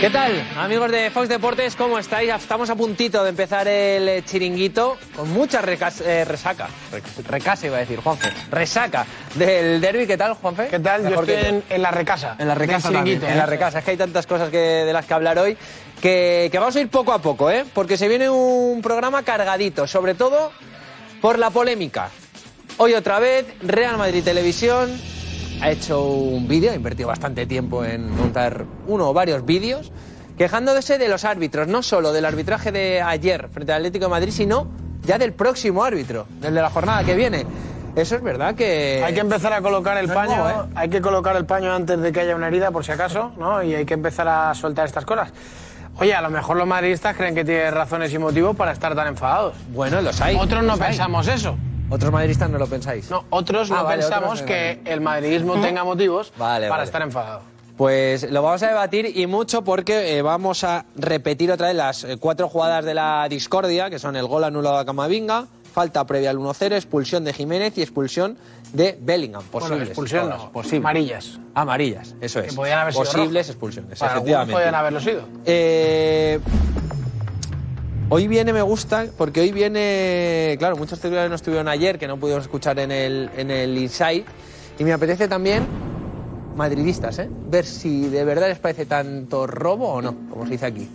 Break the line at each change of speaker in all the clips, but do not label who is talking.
¿Qué tal, amigos de Fox Deportes? ¿Cómo estáis? Estamos a puntito de empezar el eh, chiringuito con mucha recas- eh, resaca. Rec- Recasa iba a decir, Juanfe. Resaca del derby. ¿Qué tal, Juanfe?
¿Qué tal? Yo
Mejor
estoy
que
en, en la recasa.
En la recasa
del
también,
chiringuito,
en la
¿eh?
recasa. Es que hay tantas cosas que, de las que hablar hoy que, que vamos a ir poco a poco, ¿eh? Porque se viene un programa cargadito, sobre todo por la polémica. Hoy otra vez, Real Madrid Televisión ha hecho un vídeo, ha invertido bastante tiempo en montar uno o varios vídeos, quejándose de los árbitros, no solo del arbitraje de ayer frente al Atlético de Madrid, sino ya del próximo árbitro, del de la jornada que viene. Eso es verdad que...
Hay que empezar a colocar el
No es
paño,
nuevo, ¿eh?
hay que colocar el paño antes de que haya una herida, por si acaso, ¿no? Y hay que empezar a soltar estas cosas. Oye, a lo mejor los madridistas creen que tienen razones y motivos para estar tan enfadados.
Bueno, los hay.
Otros no
los hay.
pensamos eso.
Otros madridistas no lo pensáis.
No, otros
Ah,
no
vale, otros
pensamos
no,
que el madridismo tenga motivos
Vale,
para
vale.
estar enfadado.
Pues lo vamos a debatir y mucho porque eh, vamos a repetir otra vez las eh, cuatro jugadas de la discordia, que son el gol anulado a Camavinga, falta previa al 1-0, expulsión de Jiménez y expulsión de Bellingham. Posibles,
bueno, expulsión
todas,
no,
posibles.
amarillas.
Amarillas, eso es.
Que podían haber sido
Posibles
rojas.
expulsiones,
Para algunos
efectivamente.
podían haberlo sido.
Eh, hoy viene, me gusta, porque hoy viene. Claro, muchos titulares no estuvieron ayer, que no pudimos escuchar en el, en el Insight. Y me apetece también, madridistas, ¿eh? ver si de verdad les parece tanto robo o no, como se dice aquí.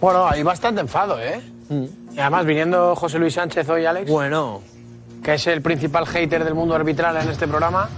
Bueno, hay bastante enfado, ¿eh? Y además, viniendo José Luis Sánchez hoy, Alex.
Bueno,
que es el principal hater del mundo arbitral en este programa.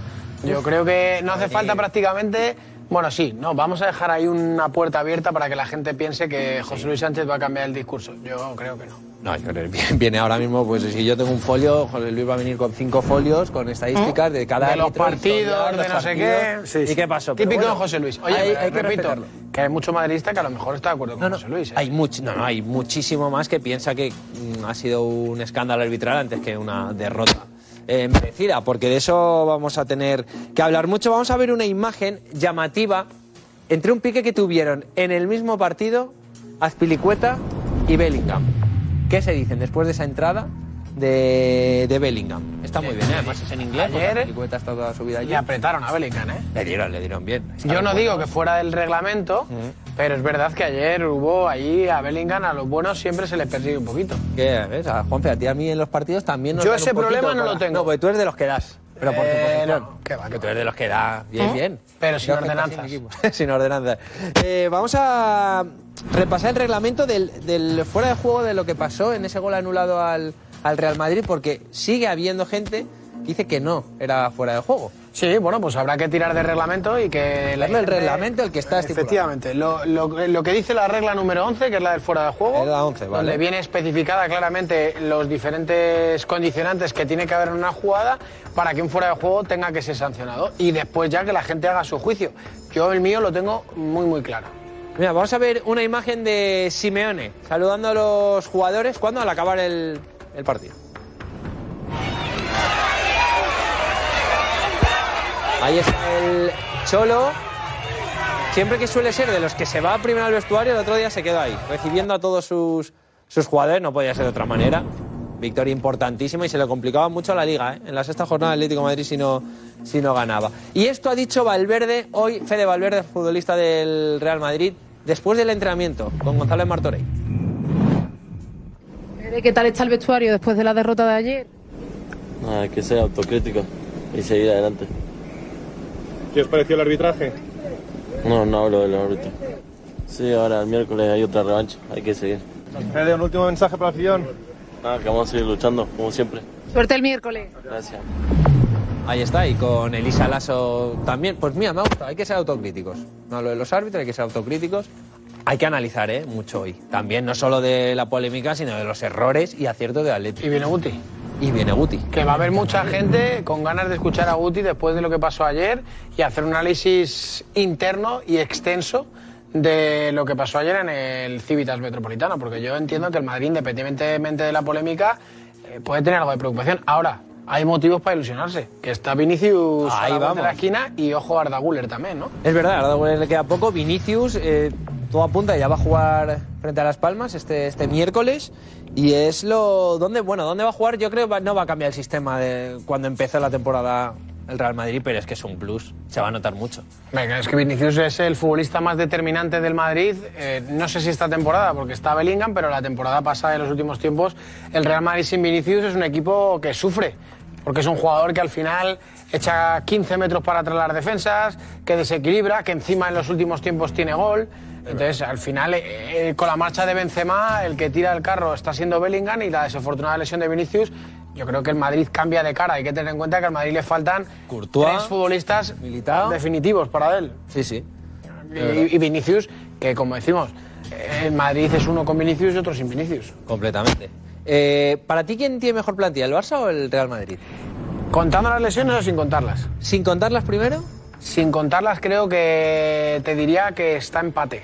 Yo creo que no hace falta prácticamente. Bueno, sí, no, vamos a dejar ahí una puerta abierta para que la gente piense que José Luis Sánchez va a cambiar el discurso. Yo creo que no.
No, yo creo que viene- viene ahora mismo, pues si yo tengo un folio, José Luis va a venir con cinco folios, con estadísticas de cada
de los
árbitro,
partidos,
historia,
de no
los
sé qué.
partidos.
Sí,
¿Y
sí.
qué pasó? Pero
Típico de
bueno,
José Luis. Oye,
hay, hay que
repito,
respetarlo.
que hay mucho madridista que a lo mejor está de acuerdo con
No, no,
José Luis. ¿eh?
hay, much- no, no, hay muchísimo más que piensa que mm, ha sido un escándalo arbitral antes que una derrota eh, merecida, porque de eso vamos a tener que hablar mucho. Vamos a ver una imagen llamativa entre un pique que tuvieron en el mismo partido Azpilicueta y Bellingham. ¿Qué se dicen después de esa entrada de, de Bellingham? Está muy bien, ¿eh? además es en inglés. porque
Ayer-
Azpilicueta ha estado toda su vida allí.
Le apretaron a Bellingham, ¿eh?
Le dieron, le dieron bien. Está
Yo no
bueno. Mm.
digo que fuera del reglamento, pero es verdad que ayer hubo allí a Bellingham, a los buenos siempre se les persigue un poquito.
¿Qué? ¿Ves? A Juanfe, a ti y a mí en los partidos también nos
Yo
dan
ese
un poquito
problema no
por-
lo tengo.
No, porque tú eres de los que das. Pero por tu
Eh,
posición.
no, qué va, qué
Que tú
va.
eres de los que da. Bien, bien.
Pero sin
Yo afecto,
ordenanzas.
sin equipo. sin ordenanzas. Eh, vamos a repasar el reglamento del, del fuera de juego de lo que pasó en ese gol anulado al, al Real Madrid, porque sigue habiendo gente que dice que no era fuera de juego.
Sí, bueno, pues habrá que tirar de reglamento y que... la
Dame el
gente-
reglamento, el que está estipulado.
Efectivamente. Lo, lo- lo que dice la regla número 11, que es la del fuera de juego,
Es la 11, vale.
donde viene especificada claramente los diferentes condicionantes que tiene que haber en una jugada para que un fuera de juego tenga que ser sancionado. Y después ya que la gente haga su juicio. Yo el mío lo tengo muy, muy claro.
Mira, vamos a ver una imagen de Simeone saludando a los jugadores cuando al acabar el, el partido. Ahí está el Cholo. Siempre que suele ser de los que se va primero al vestuario, el otro día se quedó ahí, recibiendo a todos sus, sus jugadores, no podía ser de otra manera. Victoria importantísima y se le complicaba mucho a la liga, ¿eh? en la sexta jornada el Atlético de Madrid si no, si no ganaba. Y esto ha dicho Valverde hoy, Fede Valverde, futbolista del Real Madrid, después del entrenamiento con Gonzalo de Martorey.
Fede, ¿Qué tal está el vestuario después de la derrota de ayer?
Nada, hay que ser autocrítico y seguir adelante.
¿Qué os pareció el arbitraje?
No, no hablo de los árbitros. Sí, ahora el miércoles hay otra revancha, hay que seguir.
Fede, un último mensaje para la afición.
Nada, que vamos a seguir luchando, como siempre.
Suerte el miércoles.
Gracias.
Ahí está, y con Elisa Lasso también. Pues mira, me gusta, hay que ser autocríticos. No, lo de los árbitros hay que ser autocríticos. Hay que analizar, ¿eh? Mucho hoy. También no solo de la polémica, sino de los errores y aciertos de Atleti.
Y viene Guti.
y viene Guti.
Que va a haber mucha gente con ganas de escuchar a Guti después de lo que pasó ayer y hacer un análisis interno y extenso de lo que pasó ayer en el Civitas Metropolitano, porque yo entiendo que el Madrid, independientemente de la polémica, eh, puede tener algo de preocupación. Ahora, hay motivos para ilusionarse, que está Vinicius a
Ahí
la vuelta
vamos.
de la esquina y ojo a Arda Güler también, ¿no?
Es verdad, ahora Dawes le queda poco. Vinicius, eh, todo apunta, que ya va a jugar frente a Las Palmas este, este miércoles. Y es lo. ¿dónde, bueno, ¿dónde va a jugar? Yo creo que va- no va a cambiar el sistema de cuando empieza la temporada el Real Madrid, pero es que es un plus. Se va a notar mucho.
Venga, es que Vinicius es el futbolista más determinante del Madrid. eh, no sé si esta temporada, porque está Bellingham, pero la temporada pasada de los últimos tiempos, el Real Madrid sin Vinicius es un equipo que sufre. Porque es un jugador que al final echa 15 metros para atrás las defensas, que desequilibra, que encima en los últimos tiempos tiene gol. Entonces, al final, eh, eh, con la marcha de Benzema, el que tira el carro está siendo Bellingham y la desafortunada lesión de Vinicius, yo creo que el Madrid cambia de cara. Hay que tener en cuenta que al Madrid le faltan
Courtois,
tres futbolistas
Militao.
definitivos para él.
Sí, sí.
Y, y Vinicius, que como decimos, eh, el Madrid es uno con Vinicius y otro sin Vinicius.
Completamente. Eh, ¿Para ti quién tiene mejor plantilla, el Barça o el Real Madrid?
¿Contando las lesiones o sin contarlas?
Sin contarlas primero,
Sin contarlas creo que te diría que está empate.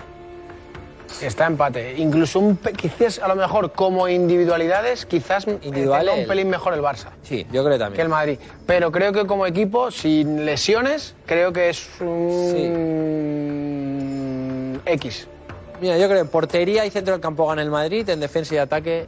Está empate. Incluso un, pe- quizás a lo mejor como individualidades, quizás
Individual
tenga un
el-
pelín mejor el Barça.
sí, yo creo que también.
que el Madrid. Pero creo que como equipo, sin lesiones, creo que es un X.
Mira, yo creo que en portería y centro del campo gana el Madrid, en defensa y ataque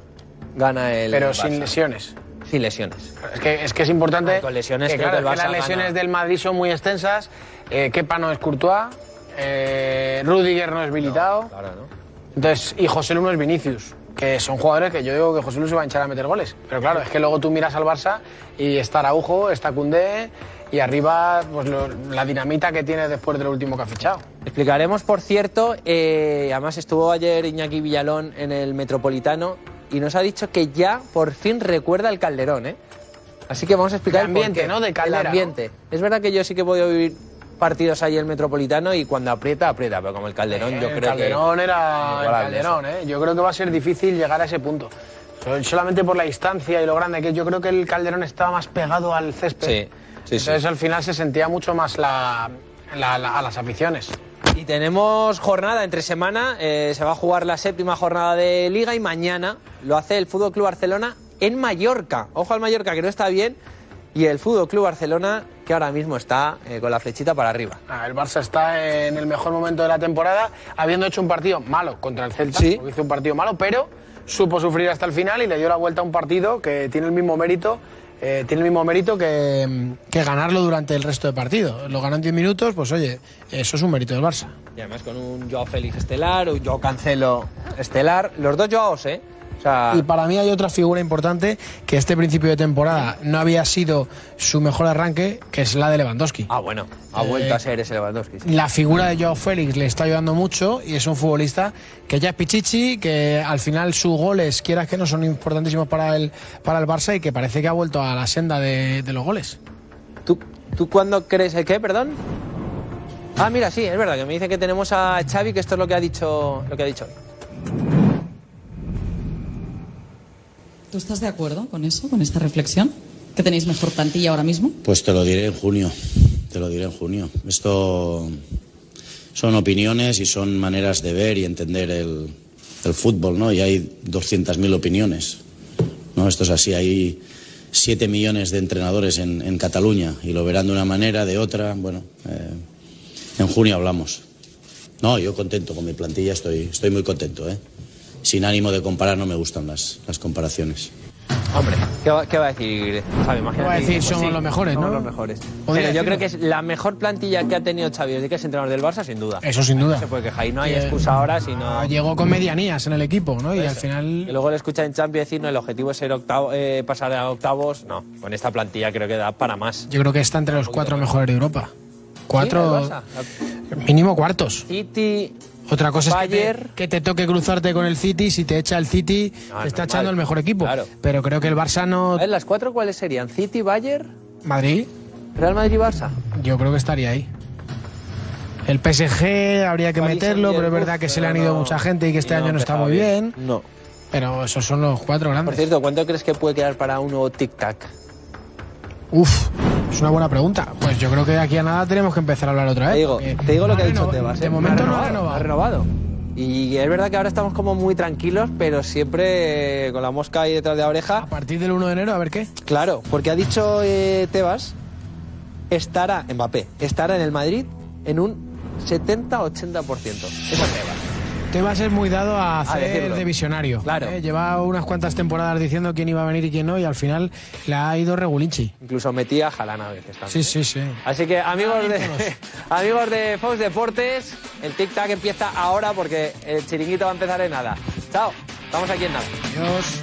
gana el.
Pero
Barça.
sin lesiones.
Sin lesiones.
Es que es, que es importante.
Ah, con lesiones
que,
creo
claro,
que el
es que
Barça
las lesiones
gana.
del Madrid son muy extensas. Eh, Kepa no es Courtois. Eh, Rudiger no es militado.
Claro, ¿no?
Entonces, y José Lu no es Vinicius. Que son jugadores que yo digo que José Lu se va a hinchar a meter goles. Pero claro, es que luego tú miras al Barça y está Araujo, está Cundé y arriba pues, lo- la dinamita que tiene después del último que ha fichado.
Explicaremos, por cierto, eh, además estuvo ayer Iñaki Villalón en el Metropolitano y nos ha dicho que ya por fin recuerda el Calderón, ¿eh? Así que vamos a explicar
El ambiente,
por qué.
¿no? De caldera,
El
¿no?
ambiente. Es verdad que yo sí que he podido vivir partidos ahí en el Metropolitano y cuando aprieta, aprieta, pero como el Calderón yo
el
creo
Calderón era el
Igualable,
Calderón, ¿eh? Yo creo que va a ser difícil llegar a ese punto. Sol- Solamente por la distancia y lo grande que es. yo creo que el Calderón estaba más pegado al césped.
Sí, sí, sí.
Entonces al final se sentía mucho más la- la- la- a las aficiones.
que... Y tenemos jornada entre semana, eh, se va a jugar la séptima jornada de Liga y mañana lo hace el Fútbol Club Barcelona en Mallorca. Ojo al Mallorca que no está bien y el Fútbol Club Barcelona que ahora mismo está eh, con la flechita para arriba.
Ah, El Barça está en el mejor momento de la temporada, habiendo hecho un partido malo contra el Celta.
Sí.
porque Hizo un partido malo, pero supo sufrir hasta el final y le dio la vuelta a un partido que tiene el mismo mérito. eh, tiene el mismo mérito que, que ganarlo durante el resto del partido. Lo ganó en 10 minutos, pues oye, eso es un mérito del Barça.
Y además con un Joao Félix estelar, un Joao Cancelo estelar, los dos Joaos, ¿eh? O sea,
Y para mí hay otra figura importante que este principio de temporada no había sido su mejor arranque, que es la de Lewandowski.
ah, bueno, ha
Eh,
vuelto a ser ese Lewandowski. sí.
La figura de Joao Félix le está ayudando mucho y es un futbolista que ya es pichichi, que al final sus goles, quieras que no, son importantísimos para el, para el Barça y que parece que ha vuelto a la senda de, de los goles.
¿Tú, ¿Tú cuándo crees el qué, perdón? Ah, mira, sí, es verdad que me dicen que tenemos a Xavi, que esto es lo que ha dicho, lo que ha dicho hoy.
¿Tú estás de acuerdo con eso, con esta reflexión? ¿Que tenéis mejor plantilla ahora mismo?
Pues te lo diré en junio, te lo diré en junio. Esto son opiniones y son maneras de ver y entender el, el fútbol, ¿no? Y hay 200.000 opiniones, ¿no? Esto es así, hay 7 millones de entrenadores en, en Cataluña y lo verán de una manera, de otra, bueno, eh, en junio hablamos. No, yo contento con mi plantilla, estoy, estoy muy contento, ¿eh? Sin ánimo de comparar, no me gustan las, las comparaciones.
Hombre, ¿qué va, qué va a decir Xavi? Imagínate
va a decir?
que dice,
Somos los mejores,
somos
¿no?
los mejores.
Podría
Pero yo
decirlo.
creo que es la mejor plantilla que ha tenido Xavi desde que es entrenador del Barça, sin duda.
Eso sin
No
duda.
se puede quejar y no hay
Eh,
excusa ahora, sino...
Llegó con medianías en el equipo, ¿no? Y al
Y
final
luego le escuchan en Champions decir, no, el objetivo es ser octavo, eh, pasar a octavos. No, con esta plantilla creo que da para más.
yo creo que está entre los cuatro mejores de Europa. Cuatro,
Sí, el Barça.
mínimo cuartos.
City,
Otra cosa es que
Bayern.
te, que te toque cruzarte con el City. Si te echa el City,
Ah,
te está
normal.
echando el mejor equipo.
Claro.
Pero creo que el Barça
a
no.
ver, las cuatro, ¿cuáles serían? City, Bayern,
Madrid,
Real Madrid, Barça.
yo creo que estaría ahí. El PSG habría que
París
meterlo, pero es
Saint-Germain,
verdad que se le han
no,
ido
no.
mucha gente y que este
Y
año
ha
no está
empezado
muy bien.
No.
Pero esos son los cuatro
Por
grandes.
cierto, ¿cuánto crees que puede quedar para un nuevo tic-tac?
Uf, es una buena pregunta. Pues yo creo que de aquí a nada tenemos que empezar a hablar otra vez.
Te digo,
porque
te digo lo que ha
no
dicho
renova-
Tebas.
De
¿eh?
momento no ha
Ha
renovado.
renovado. Y es verdad que ahora estamos como muy tranquilos, pero siempre eh, con la mosca ahí detrás de la
A
oreja.
partir del 1 de enero, a ver qué.
Claro, porque ha dicho eh, Tebas, estará, Mbappé, estará en el Madrid en un 70-80%. Eso es Tebas.
Tebas es muy dado a hacer
Ah, decirlo.
de visionario.
Claro.
¿eh? Lleva unas cuantas temporadas diciendo quién iba a venir y quién no, y al final la ha ido regulinchi.
Incluso metía a Jalán a veces también.
Sí, sí, sí.
Así que amigos de amigos de Fox Deportes, el tic tac empieza ahora porque el chiringuito va a empezar en nada. Chao, estamos aquí en nada.
Adiós.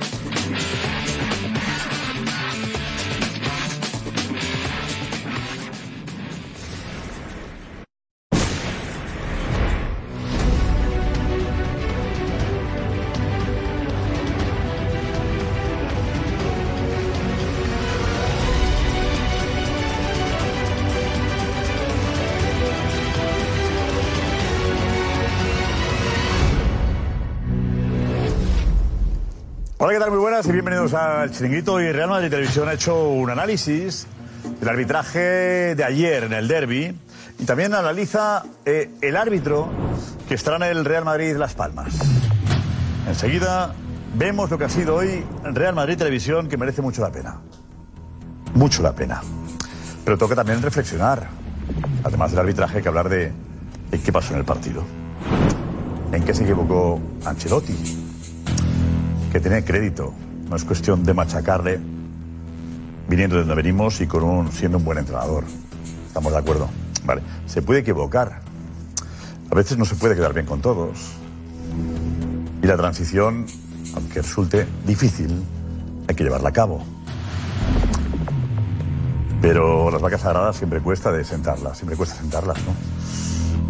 Hola, ¿qué tal? Muy buenas y bienvenidos al Chiringuito y Real Madrid Televisión ha hecho un análisis del arbitraje de ayer en el derby y también analiza eh, el árbitro que estará en el Real Madrid Las Palmas. Enseguida vemos lo que ha sido hoy Real Madrid Televisión que merece mucho la pena. Mucho la pena. Pero toca también reflexionar, además del arbitraje, hay que hablar de, de qué pasó en el partido. ¿En qué se equivocó Ancelotti? que tiene crédito. No es cuestión de machacarle viniendo de donde venimos y con un, siendo un buen entrenador. ¿Estamos de acuerdo? Vale. Se puede equivocar. A veces no se puede quedar bien con todos. Y la transición, aunque resulte difícil, hay que llevarla a cabo. Pero las vacas sagradas siempre cuesta de sentarlas, siempre cuesta sentarlas, ¿no?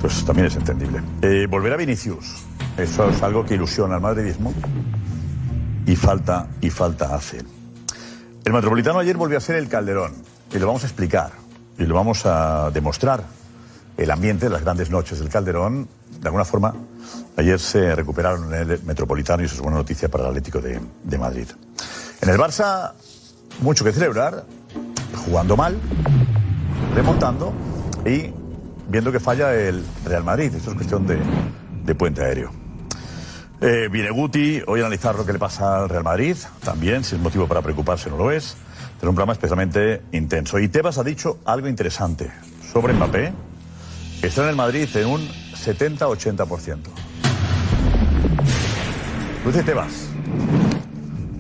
Pues también es entendible. Eh, volver a Vinicius. Eso es algo que ilusiona al madridismo y falta y falta hace. El Metropolitano ayer volvió a ser el Calderón y lo vamos a explicar y lo vamos a demostrar. El ambiente de las grandes noches del Calderón, de alguna forma, ayer se recuperaron en el Metropolitano y eso es buena noticia para el Atlético de, de Madrid. En el Barça, mucho que celebrar, jugando mal, remontando y viendo que falla el Real Madrid. Esto es cuestión de, de puente aéreo. Eh, viene Guti, hoy a analizar lo que le pasa al Real Madrid, también, si es motivo para preocuparse no lo es. Será un programa especialmente intenso. Y Tebas ha dicho algo interesante sobre Mbappé. Está en el Madrid en un 70-80%. Lo dice Tebas.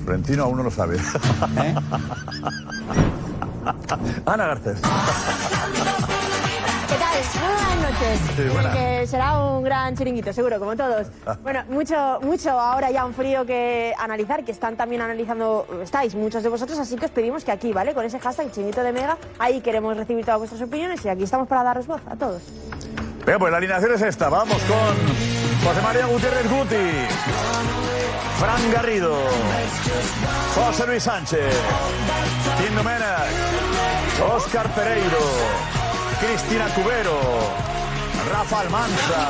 Florentino aún no lo sabe. Ana Garcés.
¿Qué tal? Buenas noches.
Sí, buenas. Ah.
En el que será un gran chiringuito, seguro, como todos. Bueno, mucho, mucho ahora ya un frío que analizar, que están también analizando, estáis muchos de vosotros, así que os pedimos que aquí, ¿vale? Con ese hashtag chiringuito de mega, ahí queremos recibir todas vuestras opiniones y aquí estamos para daros voz a todos.
Venga, pues la alineación es esta. Vamos con José María Gutiérrez Guti, Fran Garrido, José Luis Sánchez, Tim Domènech, Óscar Pereiro, Cristina Cubero, Rafa Almanza.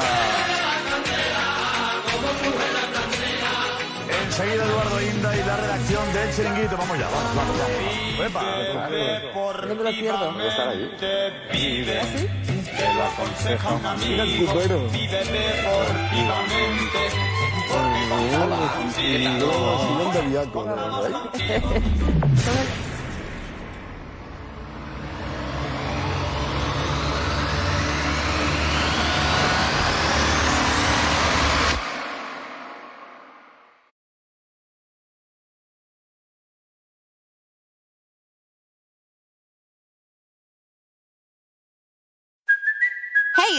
Enseguida Eduardo Inda y la redacción del Chiringuito. Vamos ya, vamos, vamos, vamos. Epa.
No me lo pierdo. ¿Ah,
Hey,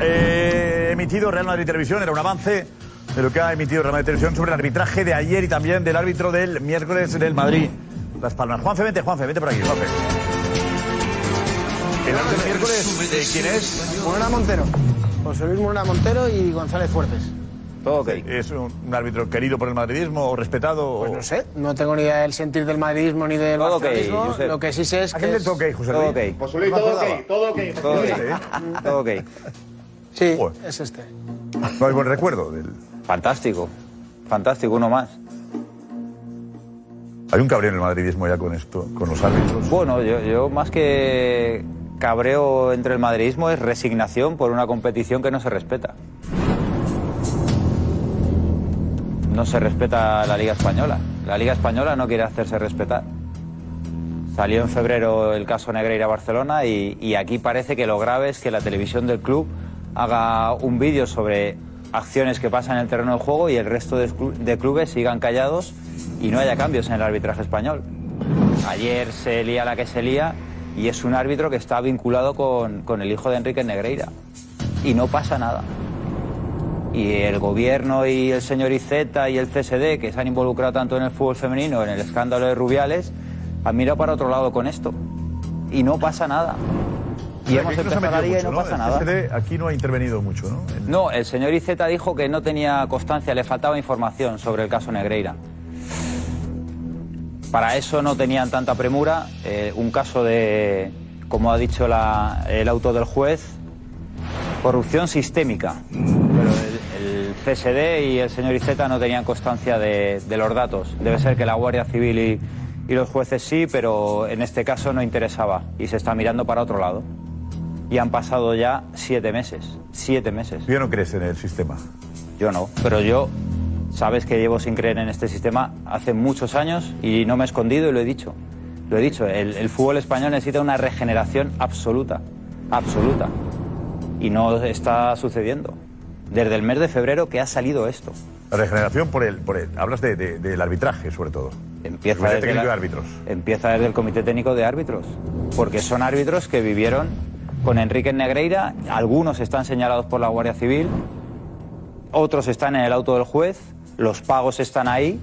eh, emitido Real Madrid Televisión, era un avance de lo que ha emitido Real Madrid Televisión sobre el arbitraje de ayer y también del árbitro del miércoles del Madrid. Las Palmas. Juanfe, vente, Juanfe, vente por aquí, Juanfe. El árbitro del miércoles, eh, ¿quién es?
Murona Montero. José Luis Murona Montero y González Fuertes.
Todo ¿Es un, un árbitro querido por el madridismo o respetado?
Pues no sé, no tengo ni idea del sentir del madridismo ni del
Todo ok,
barcelonismo.
Josep.
Lo que sí sé es
¿A
que
quién le
es-
toca ahí, José Luis?
José
No me
todo
acordaba.
ok, todo ok,
Todo ok.
José Luis.
Todo ok.
Sí,
Joder.
es este.
No hay buen recuerdo del...
Fantástico. Fantástico, uno más.
Hay un cabreo en el madridismo ya con esto, con los árbitros.
Bueno, yo, yo más que cabreo entre el madridismo es resignación por una competición que no se respeta. No se respeta la Liga Española. La Liga Española no quiere hacerse respetar. Salió en febrero el caso Negreira Barcelona y, y aquí parece que lo grave es que la televisión del club haga un vídeo sobre acciones que pasan en el terreno de juego y el resto de, clu- de clubes sigan callados y no haya cambios en el arbitraje español. Ayer se lía la que se lía y es un árbitro que está vinculado con, con el hijo de Enrique Negreira y no pasa nada. Y el gobierno y el señor Iceta y el CSD, que se han involucrado tanto en el fútbol femenino, en el escándalo de Rubiales, han mirado para otro lado con esto. Y no pasa nada. Y
Aquí
hemos
no se ha
empezado la
metido
liga
mucho, ¿eh?
y no pasa
El
nada.
CCD aquí no ha intervenido mucho, ¿no?
No, el señor Iceta dijo que no tenía constancia, le faltaba información sobre el caso Negreira. Para eso no tenían tanta premura. eh, un caso de, como ha dicho la- el auto del juez, corrupción sistémica. Pero el, el CSD y el señor Iceta no tenían constancia de, de los datos. Debe ser que la Guardia Civil y, y los jueces sí, pero en este caso no interesaba y se está mirando para otro lado. Y han pasado ya siete meses. Siete meses.
Yo no crees en el sistema.
Yo no, pero yo sabes que llevo sin creer en este sistema hace muchos años y no me he escondido y lo he dicho. Lo he dicho, el, el fútbol español necesita una regeneración absoluta, absoluta. Y no está sucediendo. Desde el mes de febrero que ha salido esto.
La regeneración por el... Por el hablas de- de- del arbitraje, sobre todo.
Empieza
Comité
desde
técnico
la-
de árbitros.
Empieza desde el Comité Técnico de Árbitros, porque son árbitros que vivieron con Enrique Negreira, algunos están señalados por la Guardia Civil, otros están en el auto del juez, los pagos están ahí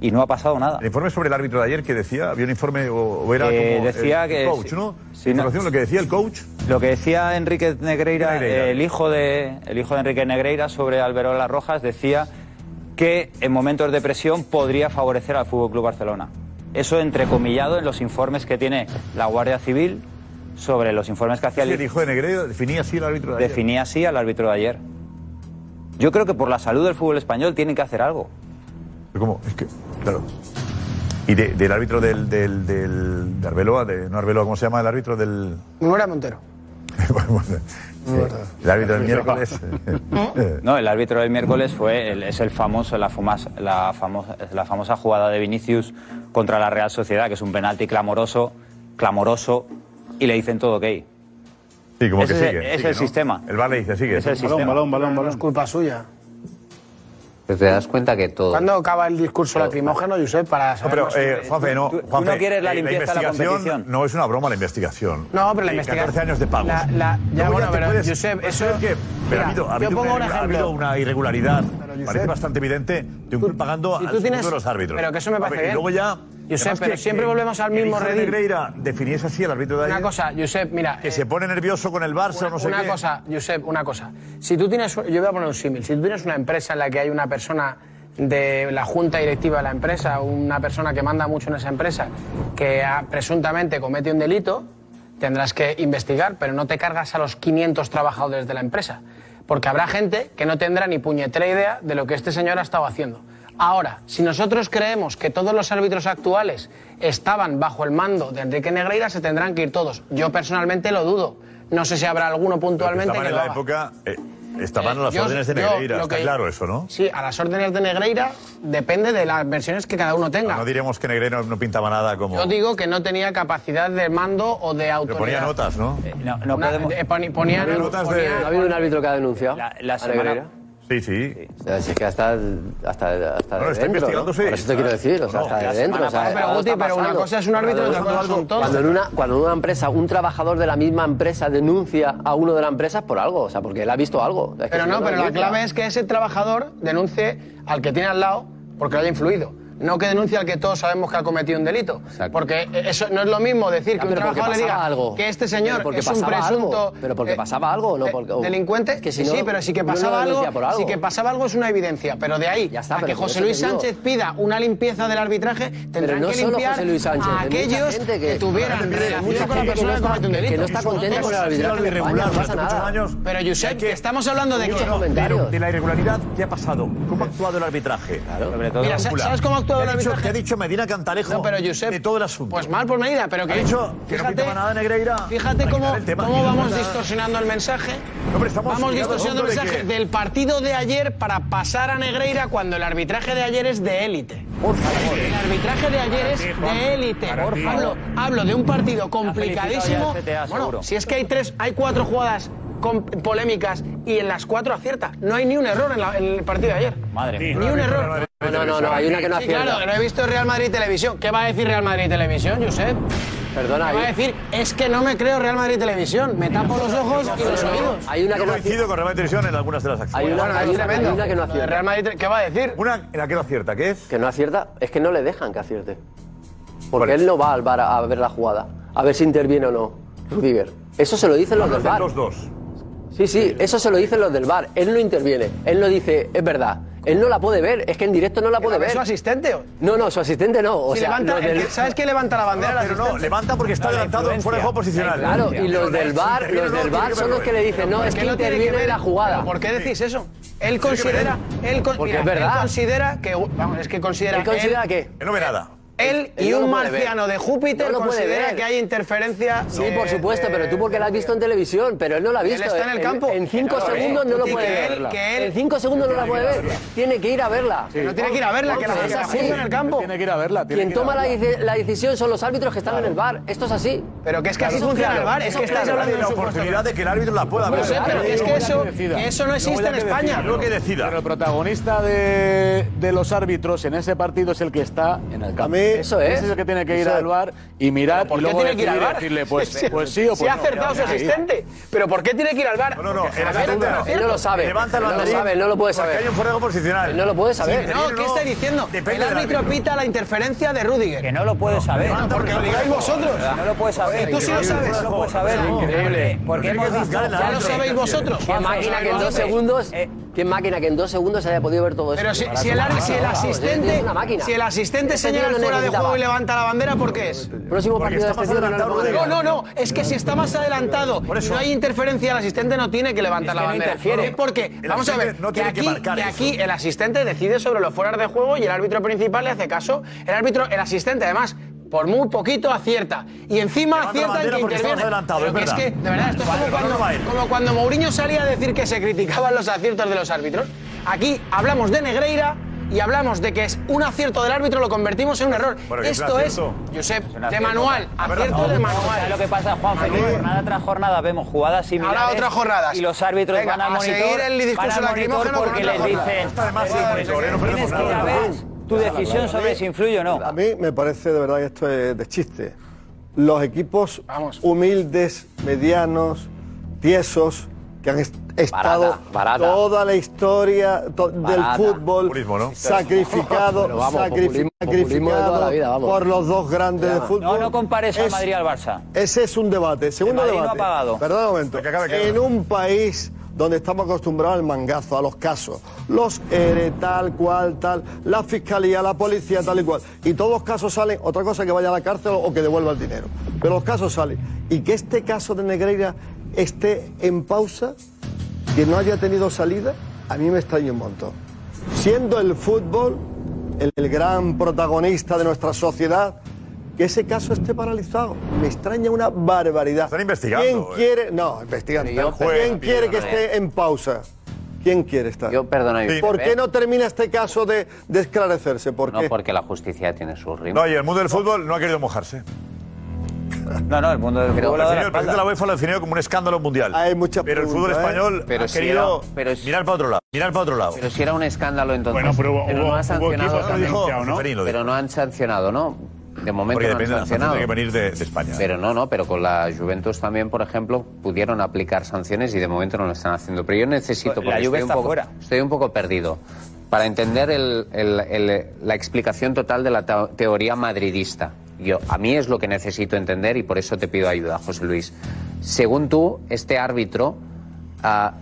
y no ha pasado nada.
El informe sobre el árbitro de ayer que decía, había un informe o, o era
Eh,
como
decía
el
que
coach,
si-
¿no?
si
Información, lo que decía el coach.
Lo que decía Enrique Negreira, eh,
Negreira.
el hijo de el hijo de Enrique Negreira sobre Alberola Rojas decía que en momentos de presión podría favorecer al Fútbol Club Barcelona. Eso entrecomillado en los informes que tiene la Guardia Civil sobre los informes que hacía
El hijo de Negredo definía así el árbitro de ayer.
definía así al árbitro de ayer. Yo creo que por la salud del fútbol español tienen que hacer algo.
¿Cómo? Es que, claro. Y de- del árbitro del, del, del de Arbeloa, de, no Arbeloa, ¿cómo se llama el árbitro del...?
Murona Montero.
El árbitro del miércoles. Eh,
No, el árbitro del miércoles fue el- es el famoso, la, famosa, la, famosa, la famosa jugada de Vinicius contra la Real Sociedad, que es un penalti clamoroso, clamoroso, y le dicen todo ok.
Sí, como
Ese
que
es el-
sigue.
es
sigue,
el
¿no?
sistema.
El vale dice, sigue.
Es el Balón, sistema. balón,
No es culpa suya.
Pero te das cuenta que todo.
¿Cuándo acaba el discurso lacrimógeno, Josep, para
No,
saber
pero, eh,
más sobre
Juanfe,
esto?
no. Juanfe, eh, investigación No es una broma la investigación.
No, pero la
Eh,
investigación-
14 años de pagos.
La- la- ya,
Luego
bueno,
te
pero,
puedes-
Josep,
puede
eso-
ser que- Pero
mira,
ha habido, ha
yo
habido
pongo un
una, ha
ejemplo.
habido una irregularidad.
Josep-
parece bastante evidente de un club pagando
si
al
tú tienes-
sueldo de los árbitros.
pero que eso me
A
parece
ver,
bien.
Y luego ya.
Josep,
además
pero siempre volvemos al
que el
mismo
hijo de
redil.
Negreira definiese así al árbitro de ayer.
Una cosa, Josep, mira. eh,
Que se pone nervioso con el Barça o no sé
una
qué.
cosa, Josep, una cosa. Si tú tienes, yo voy a poner un símil. Si tú tienes una empresa en la que hay una persona de la junta directiva de la empresa, una persona que manda mucho en esa empresa, que ah, presuntamente comete un delito, tendrás que investigar, pero no te cargas a los 500 trabajadores de la empresa, porque habrá gente que no tendrá ni puñetera idea de lo que este señor ha estado haciendo. Ahora, si nosotros creemos que todos los árbitros actuales estaban bajo el mando de Enrique Negreira, se tendrán que ir todos. Yo personalmente lo dudo. No sé si habrá alguno puntualmente
Estaban
que
en
lo
la
haga.
época. eh, Estaban
Eh,
a las
yo-
órdenes de
yo
Negreira.
lo
Está
que-
claro eso, ¿no?
Sí, a las órdenes de Negreira depende de las versiones que cada uno tenga.
No diremos que Negreira no pintaba nada como.
Yo digo que no tenía capacidad de mando o de
Pero
autoridad.
ponía notas, ¿no?
No,
Una- eh, poni- ponían-
No ha habido un árbitro que ha denunciado. La, la
¿A
semana,
Negreira?
Sí, sí.
O sea, si es que hasta, hasta, hasta
Bueno,
de
está
dentro, ¿no?
investigándose.
Por eso te quiero decir, o sea,
No,
hasta
la
de dentro.
semana
o sea,
pasada, pero
algo
Guti,
está
pero una
pasando.
cosa es una
Cuando-
árbitro y otra cosa son todos.
Cuando en una, cuando en una empresa, un trabajador de la misma empresa denuncia a uno de la empresa es por algo, o sea, porque él ha visto algo. Es que
Pero
si
no, pero la
denuncia-
clave es que ese trabajador denuncie al que tiene al lado porque lo haya influido. No que denuncie al que todos sabemos que ha cometido un delito. Porque eso no es lo mismo decir
Ya,
que un
pero porque
trabajador le
pasaba
diga
algo.
que este
Pero
señor
porque
es un
pasaba algo.
presunto
Pero porque pasaba algo, ¿no?
de-
Porque- o-
delincuente.
que si
sí,
no,
sí, pero sí que
uno lo
pasaba algo,
denuncia por algo.
Sí que pasaba algo es una evidencia. Pero de ahí
está,
a
pero
que
por eso
José
te
Luis
digo.
Sánchez pida una limpieza del arbitraje, tendrán
no
que
solo
limpiar
José Luis Sánchez,
a
de mucha
aquellos
gente
que,
que-
tuvieran
Mucha
relación con la
gente que no
persona que
está-
cometió un
que- que
delito.
no está contenta con el arbitraje en España, no pasa nada.
Pero Josep, que estamos hablando de que
Pero de la irregularidad, ¿qué ha pasado? ¿Cómo ha actuado el arbitraje? Sobre
todo- Mira, ¿sabes- sabes cómo ha actuado
¿Qué ha
el
dicho-
arbitraje?
¿Qué ha dicho Medina Cantalejo?
No, pero Josep,
De todo el asunto.
Pues mal por medida, pero que.
Ha dicho que no pintaba nada Negreira.
Fíjate
Para
cómo,
quitar el tema.
cómo
Y
vamos
nada.
distorsionando el mensaje.
hombre, estamos
vamos
ligados
distorsionando el
a un punto de
mensaje
que-
del partido de ayer para pasar a Negreira cuando el arbitraje de ayer es de élite. Por favor. El arbitraje de ayer es de élite.
Para ti.
Hablo, hablo de un partido
felicitado
complicadísimo.
ya el CTA, este seguro.
Bueno, si es que hay tres, hay cuatro jugadas con- polémicas y en las cuatro acierta. No hay ni un error en, la- en el partido de ayer.
Madre
mía. Ni un error.
No, no, no, no, hay una que no
Sí,
acierta.
claro, no he visto Real Madrid Televisión. ¿Qué va a decir Real Madrid Televisión, Josep?
Perdona,
¿Qué va a
hay-
decir? Es que no me creo Real Madrid Televisión. Me tapo los ojos y los oídos.
Hay una
Yo
que no
coincido con Real Madrid Televisión en algunas de las acciones.
Hay una- hay una- hay una que no acierta.
Real Madrid, ¿qué va a decir?
Una en la que no acierta, ¿qué es?
Que no acierta, es que no le dejan que acierte. Porque él no va al bar a, a ver la jugada, a ver si interviene o no. Rudiger. Eso se lo dicen los del bar.
Los dos.
Sí, sí, eso se lo dicen los del bar. Él no interviene, él no dice, es verdad. Él no la puede ver, es que en directo no la puede
¿La ve
ver.
su asistente? o-
No, no, su asistente no. O
Si
sea,
levanta-
los
el
del-
que- ¿Sabes qué levanta la bandera?
No, pero no, levanta porque está adelantado en fuera de juego posicional.
Claro, y los del bar-
Si interviene o
los
no,
del
tiene
bar son
verlo
los que
él.
le dicen,
Pero
no,
¿por
es
qué
que
tiene
interviene
ver?
la jugada.
¿Pero ¿Por qué decís eso? Él
que
considera, él, con-
Porque
mira,
es verdad.
él considera que, vamos, es que considera,
¿Él considera
él-
qué?
Que no ve nada.
Él y
Él no lo
un
puede ver.
marciano de Júpiter
No lo puede
considera
ver.
que hay interferencia.
Sí,
de-
por supuesto,
de-
pero tú porque la has visto en televisión, pero él no la ha
Él
visto. eh.
está en el campo.
En cinco
Que no lo ve.
segundos no lo
Y
puede
que
ver.
él- que él-
En cinco segundos no la puede ver. Tiene que ir a verla.
Que no tiene que ir a verla, que la, que
Es
la
así.
juegan en el campo.
Tiene que ir a verla. tiene
Quien
que ir a
toma la,
verla.
dice- la decisión son los árbitros que están en el bar. Esto es así.
Pero que es que así
Claro,
funciona
claro,
el bar, es
eso
que
es
estáis
claro.
hablando de
La
un supuesto.
oportunidad de que el árbitro la pueda
No
ver.
sé, pero es que eso, que eso no existe en España.
Lo que decida.
Pero el protagonista de, de los árbitros en ese partido es el que está en el campo.
Eso es.
Ese es el que tiene que ir
Eso es.
al bar y mirar
¿Por
y
qué
luego
tiene que ir al
decidir y
bar?
decirle, pues, pues sí o pues
Si ha
no.
acertado su
Ya, ya, ya.
asistente. Pero ¿por qué tiene que ir al bar?
No, no, el
A ver,
asistente
no
no.
es
Él no lo sabe.
Levanta
Él
la
no lo
nariz
sabe, él no lo puede
Porque hay
saber.
un fuera de juego
Él
posicional.
no lo puede
cierto.
saber.
No, ¿qué estáis diciendo?
Depende
el
del
árbitro
árbitro.
pita la interferencia de Rudiger.
Que no lo puedes saber.
Ah, porque lo digáis vosotros.
No lo puedes saber.
Tú sí lo sabes.
No lo puedes saber.
Increíble.
Porque hemos visto.
Ya lo sabéis vosotros. Eh.
Qué máquina que en dos segundos. Qué máquina que en dos segundos haya podido ver todo eso.
Pero si, si el, ar- si el
Vamos, es
asistente,
una máquina.
si el asistente
Este
señala
tío
el
no
fuera de
necesitaba.
juego y levanta la bandera, ¿por qué es?
Próximo
Porque
partido de
está más
este tío no
adelantado
lo
Rudiger.
No, no, no. Es que si está más adelantado y no hay interferencia, el asistente no tiene que levantar
Es que
la
no
bandera.
interfiere.
Es porque,
El
vamos a ver,
asistente no
que
tiene que
aquí,
marcar
que
eso.
aquí el asistente decide sobre los fueras de juego y el árbitro principal le hace caso. El árbitro, el asistente, además. Por muy poquito acierta. Y encima
Levanta la
acierta el
bandera
que
porque
interviene.
estamos adelantados,
Pero
es
que es
verdad.
que, de verdad, esto es
Vale,
como
el balón no
cuando,
va a ir.
como cuando Mourinho salía a decir que se criticaban los aciertos de los árbitros. Aquí hablamos de Negreira y hablamos de que es un acierto del árbitro, lo convertimos en un error.
Bueno, que es un
Esto es,
acierto.
Josep,
un
de
acierto.
manual.
A ver,
Acierto de
¿Sabes
manual.
lo que pasa, Juan? Que jornada tras jornada vemos jugadas similares.
Ahora otras jornadas.
Y los árbitros
Venga,
van al
a
monitor.
seguir el discurso
van al
lacrimógeno
monitor
con
porque
otra
les
jornada.
dicen.
Está de más, sí, por eso, ¿eh? No
Tienes
perdemos
que ir a
nada.
ver tu decisión sobre si influye o no.
A mí me parece de verdad que esto es de chiste. Los equipos humildes, medianos, tiesos, que han est- estado
barata.
toda la historia to- del
Barata.
fútbol
Populismo, ¿no?
sacrificado,
Pero vamos,
sacrifi-
populismo-
sacrificado
populismo de toda la vida, vamos.
por los dos grandes de fútbol.
No, no compares al
Es-
Madrid y al Barça.
Ese es un debate. Segundo
Madrid no
debate.
ha pagado.
Perdón un momento.
Que acabe, que acabe.
En un país donde estamos acostumbrados al mangazo, a los casos, los ERE, tal cual, tal, la fiscalía, la policía, tal y cual. Y todos los casos salen, otra cosa que vaya a la cárcel o que devuelva el dinero. Pero los casos salen. Y que este caso de Negreira esté en pausa, que no haya tenido salida, a mí me extraña un montón. Siendo el fútbol el, el gran protagonista de nuestra sociedad, que ese caso esté paralizado. Me extraña una barbaridad.
Están investigando,
¿Quién
eh.
quiere? No, investigando.
Yo,
¿Quién
pero-
quiere que
no,
esté en pausa? ¿Quién quiere estar?
Yo, perdona,
Sí.
¿Por
Pepe.
qué no termina este caso de, de esclarecerse? ¿Por
No,
qué?
porque la justicia tiene sus
No,
rimas.
y el mundo del fútbol no ha querido mojarse.
No, no, el mundo del
Pero
fútbol.
el presidente de la UEFA lo ha definido como un escándalo mundial. pero el fútbol
preguntas, ¿eh?
español
Pero
ha
si
querido
era-
mirar para otro lado. Mirar para otro lado.
Pero si era un escándalo entonces.
Bueno, pero hubo-
no
hubo
han sancionado
equipos que lo
también,
dijo,
¿no?
Ceferín lo dijo.
Pero no han sancionado, ¿no? De momento
Porque
no
depende de la
han
sanción,
sancionado.
tiene que venir de, de España.
Pero no, no, pero con la Juventus también, por ejemplo, pudieron aplicar sanciones y de momento no lo están haciendo. Pero yo necesito,
La
porque
Juve
estoy,
está
un poco,
fuera.
estoy un poco perdido, para entender el- el- el- la explicación total de la ta- teoría madridista. Yo, a mí es lo que necesito entender y por eso te pido ayuda, José Luis. Según tú, este árbitro ah,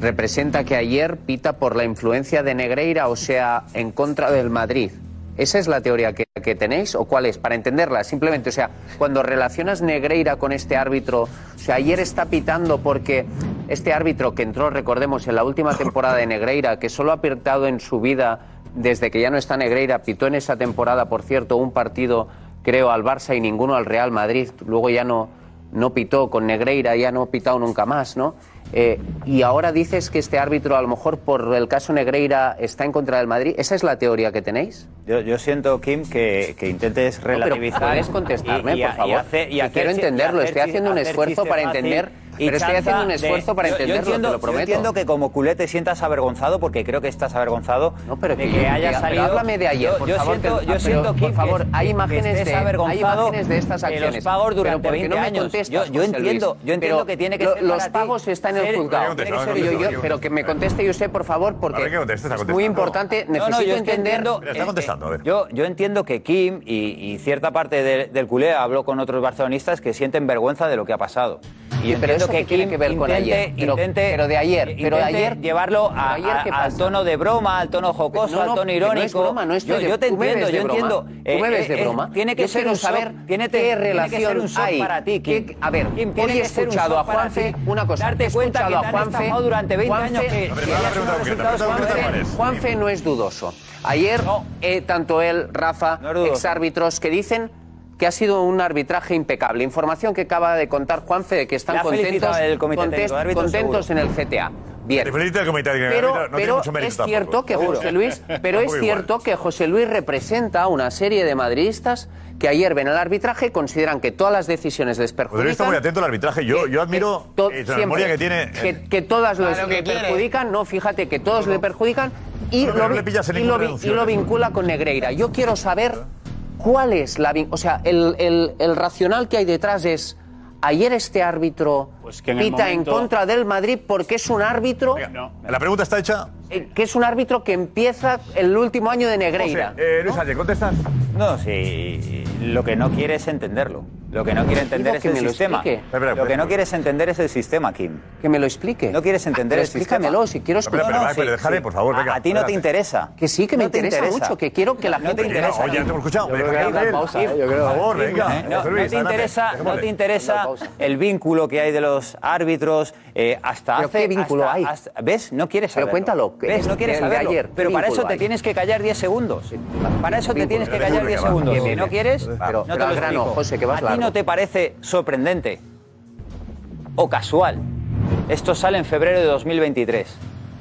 representa que ayer pita por la influencia de Negreira, o sea, en contra del Madrid. ¿Esa es la teoría que, que tenéis o cuál es? Para entenderla, simplemente, o sea, cuando relacionas Negreira con este árbitro, o sea, ayer está pitando porque este árbitro que entró, recordemos, en la última temporada de Negreira, que solo ha pitado en su vida desde que ya no está Negreira, pitó en esa temporada, por cierto, un partido, creo, al Barça y ninguno al Real Madrid, luego ya no, no pitó con Negreira, ya no ha pitado nunca más, ¿no? Eh, y ahora dices que este árbitro, a lo mejor por el caso Negreira, está en contra del Madrid. ¿Esa es la teoría que tenéis?
Yo, yo siento, Kim, que, que intentes relativizar.
puedes contestarme,
y- y a-
por favor?
y hacer- y
Que
hacer
quiero
si-
entenderlo,
y hacer
estoy
si-
haciendo un
hacer
esfuerzo para
sistema
entender,
y
pero estoy
chanza
haciendo un esfuerzo para
yo- yo
entenderlo, te
entiendo-
lo prometo.
Yo entiendo que como culé te sientas avergonzado, porque creo que estás avergonzado
que
de que
yo-
haya
pero
salido...
háblame de ayer,
Yo-
por
yo
favor,
siento-
que- ah,
yo
pero,
siento,
por
Kim, que-
favor, hay
que
imágenes
estés
de- hay
avergonzado
imágenes de estas
De
acciones.
los pagos durante
Pero ¿por qué
20
no me
años.
contestas,
yo, yo
José
entiendo,
Luis?
yo entiendo
Pero
que tiene que
lo-
ser
los
para ti
pagos están en
ser-
el juzgado.
tiene que
Tiene que
ser
ser
yo-
yo- yo- pero que me conteste usted, por favor, porque es muy importante,
No, no,
necesito
yo es que
entender...
entiendo- eh, eh, Yo, yo entiendo que Kim y, y cierta parte de- del culé habló con otros barcelonistas que sienten vergüenza de lo que ha pasado. Y yo
pero
entiendo
eso que tiene que ver con ayer, pero, pero de ayer, pero
intente
ayer
llevarlo a-
pero ayer, ¿qué
a- al
pasa?
tono de broma, al tono jocoso,
No, no,
al tono
que no es
irónico.
broma, no estoy
yo,
de-
yo te
tú me
entiendo,
ves de
yo
broma,
entiendo.
tú
eh,
me ves de
eh, eh,
broma.
Tiene que
Yo
ser
quiero
un shock,
saber
tiene
qué
que- tiene que
relación
ser un shock
hay,
para ti,
qué-
Kim.
a ver,
Kim,
hoy
tiene
he
que ser un
escuchado
shock
a
para
Juanfe
ti.
una cosa, he
Darte cuenta que
escuchado
te
a
han
Juanfe-
estafado durante 20 años
Juanfe-
que-
A ver,
que
pero
ya
una
son
pregunta
resultados
concreta, una pregunta
cuando-
concreta, Juanfe no es dudoso. Ayer, eh, tanto él, Rafa,
dudoso.
exárbitros, que dicen que ha sido un arbitraje impecable. Información que acaba de contar Juanfe de que están
Le ha
contentos,
felicitado el comité técnico
contest-
de árbitros,
contentos en
seguro.
el CTA. Bien.
Te felicita el comité técnico de
Pero,
árbitros, no tiene
pero
mucho mérito
es
tampoco.
cierto que
Seguro.
José Luis, pero es
Tampoco igual.
cierto que José Luis representa una serie de madridistas que ayer ven al arbitraje, consideran que todas las decisiones les
José Luis está
perjudican.
muy atento al arbitraje. Yo, yo admiro
To-
eh, la
siempre.
memoria que tiene.
Que, que todas
Ah,
los
lo que
le
quiere.
perjudican, no, fíjate que todos le perjudican y,
No, pero no
lo, vi-
le pillas en
y
ninguna
lo vi-
reducción, ¿eh?
y lo
eso.
vincula con Negreira. Yo quiero saber cuál es la. vin- O sea, el, el- el racional que hay detrás es. Ayer este árbitro
Pues que en el
pita en
momento-
contra del Madrid porque es un árbitro.
La pregunta está hecha.
eh, Que es un árbitro que empieza el último año de Negreira.
José, eh, Luis Sánchez, ¿contestas?
No, sí. Lo que no quiere es entenderlo. Lo que no quiere entender
Digo
es
que
el
me lo
sistema.
explique. Espera,
Lo que
espera.
no quieres entender es el sistema, Kim.
Que me lo explique.
No quieres entender
pero
el sistema.
explícamelo, si quiero
No, no,
escuchar-
sí, sí. A- A, ti no te interesa.
Que sí, que me
No te
interesa,
interesa.
mucho, que quiero que la
No
gente...
te interesa. Oye, ya te hemos escuchado,
Yo
deja
creo que
que
hay una
hable.
pausa,
Sí,
¿eh? Yo creo.
Por favor, venga.
Eh, No,
José
no
Luis, adelante.
te interesa, no te interesa el vínculo que hay de los árbitros eh, hasta
¿Pero
hace...
qué vínculo
hasta-
hay?
hasta- ¿Ves? No quieres
Pero
saberlo.
cuéntalo, ¿qué
¿Ves?
es
No quieres
el de
saberlo.
ayer?
Pero
¿Qué
para eso
vínculo
te
hay?
tienes que callar 10 segundos. Para eso te tienes que
Pero
callar
que
10
va,
segundos.
que
Si
viene.
no quieres,
Pero-
no te
pero
lo
al grano,
explico.
José, que vas
¿A ti
largo.
no te parece sorprendente o casual? Esto sale en febrero de 2023.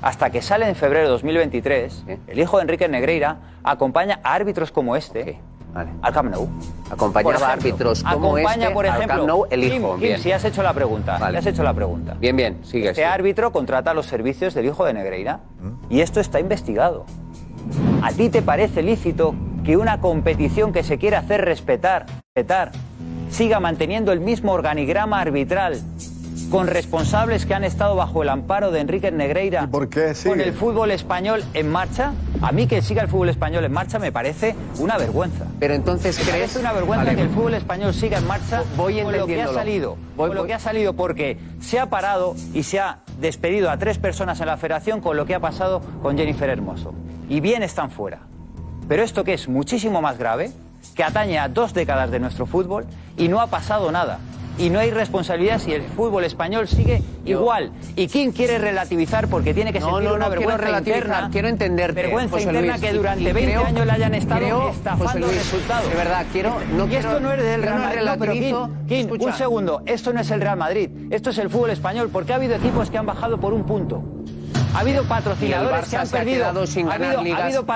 Hasta que sale en febrero de 2023, el hijo de Enrique Negreira acompaña a árbitros como este al Camp Nou.
Acompañaba
Por
a
ejemplo.
árbitros como
Acompaña,
este
por
al
ejemplo,
Camp Nou, el
Kim,
hijo,
Kim,
bien.
si has hecho la pregunta, si has hecho la pregunta.
Bien, bien, sigue. Mm.
Este árbitro contrata los servicios del hijo de Negreira y esto está investigado. ¿A ti te parece lícito que una competición que se quiere hacer respetar, respetar siga manteniendo el mismo organigrama arbitral con responsables que han estado bajo el amparo de Enrique Negreira con el fútbol español en marcha? A mí que siga el fútbol español en marcha me parece una vergüenza.
Pero entonces
me
crees-
parece una vergüenza
Vale.
que el fútbol español siga en marcha
Voy
con lo que ha
entendiéndolo.
salido.
Voy-
con lo
voy-
que ha salido porque se ha parado y se ha despedido a tres personas en la federación con lo que ha pasado con Jennifer Hermoso. Y bien están fuera. Pero esto que es muchísimo más grave, que atañe a dos décadas de nuestro fútbol y no ha pasado nada. Y no hay responsabilidad si el fútbol español sigue igual. ¿Y quién quiere relativizar? Porque tiene que
No,
sentir
no,
una
no quiero
vergüenza
relativizar,
interna.
quiero entenderte,
Vergüenza
José
interna
Luis,
que
y-
durante
y
20
creo-
años le hayan estado
creo, José
estafando
Luis,
resultados.
de verdad, quiero- no
y
quiero-
esto no es del
yo no
Real Madrid. No, pero
relativizo,
Kim, Kim, un
escucha.
segundo. Esto no es el Real Madrid. Esto es el fútbol español. Porque ha habido equipos que han bajado por un punto.
Ha habido
Y el
patrocinadores
Barça
que han
se ha
perdido.
quedado sin
ha
ganar
habido,
ligas,
ha
y
habido
el Barça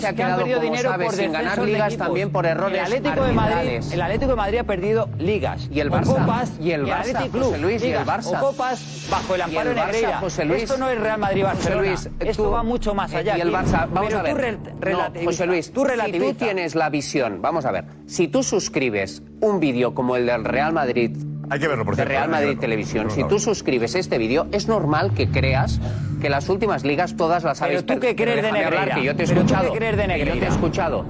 se ha
que han
quedado,
perdido
como
dinero
sabes,
por
sin
descensos
ganar
de
ligas,
equipos.
también por errores
El Atlético de Madrid,
arbitrales.
el Atlético de Madrid ha perdido ligas
Y el
o
Barça,
copas
y el Barça,
Athletic Club,
José Luis, y el
ligas
Barça.
o copas bajo el
Y
amparo
el
de
Barça,
Negreira.
José Luis.
Esto no es Real Madrid Barcelona.
José Luis,
Esto
tú-
va mucho más allá.
Y el
aquí.
Barça, vamos
Pero
a ver.
Tú re-
No,
relativizas.
José Luis,
tú
si tú
relativizas.
tienes la visión, vamos a ver, si tú suscribes un vídeo como el del Real Madrid,
hay que verlo, por cierto,
de
hay
Real
que
Madrid
verlo.
Televisión,
Vamos
si
a
tú
ver.
suscribes este vídeo, es normal que creas que las últimas ligas todas las
Pero
habéis
tú qué
perdido.
crees de
déjame hablar,
Negreira.
que yo te he
Pero tú qué
escuchado.
crees de
que Yo te
Negreira.
he escuchado.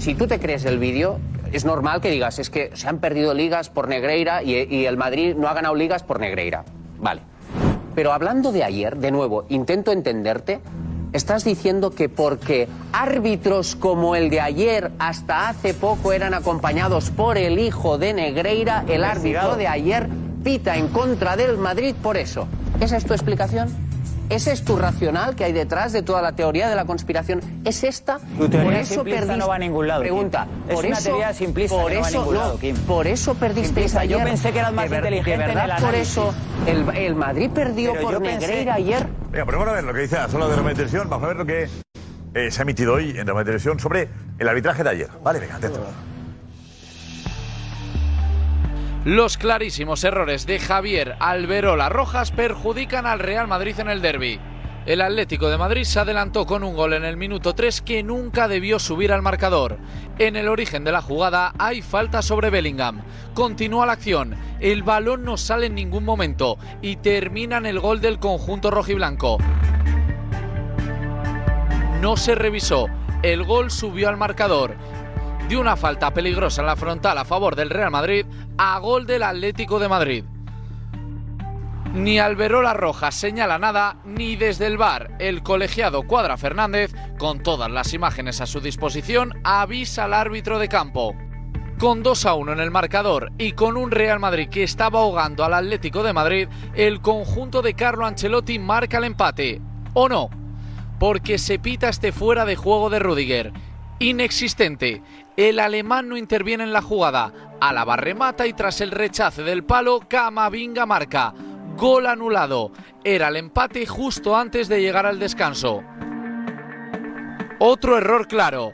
Si tú te crees el vídeo, es normal que digas, es que se han perdido ligas por Negreira y, y el Madrid no ha ganado ligas por Negreira. Vale. Pero hablando de ayer, de nuevo, intento entenderte, estás diciendo que porque árbitros como el de ayer hasta hace poco eran acompañados por el hijo de Negreira, el árbitro de ayer pita en contra del Madrid por eso. ¿Esa es tu explicación? ¿Ese es tu racional que hay detrás de toda la teoría de la conspiración? ¿Es esta?
Tu teoría
por eso
simplista
perdiste-
no va a ningún lado, Kim.
Pregunta.
Es
por
una
eso-
teoría simplista
por
que no va a
eso-
ningún lado, Kim.
Por eso perdisteis
Simplista, yo
ayer.
pensé que eras más
De ver-
inteligente
De
en el
verdad, por
análisis.
eso el, el Madrid perdió
Pero
por
yo pensé-
Negreira ayer.
Venga, pero vamos a ver lo que dice la sala de Roma de Televisión. Vamos a ver lo que eh, se ha emitido hoy en Roma de Televisión sobre el arbitraje de ayer. Vale, venga, atento.
Los clarísimos errores de Javier Alberola Rojas perjudican al Real Madrid en el derby. El Atlético de Madrid se adelantó con un gol en el minuto 3 que nunca debió subir al marcador. En el origen de la jugada hay falta sobre Bellingham. Continúa la acción, el balón no sale en ningún momento y terminan el gol del conjunto rojiblanco no se revisó. El gol subió al marcador. De una falta peligrosa en la frontal a favor del Real Madrid a gol del Atlético de Madrid. Ni Alberola Roja señala nada, ni desde el bar el colegiado Cuadra Fernández, con todas las imágenes a su disposición, avisa al árbitro de campo. Con 2 a 1 en el marcador y con un Real Madrid que estaba ahogando al Atlético de Madrid, el conjunto de Carlo Ancelotti marca el empate. ¿O no? porque se pita este fuera de juego de Rudiger. Inexistente. El alemán no interviene en la jugada. Alaba remata y tras el rechace del palo, Camavinga marca. Gol anulado. Era el empate justo antes de llegar al descanso. Otro error claro.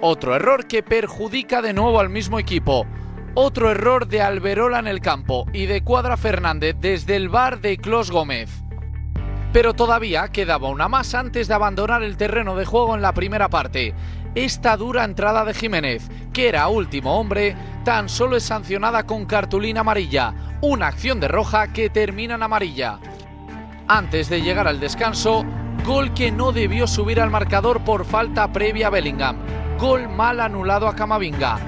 Otro error que perjudica de nuevo al mismo equipo. Otro error de Alberola en el campo y de Cuadra Fernández desde el bar de Clos Gómez. Pero todavía quedaba una más antes de abandonar el terreno de juego en la primera parte. Esta dura entrada de Jiménez, que era último hombre, tan solo es sancionada con cartulina amarilla, una acción de roja que termina en amarilla. Antes de llegar al descanso, gol que no debió subir al marcador por falta previa a Bellingham, gol mal anulado a Camavinga.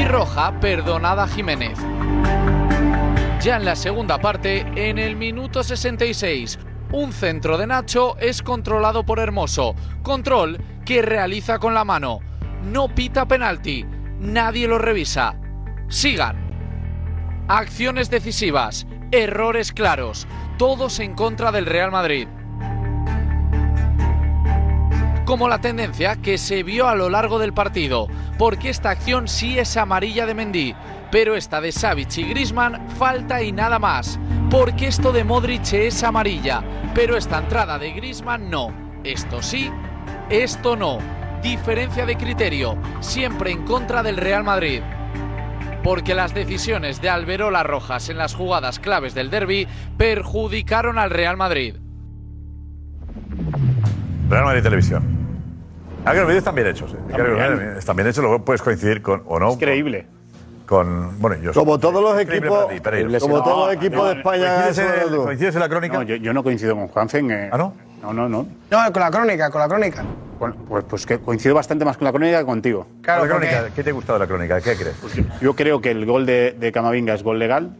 Y roja perdonada a Jiménez. Ya en la segunda parte, en el minuto 66, un centro de Nacho es controlado por Hermoso, control que realiza con la mano. No pita penalti, nadie lo revisa. Sigan. Acciones decisivas, errores claros, todos en contra del Real Madrid. Como la tendencia que se vio a lo largo del partido, porque esta acción sí es amarilla de Mendy, pero esta de Savic y Grisman falta y nada más, porque esto de Modric es amarilla, pero esta entrada de Grisman no, esto sí, esto no. Diferencia de criterio, siempre en contra del Real Madrid porque las decisiones de Alberola Rojas en las jugadas claves del derby perjudicaron al Real Madrid.
Real Madrid Televisión. Ah, que los vídeos están bien hechos. eh. Creo que los vídeos Están bien hechos, luego puedes coincidir con o no. Es creíble. Con, bueno, yo
Como todos los
Creíble
equipos-
para ti, Pereiro.
Como
No,
todos los
no,
equipos
no,
de España,
coincides en
eso
el-
era tú.
¿Coincides en la crónica?
No, yo, yo no coincido con Juanfen. ¿Ah, no? No, no, no.
No, con la crónica, con la crónica.
Bueno, pues, pues que coincido bastante más con la crónica que contigo.
Claro,
la crónica, ¿Qué te ha gustado de la crónica? ¿Qué crees?
Yo creo que el gol de, de Camavinga es gol legal.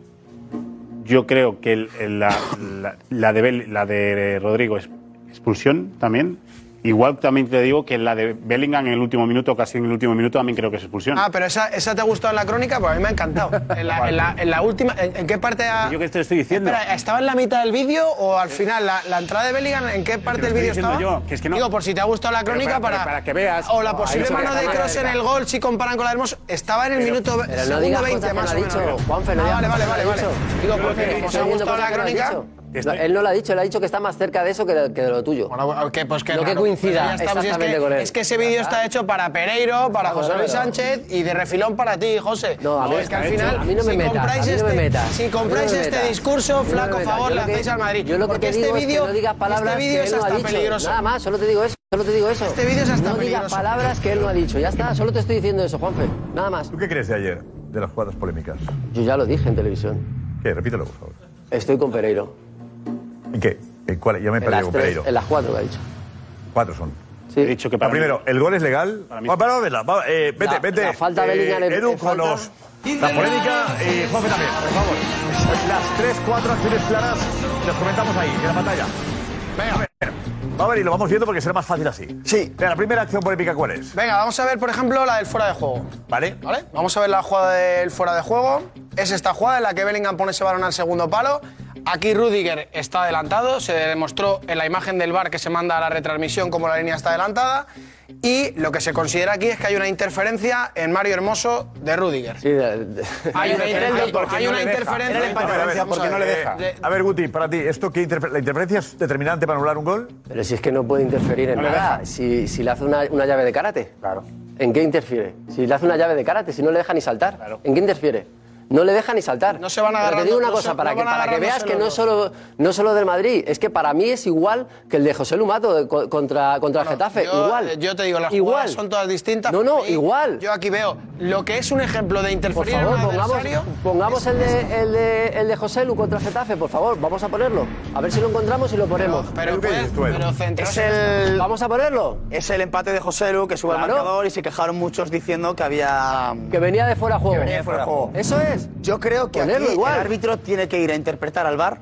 Yo creo que el- el- la, la- la de Bel- la de Rodrigo es expulsión también. Igual también te digo que la de Bellingham en el último minuto, casi en el último minuto, también creo que es expulsión.
Ah, pero esa, esa te ha gustado en la crónica, pues a mí me ha encantado. En la, en la- en la última, ¿en, en qué parte ha-
Yo que te estoy diciendo.
Espera, ¿estaba en la mitad del vídeo o al final? ¿La, la entrada de Bellingham en qué parte
lo
del
estoy
vídeo
diciendo
estaba?
yo, que es que no.
Digo, por si te ha gustado la
Pero
crónica
para-
para,
para- para que veas.
O la
No,
posible
ahí
mano
se
de
ve.
Cross en el gol, si comparan con la de Hermoso. Estaba en el
Pero-
minuto
pero no
segundo
digas
20,
cosas que
más
no
o
ha
menos.
dicho, Juanfe, no
Ah,
digas
vale, vale,
cosas que no
vale.
ha
vale.
dicho.
Digo,
Yo lo
porque
que
os
estoy
ha
diciendo
gustado
cosas
la
que no ha
crónica.
dicho. Estoy-
Él no lo ha dicho, él ha dicho que está más cerca de eso que de, que de lo tuyo. lo que
raro.
coincida
Pues ya estamos, y
exactamente
es que,
con él.
Es que ese vídeo está hecho para Pereiro, para José Luis Sánchez y de refilón para ti, José.
No, a
es
mí
que
está
al
hecho.
final,
A mí no me
si
metas,
compráis
a mí no
este,
me metas.
si
Yo no
compráis
me
este
metas. Yo
discurso,
no me
flaco
metas.
favor,
Yo
le
lo que-
hacéis al Madrid.
Yo lo que
Porque
te
este
digo es que
vídeo
no digas palabras
este vídeo
que él
es
no ha
hasta
dicho.
peligroso.
Nada más, solo te digo eso, solo te digo eso.
Este vídeo es hasta
No digas
peligroso.
palabras que él no ha dicho, ya está, solo te estoy diciendo eso, Juanfe, nada más.
¿Tú qué crees de ayer, de las jugadas polémicas?
Yo ya lo dije en televisión.
¿Qué? Repítelo, por favor.
Estoy con Pereiro.
¿En qué? ¿En cuál? Ya me he
en
perdido
las
con
tres,
Pereiro.
en las cuatro que ha dicho.
Cuatro son.
Sí.
dicho que
para primero, ¿el gol es legal? Ah, Va, para, verla, va, eh, vete,
La-
vete.
la falta de
eh,
Bellingham en-
Edu
en
con
falta.
los... La polémica, eh, Juanfe también, por favor. Las tres, cuatro acciones claras las comentamos ahí, en la pantalla. Venga, a ver. Va a ver, y lo vamos viendo porque será más fácil así. Sí. La primera acción polémica, ¿cuál es?
Venga, vamos a ver, por ejemplo, la del fuera de juego.
¿Vale?
¿Vale? Vamos a ver la jugada del fuera de juego. Es esta jugada en la que Bellingham pone ese balón al segundo palo. Aquí Rudiger está adelantado. Se demostró en la imagen del bar que se manda a la retransmisión como la línea está adelantada. Y lo que se considera aquí es que hay una interferencia en Mario Hermoso de Rudiger.
Sí, de- de-
Hay una,
Referendo
hay- hay una interferencia.
A ver, a ver,
Vamos a ver, eh, de-
A ver, Guti, para ti, ¿esto qué interfer- ¿la interferencia es determinante para anular un gol?
Pero si es que no puede interferir en
No le
nada, si, si le hace una, una llave de karate. Claro. ¿En qué interfiere? Si le hace una llave de karate, si no le deja ni saltar, ¿en qué interfiere? No le deja ni saltar. No se
van
Pero
agarrando-
te digo una
no
cosa,
se-
para,
no
que,
van
para que veas
agarrándose
que no
los
es solo, no es solo del Madrid, es que para mí es igual que el de José Lumato de- co- contra, contra el Getafe.
Yo- eh,
igual.
Yo te digo, las
igual.
jugadas son todas distintas.
No, no,
Y
igual.
Yo aquí veo lo que es un ejemplo de
Por
interferir
favor,
en un
pongamos,
adversario.
pongamos el, de, el, de, el de José Lu contra el Getafe, por favor, vamos a ponerlo. A ver si lo encontramos y lo ponemos.
Pero, pues, pero centrarse-
Vamos a ponerlo.
Es el empate de José Lu que sube al
Claro.
marcador y se quejaron muchos diciendo que había.
Que venía de fuera de juego.
Que venía de fuera de juego.
Eso es.
Yo creo que aquí
Ponerlo igual.
el árbitro tiene que ir a interpretar al VAR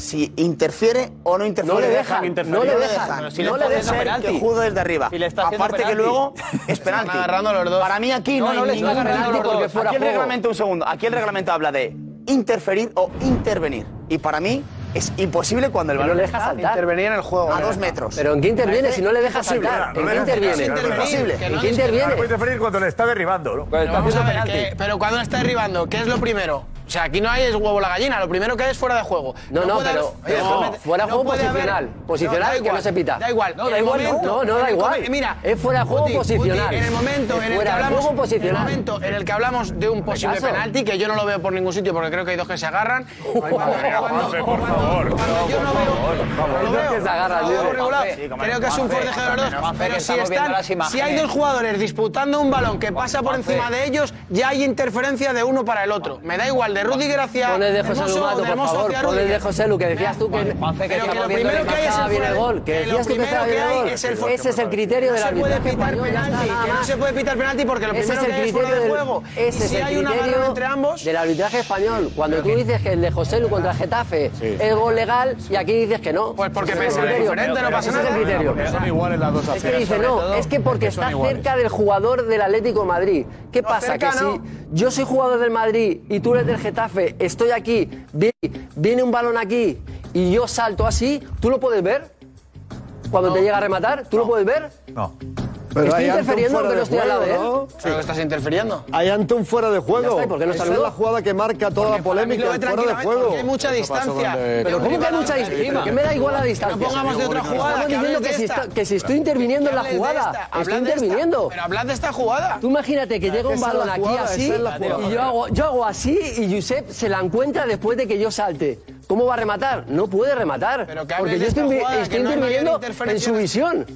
si interfiere o no interfiere.
No le dejan, no le dejan,
Pero
no le
puede
dejan.
ser
Penalti.
que juzgue desde arriba.
Si le está haciendo
Aparte que
penalti.
luego es penalti.
agarrando los dos.
Para mí aquí no,
No, no
hay
le está
ningún
agarrando
penalti.
porque fuera
aquí el
juego.
reglamento un segundo. Aquí el reglamento habla de interferir o intervenir y para mí es imposible cuando el
Pero
balón
le deja
está
saltar.
Intervenir en el juego.
a dos metros.
Pero ¿en qué interviene si no le deja
Imposible.
saltar?
No
¿En
le
qué
deja
interviene?
saltar, claro, es verdad.
¿En qué interviene?
Ahora Puede interferir cuando le está derribando, ¿no?
Pero vamos a ver, que- pero cuando le está derribando, ¿qué es lo primero? O sea, aquí no hay es huevo la gallina, lo primero que hay es fuera de juego.
No, no,
puede
pero-
haber-
pero
déjame-
fuera de juego
puede haber-
posicional. Posicional
da
que no
igual,
se pita.
Da igual.
No,
en
da
el
igual, no,
momento-
no, da
en el
igual.
come- Mira,
Es fuera de juego
Guti, Guti,
posicional.
en el momento
Es
en el que
fuera de
hablamos,
juego posicional.
en el momento en el que hablamos de un posible
caso.
penalti que yo no lo veo por ningún sitio porque creo que hay dos que se agarran. Cuando- cuando-
por favor.
lo veo.
que se agarra,
Lo veo
tío.
regulado.
Sí, como
Creo
el
que es un
Juanfe,
forcejeo de los
Juanfe,
dos.
Juanfe, que
Pero si
estamos viendo
están,
las imágenes.
si hay dos jugadores disputando un balón que pasa por
Juanfe.
encima de ellos, ya hay interferencia de uno para el otro. Me da igual de Rudiger hacia
Pon el de José
Hermoso
Lu,
o
Mato,
de
por
Hermoso
favor.
hacia
Pon el
Rudiger.
de José Lu, que decías tú
que
que. Pero
estamos
lo
viendo
primero
que
que
hay es
estaba
el
bien el
fuera-
gol. Que
que lo
decías tú que
primero
estaba
que
bien el
hay
gol.
es el fuera-
Ese es el criterio
No
del
se puede
arbitraje
pitar
español. ya está,
penalti,
nada
que no
más.
se puede pitar penalti porque lo
Ese
primero
es
que
el
hay es fuera
criterio
de
del,
juego.
ese
y
es
si
el
hay un
criterio
agarrón entre ambos,
del arbitraje español. Cuando tú dices que el de José Lu contra el Getafe es gol legal y aquí dices que no. Pues
porque pensáis diferente, no pasa
Ese es el
nada.
criterio.
Son
iguales las dos
Es que dice, no, es que porque está cerca del jugador del Atlético de Madrid. ¿Qué pasa?
cerca
que
no.
si yo soy jugador del Madrid y tú eres del Getafe, estoy aquí, vi- viene un balón aquí y yo salto así, ¿tú lo puedes ver? Cuando te llega a rematar, ¿tú lo puedes ver?
No.
estoy interfiriendo aunque no estoy al lado de él.
Creo que estás interfiriendo.
Hay ante un fuera de
Ya
juego.
está, ¿y por qué no
Esa es
saludó?
la jugada que marca toda la polémica, el fuera de juego.
Hay mucha distancia.
Pero ¿cómo que hay mucha distancia? Que me da igual la distancia.
No pongamos de otra jugada.
Estamos
que
diciendo
hables
que
de
si,
esta.
está- que si estoy interviniendo en la
Hables de
jugada,
esta,
estoy
hablad de esta,
interviniendo.
Pero hablad de esta jugada.
Tú imagínate que llega un
Esa es
balón
la
aquí
jugada,
así
esa es la jugada.
y yo hago, yo hago así y Josep se la encuentra después de que yo salte. ¿Cómo va a rematar? No puede rematar.
Pero que
Porque
hables
yo
de
estoy,
esta
invi-
jugada, que
estoy
no hay mayor
interviniendo en
interferencia.
su visión.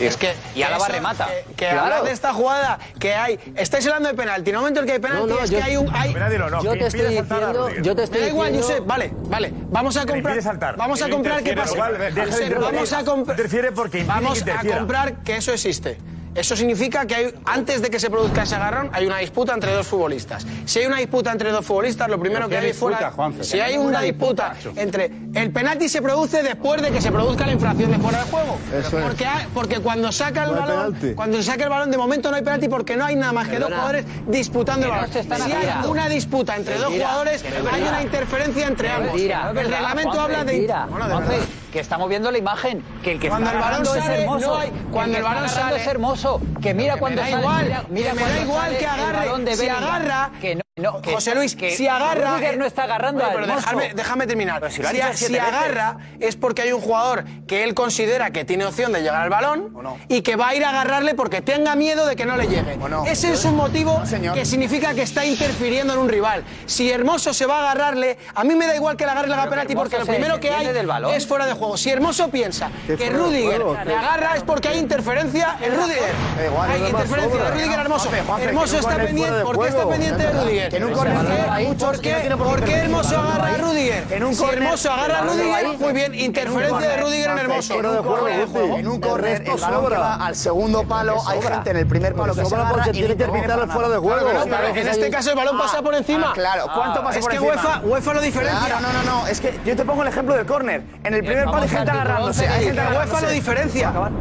Es que,
Y Alaba
que eso,
remata.
Que, que
Claro.
hablad de esta jugada que hay. Estáis hablando de penalti. En el momento en el que hay penalti,
No, no,
es
yo-
que hay un. Hay...
Penalti no, no,
Yo
que
te estoy
impide saltar a
diciendo-
Rodríguez.
yo te estoy
Me da igual,
diciendo-
Josep. Vale, vale. Vamos a
Que le
comprar.
impide saltar.
Vamos a
Que le
comprar que
interfiere,
pase.
igual, deja de
Josep,
interferir.
vamos a comprar.
Interfiere porque impide que
Vamos a
interfiera.
comprar que eso existe. Eso significa que hay, antes de que se produzca ese agarrón, hay una disputa entre dos futbolistas. Si hay una disputa entre dos futbolistas, lo primero
Pero
que
qué
hay es fuera.
disputa, Juanfe,
si
que
hay
no hay ninguna
una disputa
disputa, macho.
entre. El penalti se produce después de que se produzca la infracción de fuera de juego.
Eso es.
porque, hay- porque cuando saca el
No hay
balón.
penalti.
Cuando se saca el balón, de momento no hay penalti porque no hay nada más que dos
Perdona.
jugadores disputando el
Que no
balón.
se están
Si hay
apoyando.
una disputa entre dos
Mentira,
jugadores,
que
hay
no es verdad.
una interferencia entre ambos.
Mentira,
El reglamento habla de.
Mira,
Bueno, de verdad.
que estamos viendo la imagen, que el que
Cuando
está
el balón
agarrando
sale,
es hermoso,
no hay-
que
cuando
que
el
está
balón
agarrando
sale-
es hermoso, que mira
que me
cuando
da
sale,
igual,
mira,
que
mira
me
cuando
da igual
sale
que
el
agarre,
balón de
si
Bellingham,
agarra-
que no, no, que-
José Luis,
que
si agarra.
Rüdiger no está agarrando
Bueno,
a
pero
Hermoso.
dejarme- déjame terminar.
Pero si
si
lo ha dicho
a-
siete
si
veces.
agarra es porque hay un jugador que él considera que tiene opción de llegar al balón y que va a ir a agarrarle porque tenga miedo de que no le llegue. Ese es un motivo que significa que está interfiriendo en un rival. Si Hermoso se va a agarrarle, a mí me da igual que le agarre la
Pero que
penalti
Hermoso
porque lo
se
primero que
defiende
hay
del balón.
es fuera de juego. Si Hermoso piensa
Que
que
fuera de
Rudiger
juego,
le
que-
agarra es porque hay interferencia en Rudiger.
Da igual,
Hay
no le más
interferencia de
sobra.
Rudiger a Hermoso.
Juanfe, Juanfe, que
Hermoso
en un
está
córner fuera
pendiente.
de
¿Por qué está
juego.
pendiente de ¿eh? Rudiger?
Que en un
Ese
córner
balón
fuera
ahí,
de juego,
¿Por
que no
qué?
tiene por qué
¿Por qué
perder.
Hermoso
Balón
agarra a
ahí.
Rudiger?
En un
Si
córner,
Hermoso agarra a
balón
Rudiger,
ahí.
muy bien. Interferencia de Rudiger en Hermoso.
En un córner,
Fuera de juego. ¿eh?
en un córner, el balón que va al segundo palo, hay
sobra.
gente en el primer palo que se
Sobra
agarra
porque
y no
tiene que
interviene
pitar el
para
fuera de
nada.
juego.
Claro,
Claro,
claro,
en
es
este
ahí.
caso el balón pasa por encima.
ah, claro, ¿cuánto
Ah,
pasa
es
por
que
encima?
UEFA UEFA lo diferencia.
Claro, no, no, no, es que yo te pongo el ejemplo del córner. En el primer palo hay gente agarrándose, hay gente agarrándose.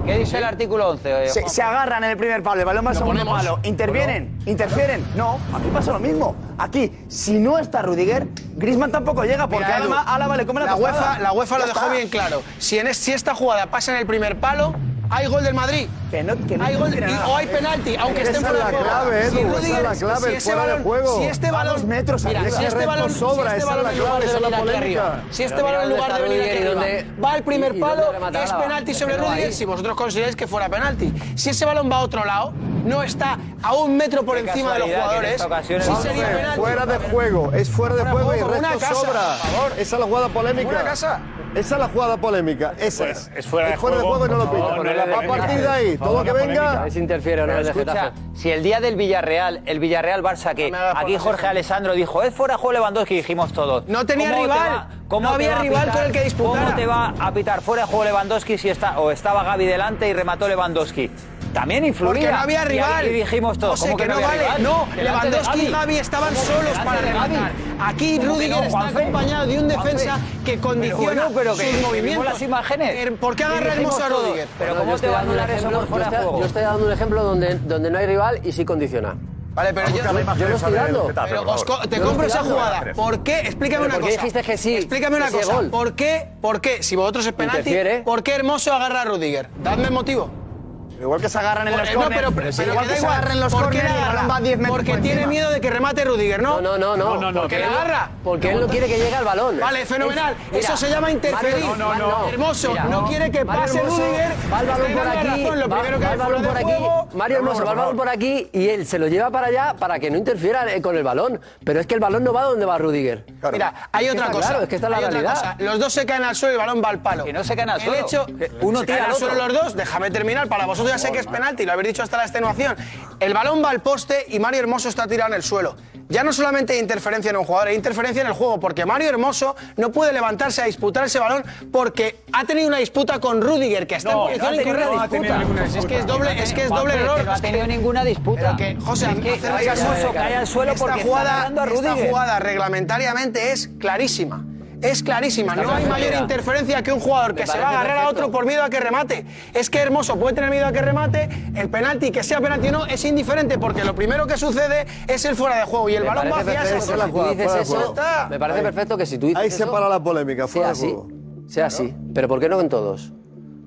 ¿Qué dice el artículo 11? eh,
Se,
Juanfe?
se agarran en el primer palo, el balón va al
Lo
segundo
ponemos.
palo, intervienen, interfieren. No, aquí pasa lo mismo. Aquí, si no está Rudiger, Griezmann tampoco llega porque
Mira,
Alaba,
Edu,
Alaba le come la, tostada.
UEFA, la UEFA lo
Ya
dejó
está.
bien claro. Si, en es- si esta jugada pasa en el primer palo, hay gol del Madrid. hay gol,
tiene
y-
nada.
o hay penalti, aunque
Esa
estén
es
fuera
la
de juego.
clave, Edu, esa es
Rüdiger-
la clave,
si ese
fuera de
balón-
juego.
Si este
A
balón,
dos metros
mira,
arriba.
si
Ese
este balón,
rebto sobra,
si
esa
este
es
balón
la
en lugar
clave,
de
esa es la
venir aquí
polémica.
arriba, si este
Pero
balón en
mira
lugar de
dónde está
venir aquí
Rüdiger y
arriba,
dónde-
va al primer
y- y
palo,
dónde remata
es
Alaba.
penalti sobre
Pero ahí-
Rudiger si vosotros consideráis que fuera penalti. Si ese balón va a otro lado, no está a un metro por
Qué
encima de los
casualidad que en
jugadores.
esta ocasión
sí
el-
sería
Juanfe,
penalti.
Fuera de juego, es fuera de
Fuera de
juego y
juego, una
resto
casa,
sobra.
por favor.
Esa es la jugada polémica.
Una casa. Pues,
Esa es la jugada polémica. Esa es.
es fuera de
de
juego,
juego y no lo
por favor,
pitan.
no le
Va a
den
partir de
ventaja.
ahí, todo lo
Por favor,
que
no
venga.
polémica.
A ver si interfiere o no
Pero
el de
escucha,
Getafe.
si el día del Villarreal, el Villarreal-Barça, que aquí Jorge Alessandro dijo, es fuera de juego Lewandowski, dijimos todos.
No tenía
¿cómo te
rival,
va-
no
te
había
va a
rival con el que disputara.
¿Cómo te va a pitar fuera de juego Lewandowski si está, o estaba Gaby delante y remató Lewandowski? También influía.
Porque no había
Y-
rival.
Y, dijimos todos,
José,
¿cómo
que, no,
había
vale.
rival?
No,
Delante de
Lewandowski y
Gavi.
Gaby estaban
¿Cómo que
solos
delante
para
de
rematar.
Gavi?
Aquí
¿Cómo que
Rudiger
no,
está
Juanfe?
acompañado de un
Juanfe.
defensa que condiciona
bueno, pero que
sus
vimos
movimientos.
las imágenes.
Eh, ¿Por qué
Y
agarra
dijimos
hermoso a
todos,
Rudiger?
pero
Yo
¿cómo
estoy
te va a
dando un
anular eso
ejemplo-
por fuera
yo
de
estoy-
juego?
Yo estoy dando un ejemplo donde, donde no hay rival y sí condiciona.
Vale, pero yo,
Búscame imágenes,
lo estoy
a ver,
dando.
Getafe,
Pero
por
os co-
favor.
te
Yo lo
compro
estoy
esa
dando.
jugada. ¿Por qué? Explícame
¿Pero
una
por qué
cosa.
dijiste que sí?
Explícame una
Ese
cosa.
gol.
¿Por qué? ¿Por qué? Si vosotros es penalti,
Interfiere.
¿por qué Hermoso agarra a Rudiger? Dadme el motivo.
Igual que se agarran en
Por- eh,
los
no,
córneres.
pero, pero,
sí,
pero
igual
que da
se
igual.
agarran en los
¿Por qué
córneres,
la
el
agarra?
balón va 10 metros
Porque
por
tiene
encima.
miedo de que remate Rudiger, ¿no?
No, no, no, no.
Porque la
él-
agarra.
Porque él no quiere que llegue al balón.
Vale, fenomenal.
Mira,
Eso se llama interferir.
Mario- no, no, no.
Hermoso
Mira,
no quiere que
Mario
pase
Hermoso
Rudiger.
Va el balón
Estoy
por
dando la
aquí.
razón, Lo
va-
primero que
va
hay
el balón
fuera
por
de
aquí.
juego.
Mario Hermoso va el balón por aquí y él se lo lleva para allá para que no interfiera eh, con el balón. Pero es que el balón no va donde va Rudiger.
Mira, hay
Es que
otra
está
cosa.
Claro, es que esta es la
hay otra
realidad.
cosa. Los dos se caen al suelo y el balón va al palo. Que no se caen
al suelo.
hecho,
Que
uno
uno
se
tira
caen
al
al
otro.
suelo los dos. Déjame terminar. Para vosotros ya sé que es penalti, lo habéis dicho hasta la extenuación. El balón va al poste y Mario Hermoso está tirado en el suelo. Ya no solamente hay interferencia en un jugador, hay interferencia en el juego, porque Mario Hermoso no puede levantarse a disputar ese balón porque ha tenido una disputa con Rudiger, que está
No,
en
no
posición
ha tenido
incorrecta.
ninguna disputa.
Pues Es que es doble, es que es doble
Juanfe, que
error.
no ha
Es que-
tenido ninguna disputa.
pero que, José,
Es que
hacer
Mario
caso.
Hermoso cae al suelo
esta
porque está
jugada,
agarrando a
esta
Rüdiger.
jugada reglamentariamente es clarísima. Es clarísima, no hay mayor interferencia que un jugador que se va a
parece
agarrar a otro por miedo a que remate. Es que Hermoso puede tener miedo a que remate, el penalti, que sea penalti o no, es indiferente porque lo primero que sucede es el fuera de juego y el
Me
balón va
parece
hacia
perfecto que
ese.
si tú dices
Ya
eso,
está.
Me parece perfecto que si tú dices
Ahí se
eso,
para la polémica, fuera
sea
de
así.
juego.
Sea así. Pero ¿por qué no en todos?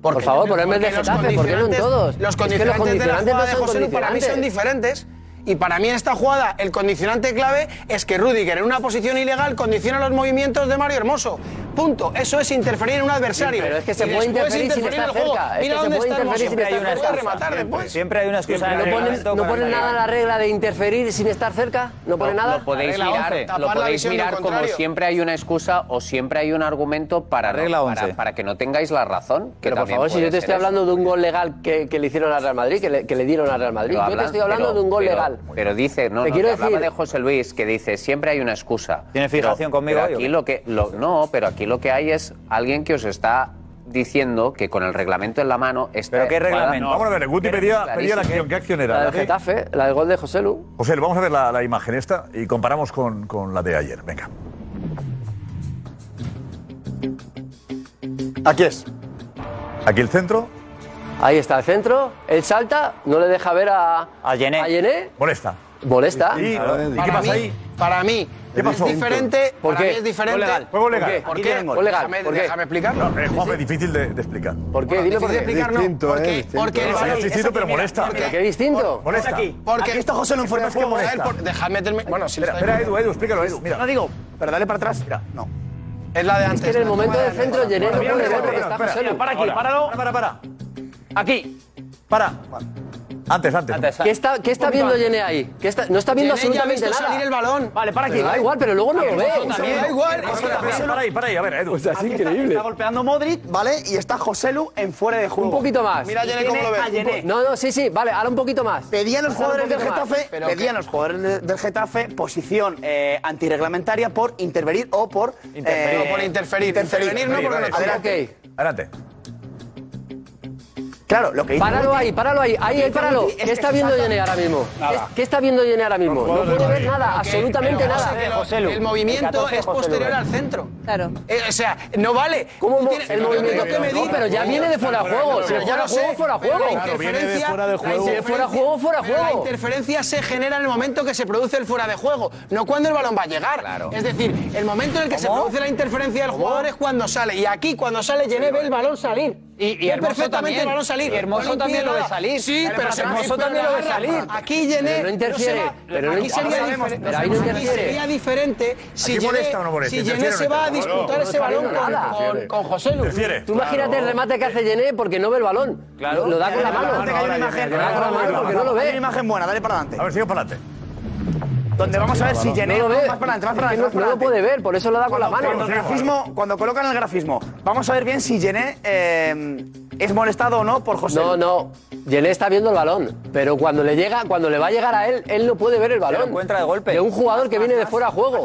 Porque
Por favor,
yo creo-
Oh, ponerme el de
porque los
Getafe, ¿por qué no en
condicionantes-
todos?
Los
Es que
condicionantes, de la jugada
no
de
son
José Lu para mí son
condicionantes.
diferentes. Y para mí en esta jugada el condicionante clave es que Rudiger en una posición ilegal condiciona los movimientos de Mario Hermoso. Punto. Eso es interferir en un adversario.
pero es que se
Y
puede
después
interferir sin
interferir en el
estar
juego.
cerca. Es
Mira
que se
dónde
puede
está
interferrir
Hermoso.
sin estar
Puede
cerca.
rematar después.
Siempre hay una excusa en el
¿No ponen,
reglamento
no
para
ponen
el
nada en la regla de interferir sin estar cerca? ¿No ponen
Lo-
nada?
Lo podéis
Regla
mirar,
11.
lo podéis mirar como
contrario.
siempre hay una excusa o siempre hay un argumento para,
regla
para,
11.
para que no tengáis la razón. Que
Pero por
también
favor, si
puede
yo te
ser
estoy
eso.
hablando de un gol legal que, que le hicieron al Real Madrid, que le, que le dieron al Real Madrid,
Pero
yo
hablan-
te estoy hablando
pero-
de un gol
pero-
legal.
Pero dice, no,
Te
no,
quiero
te hablaba
decir-
de José Luis que dice, siempre hay una excusa.
¿Tiene fijación conmigo,
Pero
yo?
aquí lo que lo- no, pero aquí lo que hay es alguien que os está diciendo que con el reglamento en la mano está
¿Pero qué reglamento?
Vamos a ver, Guti pedía, pedía la acción. ¿Qué acción era?
La
¿La
del
de-
Getafe, la del gol de José Lu.
José, vamos a ver la, la imagen esta y comparamos con, con la de ayer. Venga.
Aquí es.
Aquí el centro.
Ahí está el centro, él salta, no le deja ver a,
A Gené.
a Gené,
Molesta.
molesta.
¿Y, y qué
Para
pasa
mí-
ahí?
Para mí
¿Qué pasó?
es diferente.
¿Por
para
qué?
mí es diferente.
Fue legal. Fue legal.
¿Por qué?
Aquí
¿Por qué?
tienen gol.
Fue legal.
Déjame-
¿Por qué?
déjame
explicarlo.
No, es Juanfe, difícil de, de explicar.
¿Por
qué? Dilo por qué.
explicar, no.
Distinto,
¿Por
eh,
qué?
distinto.
Porque
Pero
es distinto, pero molesta.
Porque-
Porque-
distinto?
Molesta.
Porque
Aquí está José no informa, es que
Vamos a ver,
molesta.
por- Dejadme terminar. Bueno, si
Espera, espera, Edu, Edu, explícalo, Edu. Mira. No digo, pero dale para atrás. Mira, no.
Es la de antes.
que en el momento del centro, Jenner no
Mira,
puede
mira,
ver lo que
mira,
está
espera,
pasando.
para aquí, Hola. páralo.
Para, para, para.
Aquí.
Para.
Antes, antes.
¿Qué está, qué está viendo Jenner ahí? ¿Qué está- no está viendo
Jenner ya ha
absolutamente
visto
nada.
salir el balón.
Vale, para aquí.
Pero da igual, pero luego no lo ve.
Da igual. Para ahí, para ahí, a ver, Edu. es increíble. Está golpeando Modric, ¿vale? Y está Joselu en fuera de juego.
Un poquito más.
Y tiene a Yené.
No, no, sí, sí, vale, ahora un poquito más.
Pedían los jugadores del Getafe, pedían
los
los jugadores de- del Getafe posición eh, antirreglamentaria por intervenir o por eh,
Interferir. No, por interferir. Intervenir no, porque no-
Adelante.
Adelante.
Claro, lo que dice
Páralo
Guti-
ahí, páralo ahí, ahí, ahí,
Dice
páralo.
Guti es
¿Qué
que
está
se
viendo
saca-
Yene ahora mismo?
Nada.
¿Qué está viendo Yene ahora mismo? No puede ver nada,
Porque-
absolutamente
pero,
nada.
José, que lo- el movimiento es posterior al centro. Claro. o sea, no vale.
¿Cómo mo-
Tienes-
el
no,
movimiento?
no, no,
No,
no,
pero ya
no,
viene de fuera de
pero
juego.
no,
Si
pero
fuera
ya
de
lo
juego,
sé,
fuera de
pero
juego.
la
Claro, viene de
interferencia-
fuera de
la
juego.
interferencia-
Fuera de juego, fuera de
pero La
juego.
interferencia se genera en el momento que se produce el fuera de juego, no cuando el balón va a llegar. Es decir, el momento en el que se produce la interferencia del jugador es cuando sale. Y aquí, cuando sale, Gené ve el balón salir.
Y- y
Ve
Hermoso
perfectamente
también.
el balón salir.
Y Hermoso
No le impide
también lo ve
nada.
salir.
Sí,
Dale
pero
para
se-
atrás. Hermoso también lo ve
agarra.
salir.
Aquí Gené.
Pero no interfiere,
va-
pero no
aquí sería
interfiere.
diferente.
Pero ahí no
Aquí
interfiere.
sería diferente si
¿Aquí
Gené-
molesta o no molesta?
si Gené
¿Interfiere o no
se va a
interfiere?
disputar
No, no
ese
está
balón
viendo
con,
nada.
con, con José Luis.
Interfiere.
Tú imagínate el remate que hace Yené porque no ve el balón.
Claro.
Lo, lo da con la
Dale para
mano.
adelante, que hay una imagen-
Lo da con la mano porque no lo
Hay
ve.
una imagen buena, dale para adelante.
A ver, sigue para adelante.
Donde vamos a ver si Jenner...
No lo ve.
Más para adelante, más para
Es que
adelante.
no-
más para
no lo
adelante.
puede ver, por eso lo da con la
Cuando,
mano.
el grafismo, cuando colocan el grafismo, vamos a ver bien si Jené eh, es molestado o no por José.
No, no. Yené está viendo el balón, pero cuando le llega, cuando le va a llegar a él, él no puede ver el balón.
encuentra de golpe.
De un jugador que viene de fuera a juego.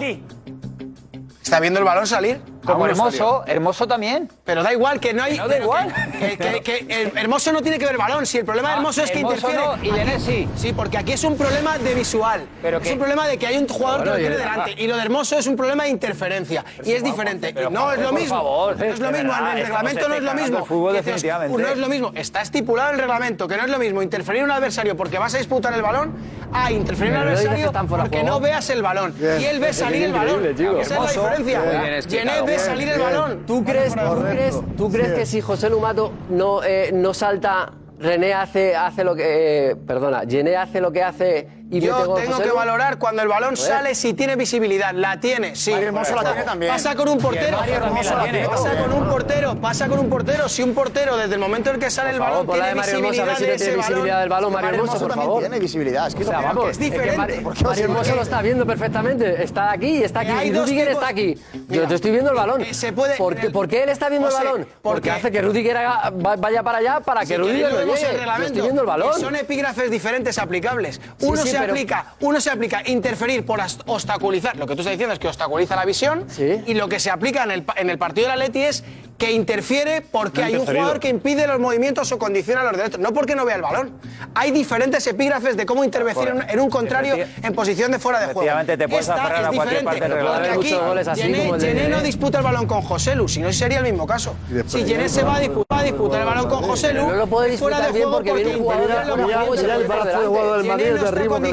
¿Está viendo el balón salir?
Como
no
Ah, Hermoso,
salió?
Hermoso también.
Pero da igual, que no hay.
Que no da
pero
igual.
que- que- que- que el Hermoso no tiene que ver balón. Si el problema de
Ah,
Hermoso es que
Hermoso
interfiere.
no, y
Aquí-
Yené sí.
Sí, porque aquí es un problema de visual. es un problema de que hay un jugador
Pero
que lo
bueno,
tiene
Yené,
ah.
delante. Y lo de Hermoso es un problema de interferencia. y es diferente.
pero
Y no
Juanfe,
es lo
por
mismo.
favor,
no es lo
de
mismo.
verdad,
el
estamos
reglamento no es lo
cagando
mismo.
el fútbol,
Que dices,
definitivamente.
No es lo mismo. Está estipulado en el reglamento que no es lo mismo interferir en un adversario porque vas a disputar el balón a interferir en un
Pero no dices que
adversario
están fuera de
porque
juego.
no veas el balón.
Bien.
Y él ve
Es
salir el balón.
increíble, chico.
Esa es
Hermoso.
la diferencia.
Muy bien
Jenné
explicado.
ve
Bien,
salir el
bien.
balón.
¿Tú crees, tú
Correcto.
crees, tú crees
Sí.
que si José Lumato no, eh, no salta, René hace, hace lo que. eh, perdona, Gené hace lo que hace y mete
Yo
gol
tengo
Joselu?
que valorar cuando el balón
Joder.
sale si tiene visibilidad. La tiene, sí.
Mario Hermoso la tiene también.
Pasa con un portero.
Mario Hermoso la tiene.
Pasa con un portero. Pasa con un portero. Si un portero desde el momento en el que sale el
Por favor,
balón
por la
tiene
de Mario Hermoso, a ver
visibilidad
si
de
no tiene
ese
visibilidad del
balón.
balón, Mario
Mario
Hermoso,
Hermoso
por
también
favor.
tiene visibilidad, es que
O sea,
no-
vamos,
es
que
diferente.
Mario,
¿Por qué
Mario
os
Hermoso lo
enrolláis?
está viendo perfectamente, está aquí, está aquí,
Que hay
y
dos
Rudiger
tipos-
está aquí.
Mira,
Yo te estoy viendo el balón.
eh, se puede-
¿Por,
en
qué,
el-
por qué él está viendo
José,
el balón? Porque
porque-
hace que Rudiger haga- va- vaya para allá para que
Si queréis,
Rudiger
lo
no
vemos
llegue.
en
Yo
reglamento.
estoy viendo el
Y
balón.
Son epígrafes diferentes aplicables.
Sí,
uno
sí,
se
pero-
aplica, uno se aplica interferir por ast- obstaculizar. Lo que tú estás diciendo es que obstaculiza la visión. Y lo que se aplica en el, pa- en el partido del Atleti es que interfiere porque
No ha
hay un
interferido.
jugador que impide los movimientos o condiciona los derechos. No porque no vea el balón. Hay diferentes epígrafes de cómo intervenir en, en un contrario
Efecti-
en posición de fuera de juego.
efectivamente, te puedes
Esta
aferrar
es
a cualquier
diferente,
parte del
porque
reloj.
aquí
Muchos goles así,
Gené-
como el de
Gené no
Dembélé.
disputa el balón con Joselu, si no sería el mismo caso. Si Gené se va a disputar, va a disputar el balón con Joselu,
Pero no lo puede
es fuera
disputar
de
bien
juego
porque viene un jugador
interfiere los
de la Comunidad
movimientos
Valenciana
por
y para
delante.
juego del
Gené
Madrid
no
es de
está
arriba que le hace,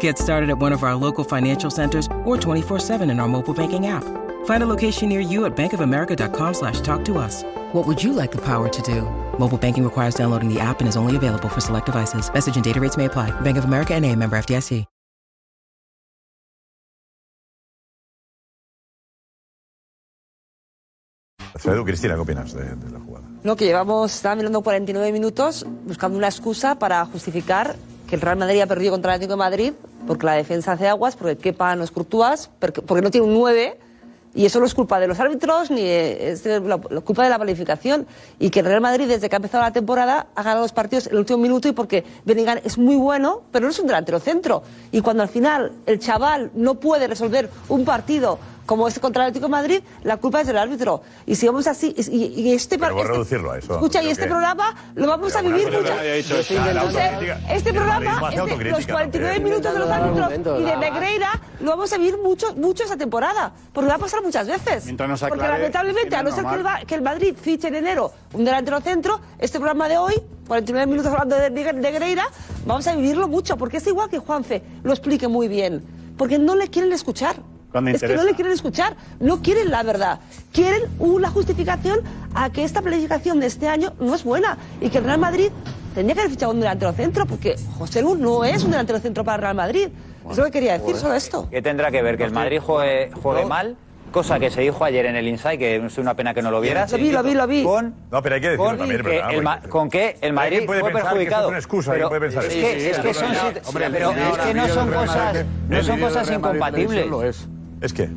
Get started at one of our local financial centers or 24-7 in our mobile banking app. Find a location near you at bankofamerica.com slash talk to us. What would you like the power to do? Mobile banking requires downloading the app and is only available for select devices. Message and data rates may apply. Bank of America and a member FDIC.
Edu, Cristina, ¿qué opinas de, de la jugada?
No, que llevamos, estaba mirando 49 minutos buscando una excusa para justificar que el Real Madrid ha perdido contra el Atlético de Madrid porque la defensa hace aguas, porque Kepa no es Courtois, porque, porque no tiene un 9 y eso no es culpa de los árbitros ni eh, es de la, la culpa de la planificación y que el Real Madrid desde que ha empezado la temporada ha ganado los partidos en el último minuto y porque Bellingham es muy bueno, pero no es un delantero centro y cuando al final el chaval no puede resolver un partido como es contra el Atlético de Madrid, la culpa es del árbitro. Y si vamos así, y, y- y este, pro-
Pero voy a
este-
reducirlo a eso.
escucha, y
Creo
este
que-
programa lo vamos a
Pero
vivir,
bueno, pero
escucha.
nadie ha dicho Yo estoy eso. intentando-
O sea,
autocrítica.
este
El madridismo
programa,
hace
este- los
autocrítica
49
también.
minutos de
Intentando
los
dar
árbitros
argumentos,
y de
nada más.
Negreira lo vamos a vivir mucho, mucho esta temporada, porque va a pasar muchas veces.
Mientras nos
porque
aclare,
lamentablemente, a no
Jimeno
ser que el,
Amar.
Ba- que el Madrid fiche en enero un delantero centro, este programa de hoy, 49 minutos hablando de Miguel Negreira, vamos a vivirlo mucho, porque es igual que Juanfe lo explique muy bien, porque no le quieren escuchar.
Cuando
es que no
interesa.
le quieren escuchar, no quieren la verdad, quieren una justificación a que esta planificación de este año no es buena y que el Real Madrid tendría que haber fichado un delantero centro, porque José Lu no es un delantero centro para el Real Madrid. es lo que quería decir,
pues,
solo esto.
¿Qué tendrá que ver? ¿Que el Madrid juegue, juegue mal? Cosa que se dijo ayer en el Inside, que es una pena que no lo vieras.
lo vi.
No, pero hay que decirlo
Con,
también,
que
¿verdad?
el Ma- con que el Madrid
Alguien puede
fue
pensar que esto
perjudicado.
es una excusa, alguien puede pensar
es
eso.
que,
Sí, sí,
es
sí,
que
sí,
son,
sí,
sit-
hombre,
pero
el vídeo
es que
del
no
Real
son
Madrid-
cosas,
el
no
vídeo
son
del
cosas
Real Madrid
incompatibles.
televisión lo es. ¿Es que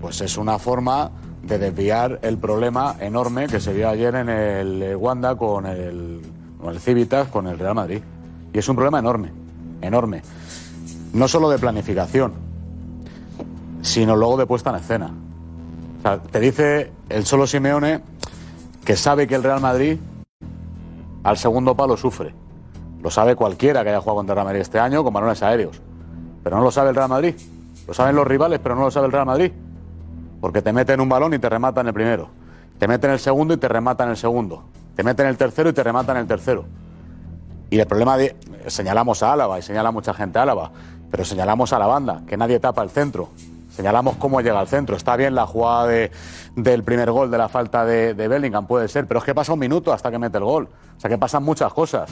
Pues es una forma de desviar el problema enorme que se vio ayer en el eh, Wanda con el, con el Civitas, con el Real Madrid. Y es un problema enorme, enorme. No solo de planificación, sino luego de puesta en escena. O sea, te dice el solo Simeone que sabe que el Real Madrid al segundo palo sufre. Lo sabe cualquiera que haya jugado contra el Real Madrid este año con balones aéreos. Pero no lo sabe el Real Madrid. Lo saben los rivales, pero no lo sabe el Real Madrid. Porque te meten un balón y te rematan el primero. Te meten el segundo y te rematan el segundo. Te meten el tercero y te rematan el tercero. Y el problema de. Señalamos a Álava y señala mucha gente a Álava. Pero señalamos a la banda, que nadie tapa el centro. Señalamos cómo llega al centro. Está bien la jugada de- del primer gol, de la falta de, de Bellingham, puede ser. Pero es que pasa un minuto hasta que mete el gol. O sea que pasan muchas cosas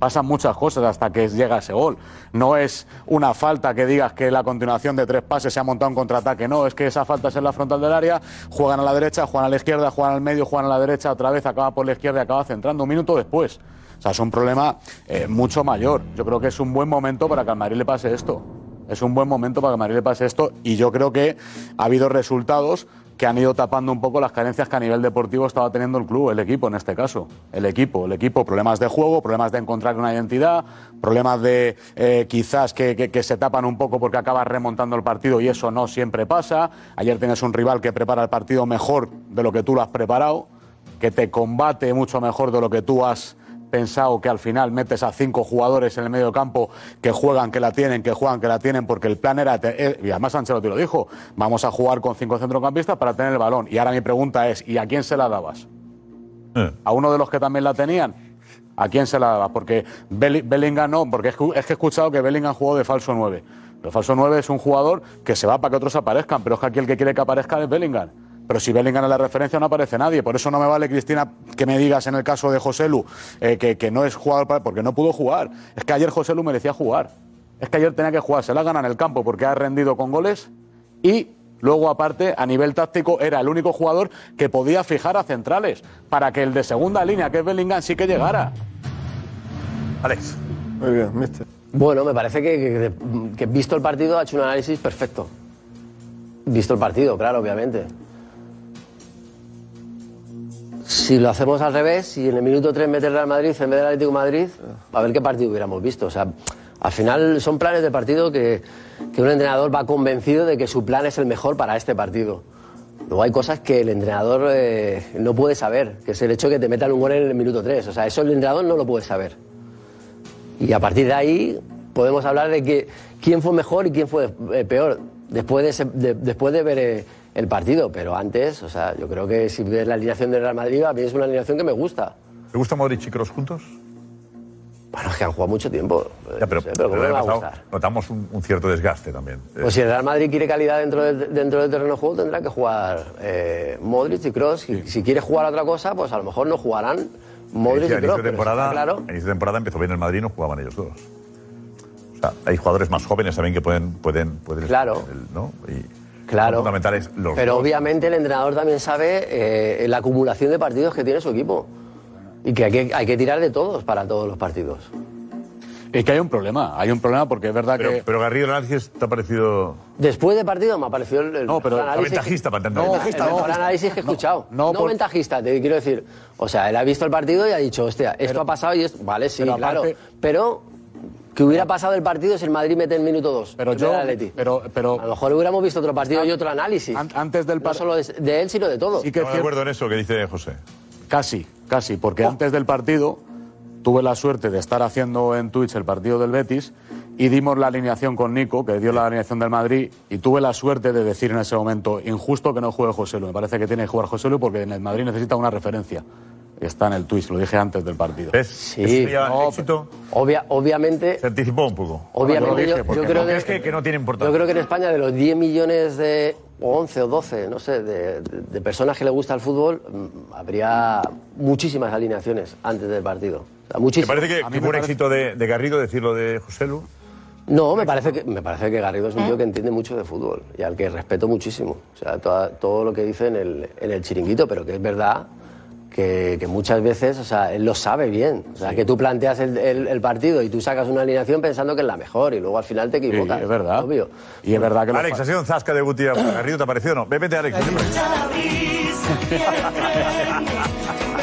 pasan muchas cosas hasta que llega ese gol. No es una falta que digas que la continuación de tres pases se ha montado un contraataque, no, es que esa falta es en la frontal del área, juegan a la derecha, juegan a la izquierda, juegan al medio, juegan a la derecha, otra vez acaba por la izquierda y acaba centrando un minuto después. O sea, es un problema eh, mucho mayor. Yo creo que es un buen momento para que al Madrid le pase esto. Es un buen momento para que al Madrid le pase esto y yo creo que ha habido resultados que han ido tapando un poco las carencias que a nivel deportivo estaba teniendo el club, el equipo en este caso. El equipo, el equipo, problemas de juego, problemas de encontrar una identidad, problemas de eh, quizás que, que- que se tapan un poco porque acabas remontando el partido y eso no siempre pasa. Ayer tienes un rival que prepara el partido mejor de lo que tú lo has preparado, que te combate mucho mejor de lo que tú has pensado que al final metes a cinco jugadores en el medio campo que juegan, que la tienen, que juegan, que la tienen, porque el plan era, te- eh, y además Ancelotti lo dijo, vamos a jugar con cinco centrocampistas para tener el balón. Y ahora mi pregunta es, ¿y a quién se la dabas? ¿A uno de los que también la tenían? ¿A quién se la dabas? Porque Belli- Bellingham no, porque es que, es que he escuchado que Bellingham jugó de falso 9. El falso 9 es un jugador que se va para que otros aparezcan, pero es que aquí el que quiere que aparezca es Bellingham. Pero si Bellingham es la referencia no aparece nadie, por eso no me vale, Cristina, que me digas en el caso de José Lu eh, que, que no es jugador, para- porque no pudo jugar. Es que ayer José Lu merecía jugar. Es que ayer tenía que jugar, se la gana en el campo porque ha rendido con goles y luego aparte a nivel táctico era el único jugador que podía fijar a centrales para que el de segunda línea que es Bellingham sí que llegara.
Alex.
Muy bien, mister.
Bueno, me parece que, que- que visto el partido ha hecho un análisis perfecto. Visto el partido, claro, obviamente. Si lo hacemos al revés, si en el minuto 3 mete el Real Madrid en vez del Atlético de Madrid, a ver qué partido hubiéramos visto. O sea, al final son planes de partido que, que un entrenador va convencido de que su plan es el mejor para este partido. Luego hay cosas que el entrenador eh, no puede saber, que es el hecho de que te metan un gol en el minuto 3. O sea, eso el entrenador no lo puede saber. Y a partir de ahí podemos hablar de que quién fue mejor y quién fue eh, peor después de, ese- de- después de ver eh, el partido. Pero antes, o sea, yo creo que si ves la alineación del Real Madrid, a mí es una alineación que me gusta.
¿Te gusta Modric y Kroos juntos?
Bueno, es que han jugado mucho tiempo.
Ya, pero,
pero ¿cómo
el año
me va a
pasado
gustar?
notamos un, un cierto desgaste también. Eh,
Pues si el Real Madrid quiere calidad dentro del, dentro del terreno de juego, tendrá que jugar eh, Modric y Kroos. Y si quiere jugar otra cosa, pues a lo mejor no jugarán Modric
inicio-
y
inicio
Kroos.
de
pero
temporada,
está claro.
inicio de temporada empezó bien el Madrid y no jugaban ellos dos. O sea, hay jugadores más jóvenes también que pueden... pueden, pueden
Claro.
el- ¿no? Y claro. fundamentales los
Pero
dos.
obviamente el entrenador también sabe eh, la acumulación de partidos que tiene su equipo. Y que hay, que hay que tirar de todos para todos los partidos.
Es que hay un problema, hay un problema porque es verdad
Pero-
que...
Pero Garrido, el análisis te ha parecido...
Después de partido me apareció el, el
No, pero-
mejor análisis
Ventajista,
que,
para entender.
no,
Ventajista,
el mejor
ventajista.
análisis que he escuchado. No,
por-
ventajista, te quiero decir. O sea, él ha visto el partido y ha dicho, hostia, esto ha pasado y esto... Vale, sí,
pero
claro.
aparte-
Pero que hubiera pasado el partido si el Madrid mete el minuto 2.
Pero yo-
Pero, a lo mejor hubiéramos visto otro partido y otro análisis. Antes del partido. No solo de, de él, sino de todo.
Sí que es
Estamos de
cierto-
acuerdo en eso que dice José. Oh.
Casi, casi, porque antes del partido tuve la suerte de estar haciendo en Twitch el partido del Betis y dimos la alineación con Nico, que dio la alineación del Madrid, y tuve la suerte de decir en ese momento, injusto que no juegue José Lu, me parece que tiene que jugar José Lu porque en el Madrid necesita una referencia. Y está en el Twitch, lo dije antes del partido.
Sí, no, obvia- obviamente.
Se anticipó un poco.
Obviamente, yo, yo creo
que
de-
es que, que no tiene importancia.
Yo creo que en España de los 10 millones de, o 11 o 12, no sé, de, de- de personas que le gusta el fútbol, mm, habría muchísimas alineaciones antes del partido. O sea,
¿Te
muchísimas.
parece que, que fue un éxito de, de Garrido decir lo de José Lu?
No, me parece, que, me parece que Garrido es
¿Eh?
un tío que entiende mucho de fútbol y al que respeto muchísimo. O sea, toda- todo lo que dice en el, en el chiringuito, pero que es verdad que, que muchas veces, o sea, él lo sabe bien. O sea, que tú planteas el, el- el partido y tú sacas una alineación pensando que es la mejor y luego al final te equivocas. es verdad. Obvio.
Y es verdad que
Alex, ha sido un zasca de Guti a Garrido, ¿te ha parecido o no? Ve, Vete, Alex.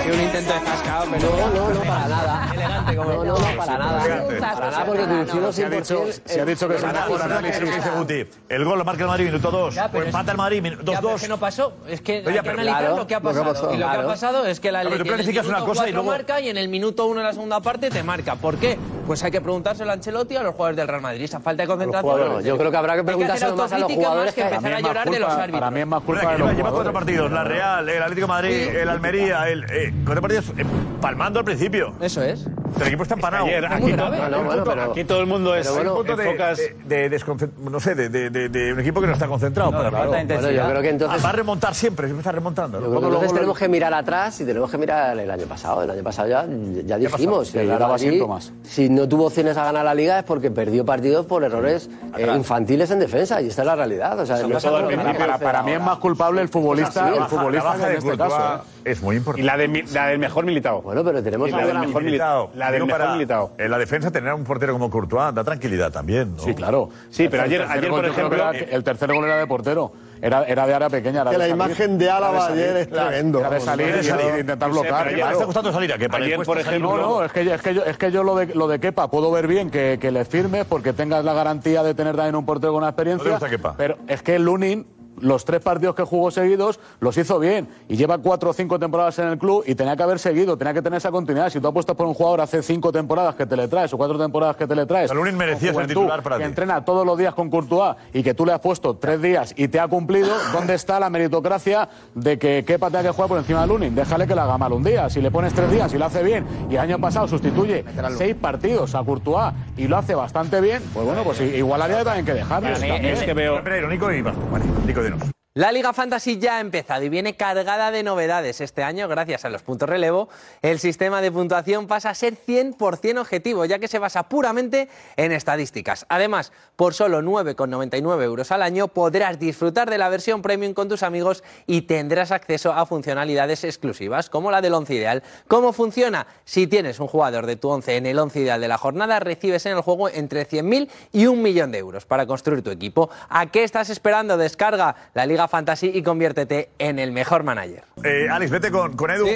un intento de cascado, pero.
No, no, no, para nada. Elegante como No, no, no, para nada. Para nada, porque coincido
Se ha
100%.
dicho- se ha dicho que
eh,
en-
es un
en-
mejor análisis que dice Guti. El gol lo marca el Madrid, minuto 2.
Ya, pero
O empata
es-
el Madrid, minu-
Ya, pero es
2-2.
que no pasó. Es que hay
Oye,
que
pero-
analizar
Claro,
lo que ha
lo que ha
pasado.
pasado.
Y lo que
Claro.
ha pasado es que la
Claro, pero tú
en el
planificas una
minuto
cosa y
cuatro
luego-
marca y en el minuto uno de la segunda parte te marca. ¿Por qué? Pues hay que preguntárselo a Ancelotti y a los jugadores del Real Madrid. Esa falta de concentración.
jugadores. Yo creo que habrá que
Hay hacer
preguntárselo más a los
autocrítica
jugadores
más que
que-
empezar a
Para mí es más
llorar de los
culpa-
árbitos.
Para mí es más culpa de
Mira, que lleva,
los
lleva cuatro
jugadores.
partidos, la Real, el Atlético de Madrid, el Almería, el, eh, cuatro partidos eh, palmando al principio.
Eso es.
El equipo está empanado.
Ayer, aquí, todo, aquí todo- aquí todo el mundo es
Pero bueno, de, eh,
enfocas-
eh,
de, de desconcent- no sé, de, de- de- de un equipo que no está concentrado.
No,
para
claro. Falta de Bueno, yo intensidad. creo que entonces-
Ah, va a remontar siempre, siempre está remontando.
Yo creo que Entonces tenemos que mirar atrás y tenemos que mirar el año pasado. El año pasado ya, ya dijimos,
pasó?
el
Que
Real
daba
Madrid,
síntomas.
si no tuvo opciones a ganar la liga es porque perdió partidos por errores eh, infantiles en defensa y esta es la realidad. O sea, no pasa nada.
para, para- para mí es más culpable el futbolista,
Pues así,
el
la baja-
futbolista
la baja
que
de
en este
Courtois
caso. ¿eh?
Es muy importante.
Y la, de, mi- la del mejor militado.
Bueno, pero tenemos
y la del mejor militado. La del
Digo,
mejor
para-
militado.
En Eh, la defensa tener a un portero como Courtois da tranquilidad también, ¿no?
Sí, claro.
Sí, pero ayer-
El tercer
ayer,
gol
por
yo creo que
ejemplo, eh,
era- el tercer gol era de portero. Era, era de área pequeña. Era
Que
de
la
salir.
imagen de Álava
Era salir,
ayer es
claro,
tremendo,
Era de
vamos,
salir
no
y
sé,
era
pero-
de intentar
no sé,
bloquear.
pero
claro.
me está gustando
salir a que para
ayer, por ejemplo,
No, no, es que, yo- es que yo, es que yo lo de, lo de Kepa puedo ver bien que, que le firmes porque tengas la garantía de tener también un portero con una experiencia.
No te gusta Kepa.
Pero es que Lunin, los tres partidos que jugó seguidos, los hizo bien. Y lleva cuatro o cinco temporadas en el club y tenía que haber seguido, tenía que tener esa continuidad. Si tú apuestas por un jugador hace cinco temporadas que te le traes o cuatro temporadas que te le traes.
O sea, Lunin merecía
con
ser
juventud,
titular para
que
ti.
entrena todos los días con Courtois y que tú le has puesto tres días y te ha cumplido, ¿dónde está la meritocracia de que Kepa tenga que jugar por encima de Lunin? Déjale que la haga mal un día. Si le pones tres días y lo hace bien y el año pasado sustituye seis partidos a Courtois y lo hace bastante bien, pues bueno, pues igual había también que dejarlo.
es que veo. Pero, Nico y Vasco, vale, Nico, dinos.
La Liga Fantasy ya ha empezado y viene cargada de novedades este año gracias a los puntos relevo. El sistema de puntuación pasa a ser 100% objetivo, ya que se basa puramente en estadísticas. Además, por solo 9,99 euros al año podrás disfrutar de la versión premium con tus amigos y tendrás acceso a funcionalidades exclusivas como la del 11 ideal. ¿Cómo funciona? Si tienes un jugador de tu 11 en el 11 ideal de la jornada, recibes en el juego entre 100.000 y un millón de euros para construir tu equipo. ¿A qué estás esperando? Descarga la Liga Fantasy y conviértete en el mejor manager.
Eh, Alex, vete con, con Edu.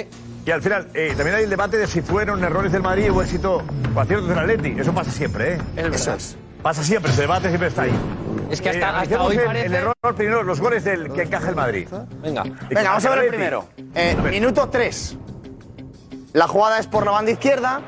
Y al final, eh, también hay el debate de si fueron errores del Madrid o éxito o aciertos del Atleti. Eso pasa siempre, ¿eh? Eso es. Pasa siempre, ese debate siempre está ahí.
Es que hasta-
Eh,
hasta
analicemos
hoy
el,
parece-
el error primero, los goles del que encaja el Madrid.
Venga.
Venga, vamos a ver el primero. Eh, minuto 3. La jugada es por la banda izquierda.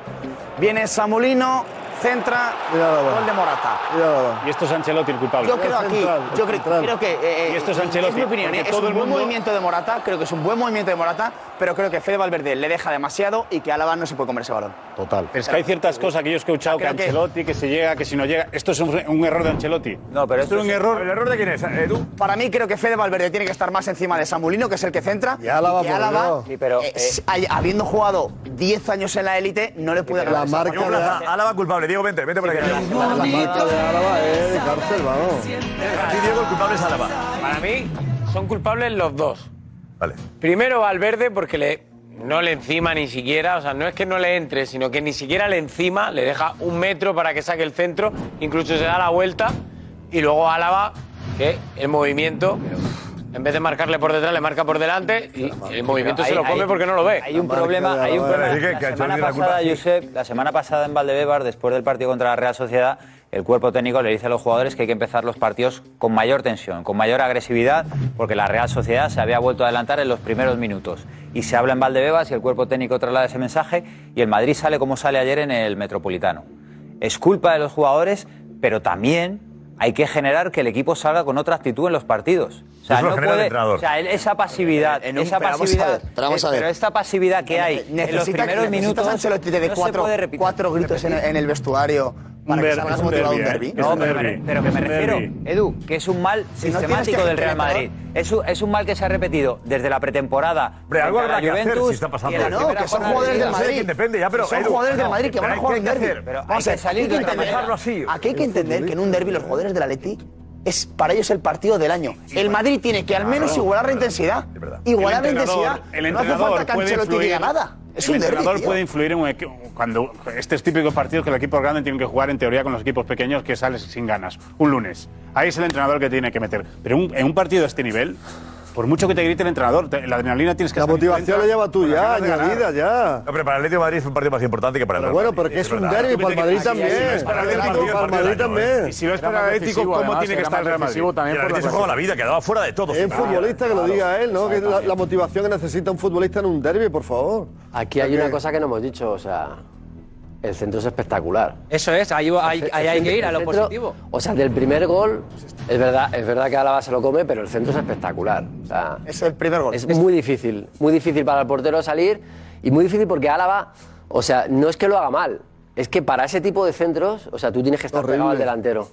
Viene Samulino, centra, gol de Morata.
Y esto es Ancelotti el culpable.
Yo creo aquí, yo creo, creo que. eh,
y esto es
eh,
Ancelotti.
mi opinión,
porque
eh, es
todo
un
el
buen
mundo-
movimiento de Morata, creo que es un buen movimiento de Morata, pero creo que Fede Valverde le deja demasiado y que Álava no se puede comer ese balón.
Total.
Pero es que hay ciertas cosas que yo he escuchado que
Creo que-
Ancelotti, que se llega, que si no llega. Esto es un, un error de Ancelotti.
No, pero
esto es un error.
¿El error de quién es, Edu?
Para mí creo que Fede Valverde tiene que estar más encima de Samulino, que es el que centra. Y
Álava,
que
por
Álava,
Dios.
Sí, pero,
eh, hay- habiendo jugado 10 años en la élite, no le puede ganar. esa
Diego
partida.
Plaza, Álava culpable. Diego, vente, vente por aquí.
La marca de Álava eh, es de
cárcel, vamos. Aquí Diego, el culpable es Álava.
Para mí son culpables los dos.
Vale.
Primero Valverde porque le, no le encima ni siquiera, o sea, no es que no le entre, sino que ni siquiera le encima, le deja un metro para que saque el centro, incluso se da la vuelta y luego Álava, que el movimiento En vez de marcarle por detrás, le marca por delante y el movimiento se
Ahí-
lo come
ahí-
porque no lo ve.
Hay un problema, hay un problema.
Así que
La
Ancelotti
semana
tiene la culpa,
pasada,
sí.
Josep, la semana pasada en Valdebebas, después del partido contra la Real Sociedad, el cuerpo técnico le dice a los jugadores que hay que empezar los partidos con mayor tensión, con mayor agresividad, porque la Real Sociedad se había vuelto a adelantar en los primeros minutos. Y se habla en Valdebebas y el cuerpo técnico traslada ese mensaje y el Madrid sale como sale ayer en el Metropolitano. Es culpa de los jugadores, pero también hay que generar que el equipo salga con otra actitud en los partidos. O sea,
Eso lo
no
genera el
puede-
entrenador.
o sea, esa pasividad,
En un-
esa
pero vamos a
pasividad,
ver, pero vamos a
eh,
ver.
pero esta pasividad que hay en los
Necesita,
primeros minutos
necesitas Ancelotti de
no se
cuatro,
puede repetir.
cuatro gritos en, en el vestuario para que
derbi,
salgas
es un
motivado a un
derbi,
derbi.
¿eh? No, pero me- pero que me refiero, Edu, que es un mal
Si no tienes
sistemático
que
del Real
generar-
Madrid. Es un, es un mal que se ha repetido desde la pretemporada.
Hombre, algo
frente a la
habrá que hacer
Juventus
si está pasando
y en la
esto.
primera
Que son
jornada
jugadores
de
del
Liga.
Madrid. Sí, depende ya, pero,
son
Edu,
jugadores del
no,
Madrid que van a
pero
jugar
hay
un
que
derbi.
hacer, pero hay
Vamos a
que
ver,
salir de
hay que
otra
entender-
manera. Así.
Aquí hay que entender que en un derbi los jugadores del Atleti es para ellos el partido del año. El Madrid tiene que al menos
Claro,
igualar la
es verdad,
intensidad.
es verdad.
Igualar la
El entrenador-
intensidad.
el
No hace falta
entrenador
que
puede
Ancelotti
influir-
diga nada. Es un
el
derbi.
entrenador puede influir en un equipo. Cuando este estos típicos partidos que el equipo grande tiene que jugar en teoría con los equipos pequeños que sales sin ganas, un lunes. Ahí es el entrenador que tiene que meter. Pero un- en un partido de este nivel, por mucho que te grite el entrenador, te- la adrenalina tienes que
La motivación la lleva tú ya, añadida ya.
No, pero para el Atlético de Madrid es un partido más importante que para el
Pero
Real
bueno,
Madrid,
pero que es un
verdad.
derbi, para el Madrid también.
Si no es para el
Para el
Atlético,
Atlético,
para el Madrid también.
Y si no es para el Atlético,
¿cómo tiene que estar el Real Madrid? Y el Atlético se juega la vida, quedaba fuera de todo.
Es un
siempre.
futbolista que lo diga él, ¿no? Que es la, la motivación que necesita un futbolista en un derby, por favor.
Aquí hay una cosa que no hemos dicho, o sea, el centro es espectacular.
Eso es, ahí, ahí-
El ce-
ahí
el
hay
centro-
que ir a
el
lo
centro-
positivo.
O sea, del primer gol, es verdad, es verdad que Alaba se lo come, pero el centro es espectacular. O sea,
es el primer gol.
Es muy difícil, muy difícil para el portero salir y muy difícil porque Álava, o sea, no es que lo haga mal, es que para ese tipo de centros, o sea, tú tienes que estar pegado al delantero.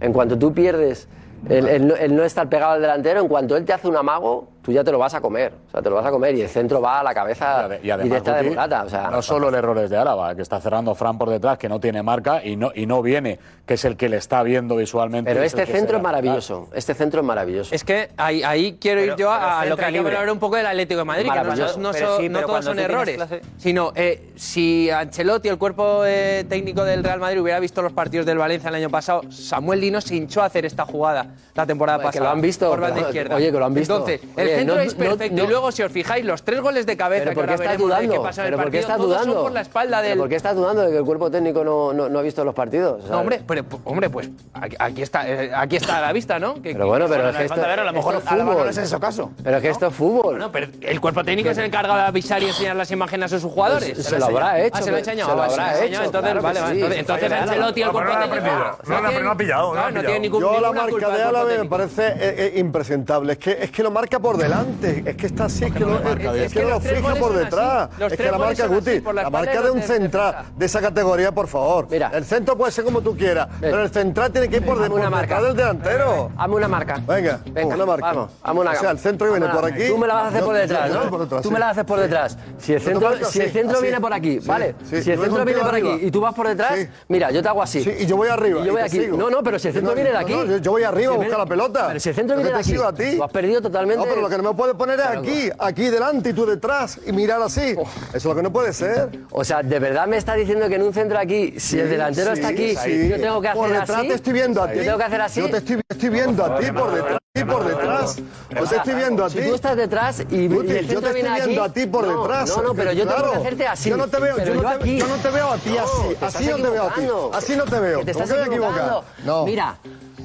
En cuanto tú pierdes el, el no, el no estar pegado al delantero, en cuanto él te hace un amago, tú ya te lo vas a comer. O sea, te lo vas a comer y el centro va a la cabeza
Y además,
directa de
Guti,
Morata. O sea,
no solo el error es de Álava, que está cerrando Fran por detrás, que no tiene marca y no, y no viene, que es el que le está viendo visualmente.
pero
y es el
este
que se
centro es
da.
maravilloso. Este centro es maravilloso.
Es que ahí, ahí quiero ir yo
pero
a, a lo que
centra
hay que
libre.
hablar un poco del Atlético de Madrid, que no,
Maravilloso.
no
Pero
son-
sí,
no
pero
todos
cuando
son
tú tienes
errores,
clase-
sino eh, si Ancelotti, el cuerpo eh, técnico del Real Madrid, hubiera visto los partidos del Valencia el año pasado, Samuel Lino se hinchó a hacer esta jugada la temporada
Joder, que
pasada.
lo han visto,
Por banda
pero-
izquierda.
oye, que lo han visto.
Entonces, el
Oye,
centro
no-
es
no-
perfecto.
no-
y luego, si os fijáis, los tres goles de cabeza
¿Pero por
que
qué
ahora
estás
veremos de
dudando?
qué pasa en el
¿Pero por qué
partido,
estás
todos son
dudando?
por la espalda
¿Pero
del,
¿Por qué estás dudando de que el cuerpo técnico no, no, no ha visto los partidos? ¿sabes?
No, hombre, pero, hombre pues aquí, aquí está, eh, aquí está a la vista, ¿no? Que-
Pero bueno, pero
que-
es que esto, esto es fútbol. Pero es que esto es fútbol.
No, pero el cuerpo técnico es el encargado de avisar y enseñar las imágenes a sus jugadores.
Se
¿Te
lo habrá
enseña?
hecho,
Ah, se lo ha
pero-
enseñado.
se lo
Ah,
habrá
enseña,
hecho,
Entonces,
claro
vale,
que
vale.
sí.
Entonces, entonces
Vaya,
Ancelotti, el
no,
cuerpo
no lo ha
técnico.
aprendido.
no
No, no,
tiene-
pero no ha pillado, no ha
claro, no
pillado.
tiene ningún-
Yo la
ninguna
marca
culpa
de
al cuerpo
Álava me
técnico.
parece eh, eh, impresentable. Es que, es que lo marca por delante. Es que está así, es que, lo, es que lo
los tres
fija
goles
por
son
detrás.
así. Los
Es que
tres
la
goles
marca
son así,
Guti,
por la
la
espalda
marca
y
de
los
un
de-
central de esa categoría, por favor. El centro puede ser como tú quieras, pero el central tiene que ir por, de, por detrás del delantero.
Hazme una marca.
Venga,
Venga,
una marca.
Vamos, hazme una
O sea, el centro que
hazme
viene
una-
por aquí.
Tú me la vas a hacer
yo-
por detrás,
yo- yo
¿no?
por detrás,
tú
sí.
me la haces por detrás. Si el
Yo te
centro,
marco
si el
así,
centro
así.
viene por aquí,
Sí,
¿vale?
sí.
Si
Yo
el
voy
centro
contigo
viene por aquí
arriba.
y tú vas por detrás,
Sí.
mira, yo te hago así.
Sí, y yo voy arriba,
Y yo
y
voy
te
aquí.
sigo.
No, no, pero si el
Sí,
centro
no,
viene de
no,
aquí.
no, yo- yo voy arriba a
Si
buscar
viene-
la pelota.
Pero si el centro
Yo
viene
te
de aquí.
sigo a ti.
Tú has perdido totalmente.
No, pero lo que no me puede poner es
Pero-
aquí, aquí delante y tú detrás y mirar así. Eso es lo que no puede ser.
O sea, de verdad me está diciendo que en un centro aquí, si el delantero
Sí,
está aquí,
sí.
yo tengo que hacer
Por
así.
detrás te estoy viendo a ti.
Yo tengo que hacer así.
Yo te estoy, estoy viendo a ti por detrás. y por detrás. Yo te estoy viendo a ti.
Si tú estás detrás y,
Guti,
y el
yo
centro
te estoy
viene aquí,
viendo a ti por
no,
detrás.
No, no, pero yo tengo que
Claro.
hacerte así.
Yo no te veo, yo
Pero
no, te,
aquí-
yo no te veo a ti
No,
así.
te
Así
estás
no te veo a ti.
equivocando.
Así no te veo.
Que te
¿Cómo
estás
que voy a equivocar?
equivocando.
No.
Mira,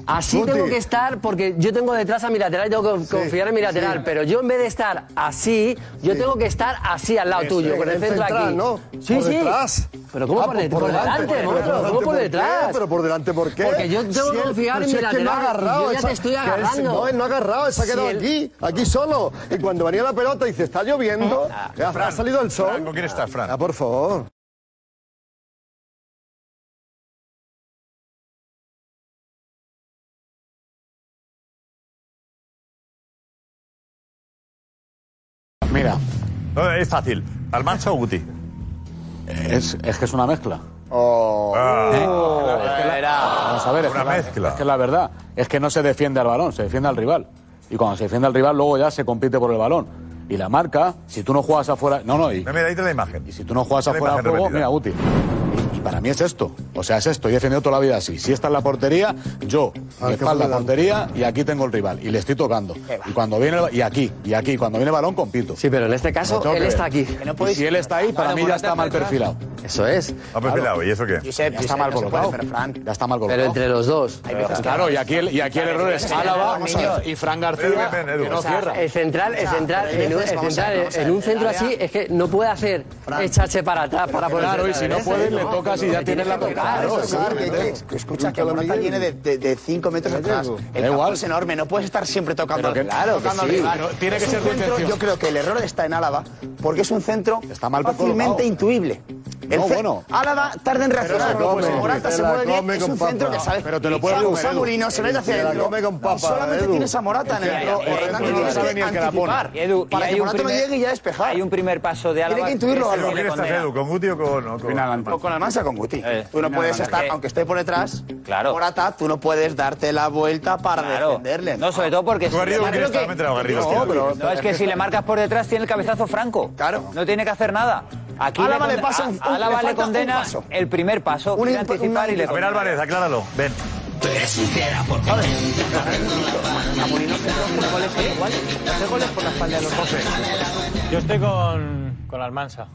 así
Guti.
tengo que estar porque yo tengo detrás a mi lateral y tengo que confiar en mi lateral. Pero yo en vez de estar así, yo tengo que estar así al lado
Eso
tuyo,
es,
con el
el
centro
central,
aquí.
¿no?
Sí,
Por
sí.
detrás.
Pero ¿cómo
Ah,
por,
por-
det-
por
por
delante,
delante?
por
monstruo?
delante,
¿Cómo
¿por
por
qué?
detrás?
Pero por delante, ¿por qué?
Porque yo tengo que confiar en
si
mi
es que no ha
lateral,
agarrado,
yo ya
esa-
te estoy
que es-
agarrando.
No, él no ha agarrado, se ha
Si
quedado
el-
aquí, aquí solo. Y cuando venía la pelota dice, está lloviendo,
Ah,
ha, ha salido el sol.
¿Con quién está Fran?
Ah, por favor.
Mira. No, es fácil. ¿Almansa o Guti?
Es, es que es una mezcla. Oh. Vamos a ver, es, que la- es que la verdad es que no se defiende al balón, se defiende al rival. Y cuando se defiende al rival, luego ya se compite por el balón. Y la marca, si tú no juegas afuera. No, no, y.
Mira, ahí te la imagen.
Y si tú no juegas
Mira la
afuera del
imagen
juego,
repetida.
mira, útil. Y, y para mí es esto. O sea, es esto. He defendido toda la vida así. Si esta es la portería, yo, mi espalda la portería y aquí tengo el rival. Y le estoy tocando. Y cuando viene el- y aquí, y aquí, cuando viene el balón, compito. Sí,
pero en este caso, él está aquí. Que no podéis-
si él está ahí, para mí
Claro,
ya
por
está mal
detrás.
perfilado.
Eso es.
Ha perfilado, ¿y eso qué?
Ya está mal colocado. Ya está mal colocado.
Pero entre los dos.
Claro, y aquí el, y aquí el error es Álava vamos a ver, y Fran García, que no
O sea,
cierra.
El central, el central, en un, el central, en un centro así es que no puede hacer echarse para
Ah,
atrás para poder.
Claro, y si no puedes, le tocas y ya tienes la
Claro,
tocada.
claro, que- que- que escucha que Morata viene de- de 5 metros atrás. El
Da
campo
igual.
es enorme, no puedes estar siempre
Pero
tocando, al-
que-
claro,
que
tocando
sí,
al rival.
pero tiene
Es
que
un
ser tu
centro-
intención.
Yo creo que el error está en Álava, porque es un centro fácilmente
colocado.
intuible. El
No,
ce-
bueno.
Álava tarda en
Pero
reaccionar,
se lo
pues,
come,
Morata
se
se
la
mueve bien,
come
es
con
un centro
papa.
que sabes.
Pero te lo puede
Samu-
comer, Edu.
Samulino se lo mete hacia
Se la
adentro.
come con papa,
Solamente
Edu.
tienes a Morata en el
Ya, ya,
campo,
ya,
por lo
ya,
tanto
ya,
tienes
ya, ya,
que
ya, ya,
anticipar.
ya, Edu, y
Para
hay
que
un
Morata no
primer-
llegue y ya despejar.
Hay un primer paso de
Tiene
Álava.
que intuirlo, Álava.
¿Con quién estás, Edu? ¿Con Guti o con, o con,
O con Almansa, con Guti.
Eh,
tú no
Fina
puedes
Almanza.
estar,
Que-
aunque esté por detrás,
Claro.
Morata, tú no puedes darte la vuelta para defenderle.
No, sobre todo porque...
Tú, Garrido,
Yo
que
creo
estaba metido, Garrido,
no,
hostia.
pero- no, es que si le marcas por detrás tiene el cabezazo franco. Claro. No tiene que hacer nada. Aquí
Álava le
conde-
pasa un- un-
a- Álava
le
le
falta un
condena
paso.
el primer paso.
Un
quiere
imp-
Pues
anticipar
una-
y le
A ver,
condena.
Álvarez, acláralo. Ven.
Tú eres sincera, por joder. goles por la espalda de los
Yo estoy con, con Almansa.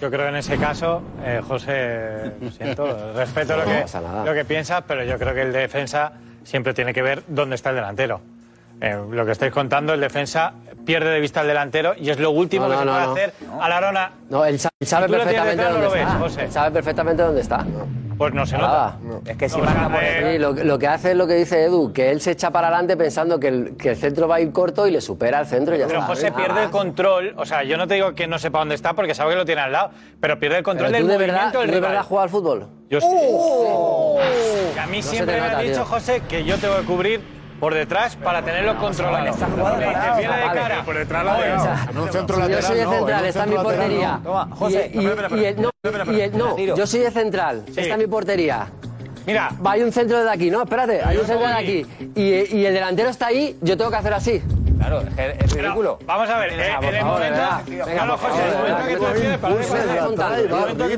Yo creo que en ese caso, eh, José, lo siento, respeto lo,
No
que,
pasa nada.
lo que piensas, pero yo creo que el defensa siempre tiene que ver dónde está el delantero. Eh, lo que estáis contando, el defensa pierde de vista al delantero y es lo último
No,
que
no,
se puede
no, no.
hacer a la hora.
No, él sa- él sabe
Si tú lo tienes
perfectamente
detrás, no
dónde
lo ves,
está.
José.
Él Sabe perfectamente dónde está.
Pues no eh. se
Nada.
nota.
Es que si
marca por
Sí, lo, lo que hace es lo que dice Edu, que él se echa para adelante pensando que el, que el centro va a ir corto y le supera al centro y ya
Pero
está.
José
Nada
pierde el
más.
control, o sea, yo no te digo que no sepa dónde está porque sabe que lo tiene al lado, pero pierde el control
Pero
del
tú de
movimiento del
verdad, tú de
rival.
verdad juega al fútbol. ¡Oh!
Yo sí. Y a mí
No se
siempre
te
me
nota,
ha dicho,
tío.
José, que yo tengo que cubrir por detrás para tenerlo controlado. Le dices, viene de cara. Por detrás la
En un centro eh, yo soy el central, está en mi portería.
Toma,
José, y, y- y el- no, y el- no, yo soy el central, está en mi portería.
Mira.
Va, hay un centro de aquí, no, espérate, hay un centro de aquí. Y, y el delantero está ahí, yo tengo que hacer así.
Claro, es que es ridículo.
Vamos a ver, eh, en el momento. Claro, José, en el momento que tú decides para
¿Qué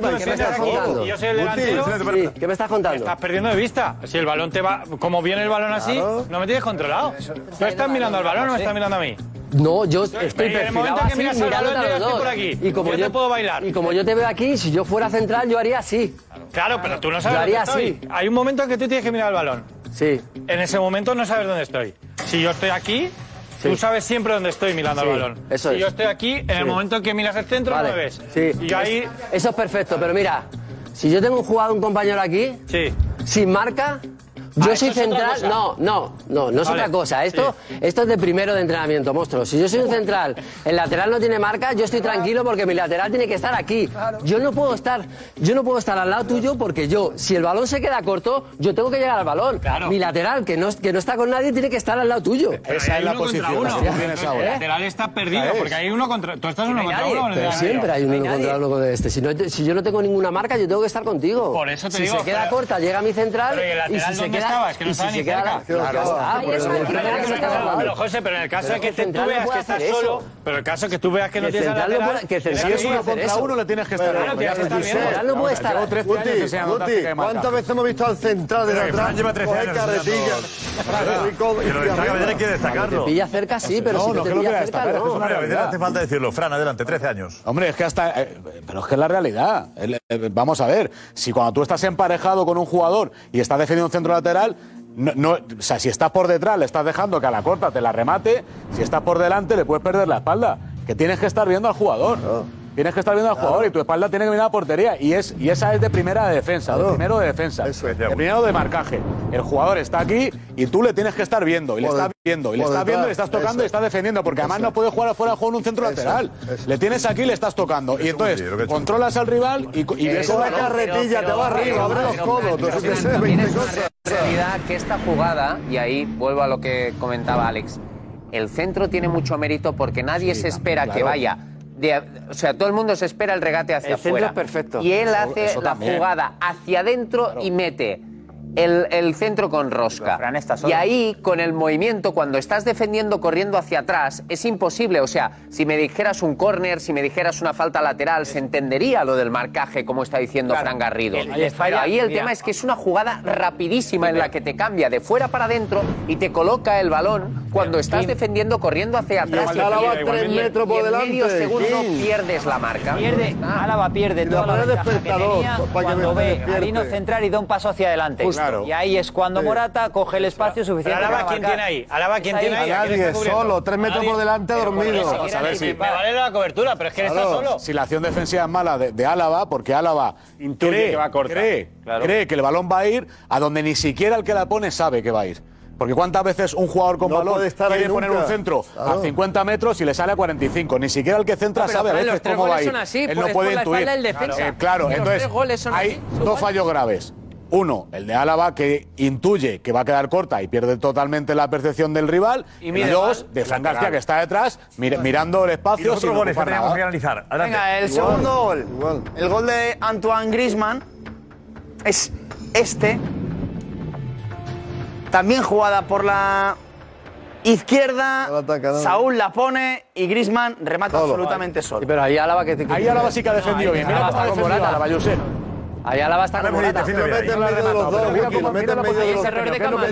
me estás contando? ¿Qué me estás contando?
Yo soy el delantero.
Sí, ¿Qué me estás contando?
Estás perdiendo de vista. Si el balón te va. Como viene el balón así, no me tienes controlado. No estás mirando al balón, no me estás mirando a mí.
No, yo
en
estoy
el
perfilado
momento que
así,
miras al balón,
mirándote
yo
a
estoy
los dos.
por aquí.
Y como
Yo
yo,
te puedo bailar.
Y como yo te veo aquí, si yo fuera central, yo haría así.
Claro, pero tú no
Lo
sabes dónde
haría
estoy. Hay un momento en que tú tienes que mirar el balón.
Sí.
En ese momento no sabes dónde estoy. Si yo estoy aquí,
Sí.
tú sabes siempre dónde estoy mirando
Sí,
al balón.
eso
si
es.
yo estoy aquí, en el
Sí.
momento en que miras el centro,
Vale,
no me ves.
Sí.
Y yo ahí.
Eso es perfecto, pero mira, si yo tengo un jugador, un compañero aquí, sin marca, yo
Ah,
soy
eso es otra
central.
cosa.
No, no, no, no es
Vale,
otra cosa. Esto, esto es de primero de entrenamiento, monstruo. Si yo soy un central, el lateral no tiene marca, yo estoy tranquilo porque mi lateral tiene que estar aquí. Yo no puedo estar, yo no puedo estar al lado tuyo porque yo, si el balón se queda corto, yo tengo que llegar al balón. Mi lateral, que no, que no está con nadie, tiene que estar al lado tuyo.
Esa es la posición.
la
Uno.
que tienes
El
ahora.
lateral está perdido
¿Sabes?
porque hay uno contra. Tú estás uno contra uno. con el
Pero
delantero.
siempre hay un uno contra uno con este. Si, no, si yo no tengo ninguna marca, yo tengo que estar contigo. Por
eso te
si
digo,
se queda
pero-
corta, llega mi central.
Pero ¿y el
y
lateral
si se
dónde
queda,
estaba? Es que no
y
estaba
si
ni
se queda-
cerca. Ah,
Claro, está. por eso el central se queda mal.
Pero José, pero en el caso
Pero
de que
es
este-
que el
tú
central no
veas
puede
que estás
hacer eso.
solo, pero el caso que tú veas que no
Que el
tienes al
central no
lateral,
puede- que el central
tienes
no puede hacer eso. Pero-
Claro, tienes que estar
José,
bien.
el central no puede estar.
Guti, Guti, ¿cuántas veces hemos visto al central de
Pero que
atrás
Fran lleva 13
coger
años
carretillas?
Que lo destaca, a veces hay que destacarlo.
Te pilla cerca, sí, pero
no,
si
no,
no te
creo que
pilla
la
cerca,
destacar,
no.
es una Hombre, a veces hace falta decirlo. Fran, adelante, 13 años.
Hombre, es que hasta. eh, pero es que es la realidad. El- eh, vamos a ver, si cuando tú estás emparejado con un jugador y estás defendiendo un centro lateral. No, no- o sea, si estás por detrás, le estás dejando que a la corta te la remate. Si estás por delante, le puedes perder la espalda. Que tienes que estar viendo al jugador. Tienes que estar viendo al jugador y tu espalda tiene que mirar a la portería. Y, es, y esa es de primera de defensa, de primero de defensa. de primero de marcaje. El jugador está aquí y tú le tienes que estar viendo. Y le
Por
estás
detrás,
viendo, y le
por
estás viendo, y le
detrás,
estás tocando,
eso.
y estás defendiendo. Porque además
Eso.
no puede jugar afuera de juego en un centro
Eso,
lateral.
eso.
Le tienes aquí y le estás tocando. Y entonces controlas al rival y, y ves
Con la
el balón.
carretilla te va arriba, abre los codos, tú yo qué sé, 20 cosas.
realidad que esta jugada, y ahí vuelvo a lo que comentaba Alex, el centro tiene mucho mérito porque nadie se espera
claro.
que vaya. de- o sea, todo el mundo se espera el regate hacia
El
afuera.
centro es perfecto.
Y él
Eso-
hace
eso
la
también.
jugada hacia adentro y mete. el, el centro con rosca. Y ahí, con el movimiento, cuando estás defendiendo corriendo hacia atrás, es imposible. O sea, si me dijeras un córner, si me dijeras una falta lateral, se entendería lo del marcaje, como está diciendo Fran Garrido.
El-
Pero
falla-
ahí el
mira.
tema es que es una jugada rapidísima en la que te cambia de fuera para adentro y te coloca el balón cuando estás defendiendo corriendo hacia atrás.
Álava
Y-
tres
y en-
metros por
y en medio
delante,
segundo
sí.
pierdes la marca.
Pierde,
Ah.
Álava pierde
La
toda la
pared de
ventaja que
espectador,
tenía
pues,
para que
cuando
me
ve
despierte.
a Lino centrar y da un paso hacia adelante.
Justo. Claro.
Y ahí es cuando
Sí.
Morata coge el espacio
Pero
suficiente
Alaba,
para
¿quién
marcar.
tiene ahí? Alaba, ¿quién
Es ahí.
tiene ahí?
A
¿Quién
nadie,
está cubriendo?
solo, tres metros
Nadie.
por delante,
Pero
dormido.
por eso,
Vamos a ver si-
Me vale la cobertura, pero es que él está
Claro,
solo.
Si la acción defensiva es mala de, de Álava, porque Álava
Intuye
cree,
que va a cortar.
cree,
Claro.
cree que el balón va a ir a donde ni siquiera el que la pone sabe que va a ir. Porque cuántas veces un jugador con
No
balón
puede estar ahí
quiere poner
nunca.
un centro
Claro.
a 50 metros y le sale a 45. Ni siquiera el que centra
No, pero,
sabe a
Fran,
veces
los tres
cómo va a
goles
ir.
son así,
Él
por-
no
pues
es
puede
por la
intuir.
espalda del defensa.
Eh, claro,
Los
entonces
tres goles son
hay
así,
dos fallos graves. Uno, el de Álava que intuye que va a quedar corta y pierde totalmente la percepción del rival.
Y
Y,
mide
dos,
mal.
de Fran
Lateral.
García que está detrás mir- mirando el
Y
espacio
los
sin
otros goles que
ocupar
teníamos
nada.
que analizar. Adelante.
Venga, el segundo gol. El gol de Antoine Grisman es este. También jugada por la izquierda. Saúl la pone y Grisman remata absolutamente solo.
Pero ahí Álava que te
Ahí Álava sí que ha defendido bien. Mira cómo ha defendido Álava, Josep.
Ahí Álava está
Ahora
como
me
Morata.
dice, Silvia, Pero mete en ahí. medio de los dos,
Tranquilo, mete en medio de los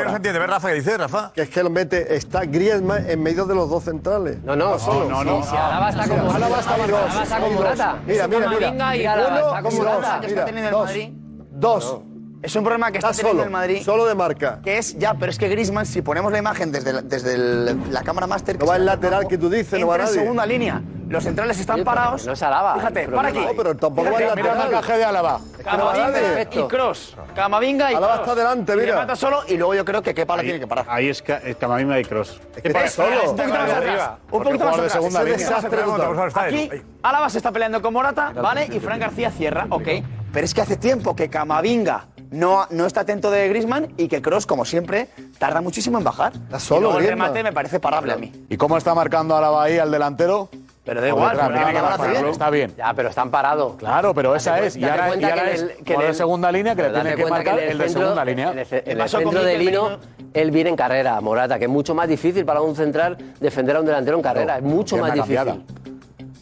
No se entiende, ¿ves, Rafa, qué dice, Rafa?
Que es que lo mete, está Griezmann en medio de los dos centrales. No,
no,
solo.
no, no. Si Alaba está como Morata.
Alaba está
Alaba está como Morata.
Mira, mira, mira.
Camavinga y Alaba
Uno
está como
y dos.
Morata. Que está
Mira,
teniendo el
dos.
Madrid.
Dos.
Es un problema que está,
Está
teniendo
solo,
el Madrid.
solo de marca.
Que es ya, pero es que Griezmann, si ponemos la imagen desde la, desde el- la cámara máster.
No va el lateral que tú dices, no va
entra en
nadie.
segunda línea. Los centrales están
Sí, pero
parados.
que no es Alaba,
Fíjate,
el
para aquí.
problema. No, pero tampoco va el
Fíjate,
lateral.
mira el marcaje
de Alaba.
Camavinga
nadie.
y Cross. Camavinga y
Alaba
Kroos.
está delante,
Y
mira.
remata solo y luego yo creo que Kepa lo tiene que parar.
Ahí es, ca es Camavinga y Cross.
Es que está solo. Un poquito más atrás. Un poquito más atrás. Ese desastre total. Aquí Álava se está peleando con Morata, ¿vale? Y Fran García cierra, ok. Pero es que hace tiempo que Camavinga no, no está atento de Grisman y que Cross, como siempre, tarda muchísimo en bajar. Está
solo,
el
Griezmann.
remate me parece parable a mí.
¿Y cómo está marcando Álava ahí al delantero?
Pero
Por
da igual,
detrás,
pero
tiene que
Álava hace
marcarlo,
bien.
Está bien.
Ya, pero están parados.
Claro, pero esa
Date
es. Y
cuenta- date
ahora, y
cuenta
ahora
que
es
en el- que
jugador
en
de
el-
segunda línea que le
Pero date
tiene que
cuenta
marcar
en
el de
centro-
segunda línea.
En el, ce- en el Pasó con centro de Mikel Lino, él viene en carrera, Morata, que es mucho más difícil para un central defender a un delantero en carrera. es mucho pierna más difícil. cambiada.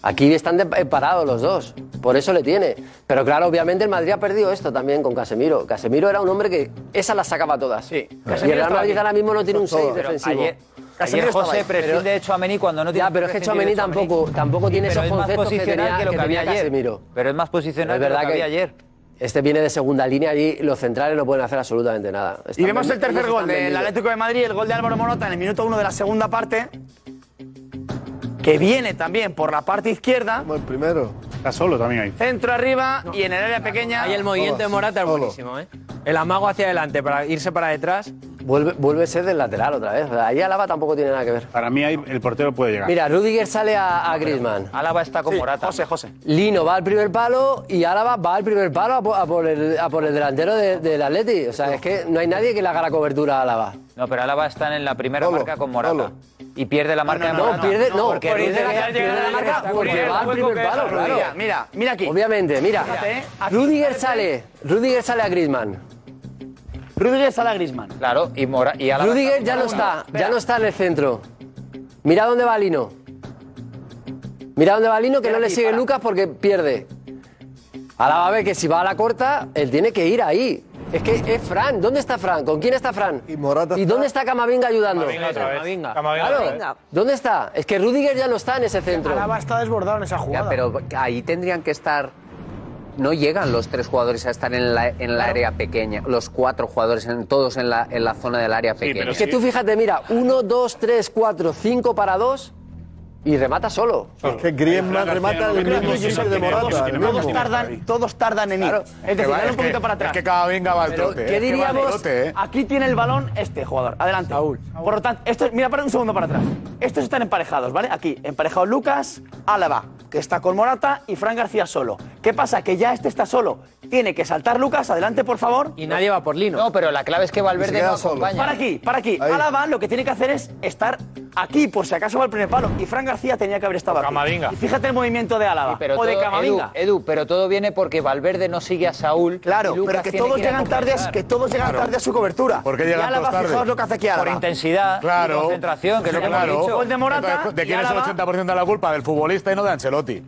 Aquí están de- eh, parados los dos, por eso le tiene. Pero claro, obviamente el Madrid ha perdido esto también con Casemiro. Casemiro era un hombre que esa la sacaba todas. Y
Casemiro
el Real
estaba
Madrid
aquí.
ahora mismo no tiene un
Pero
6 defensivo.
ayer- Casemiro ayer estaba José ahí. prescinde
Pero-
de Tchouaméni cuando no tiene
Ya, pero es
que
que
prescindir de
Chouameni tampoco, tampoco
Sí,
tiene
pero
esos
es más
conceptos que
posicional
tenía,
que lo que
tenía
había ayer.
Casemiro.
Pero es más posicional
Pero es
que
verdad
lo que había ayer.
Este viene de segunda línea y los centrales no pueden hacer absolutamente nada.
Y vemos el tercer gol del Atlético de Madrid, el gol de Álvaro Morata en el minuto uno de la segunda parte, que viene también por la parte izquierda.
Como el primero.
Está solo también ahí.
Centro arriba y en el área pequeña.
Ahí el movimiento de Morata es buenísimo, ¿eh? El amago hacia adelante para irse para detrás.
Vuelve, vuelve a ser del lateral otra vez. Ahí Alaba tampoco tiene nada que ver.
Para mí ahí el portero puede llegar.
Mira, Rudiger sale a, a Griezmann.
Álava está
con
Morata.
José, José.
Lino va al primer palo y Álava va al primer palo a po- a por, el, a por el delantero de- del Atleti. O sea, es que no hay nadie que le haga la cobertura a Álava.
No, pero Álava está en la primera marca con Morata. Y pierde la marca
no,
de
no,
Morata.
pierde- no,
porque
por
pierde pierde
intentar llegar a la marca,
está
porque
cubriendo
va
el
al
hueco
primer
que
palo,
deja
claro.
Rudiger.
Mira, mira aquí.
Obviamente, mira.
Fíjate, ¿eh?
Rudiger sale. Rudiger sale a Griezmann.
Rudiger sale a Griezmann.
Claro, y, Mora, y Álava
Rudiger
está
ya no
con Morata.
está, ya no está en el centro. Mira dónde va Lino. Mira dónde va Lino, que no le sigue Lucas porque pierde. Ahora va a ver que si va a la corta, él tiene que ir ahí. Es que es Fran. ¿Dónde está Fran? ¿Con quién está Fran? ¿Y, dónde está Camavinga ayudando?
Camavinga otra vez. Camavinga.
Claro.
Camavinga.
¿Dónde está? Es que Rudiger ya no está en ese centro.
Alaba
está desbordado en esa
Ya, Ah, pero ahí tendrían que estar. No llegan los tres jugadores a estar en la, en la área pequeña, los cuatro jugadores, en, todos en la, en la zona del área pequeña.
Es que tú fíjate, mira, 1, 2, 3, 4, 5 para 2 y remata solo.
Es que Griezmann remata el mismo sitio de Morata. el mismo.
Todos tardan, todos tardan en ir. es decir,
va-
dale
es
un poquito
que-
para atrás.
es que Camavinga va al
Pero,
trote, eh,
¿Qué
es que va al
diríamos?
trote, eh.
Aquí tiene el balón este jugador. Adelante. Por lo tanto, esto, mira, para un segundo para atrás. Estos están emparejados, ¿vale? Aquí, emparejado Lucas, Álava, que está con Morata, y Fran García solo. ¿Qué pasa? Que ya este está solo. Tiene que saltar Lucas, adelante por favor.
Y nadie va por Lino. No,
pero la clave es que Valverde no acompaña.
Para aquí, para aquí. Alaba lo que tiene que hacer es estar aquí, por si acaso va al primer palo. Y Fran García tenía que haber estado aquí.
Camavinga.
Y fíjate el movimiento de Álava.
Pero
o de
todo-
Camavinga.
Edu, Edu, pero todo viene porque Valverde no sigue a Saúl.
Claro,
y Lucas
pero que
tiene
todos
ir a
llegan tarde a-
compensar.
que todos llegan Claro. tarde a su cobertura.
¿Por qué
Y
llegan
Álava,
todos tarde?
fijaos lo que hace aquí Álava.
Por intensidad,
Claro.
y concentración, que es lo que hemos
claro.
dicho. Gol de Morata,
Entonces, ¿De
y
quién es el
Álava-
80% de la culpa? Del futbolista y no de Ancelotti.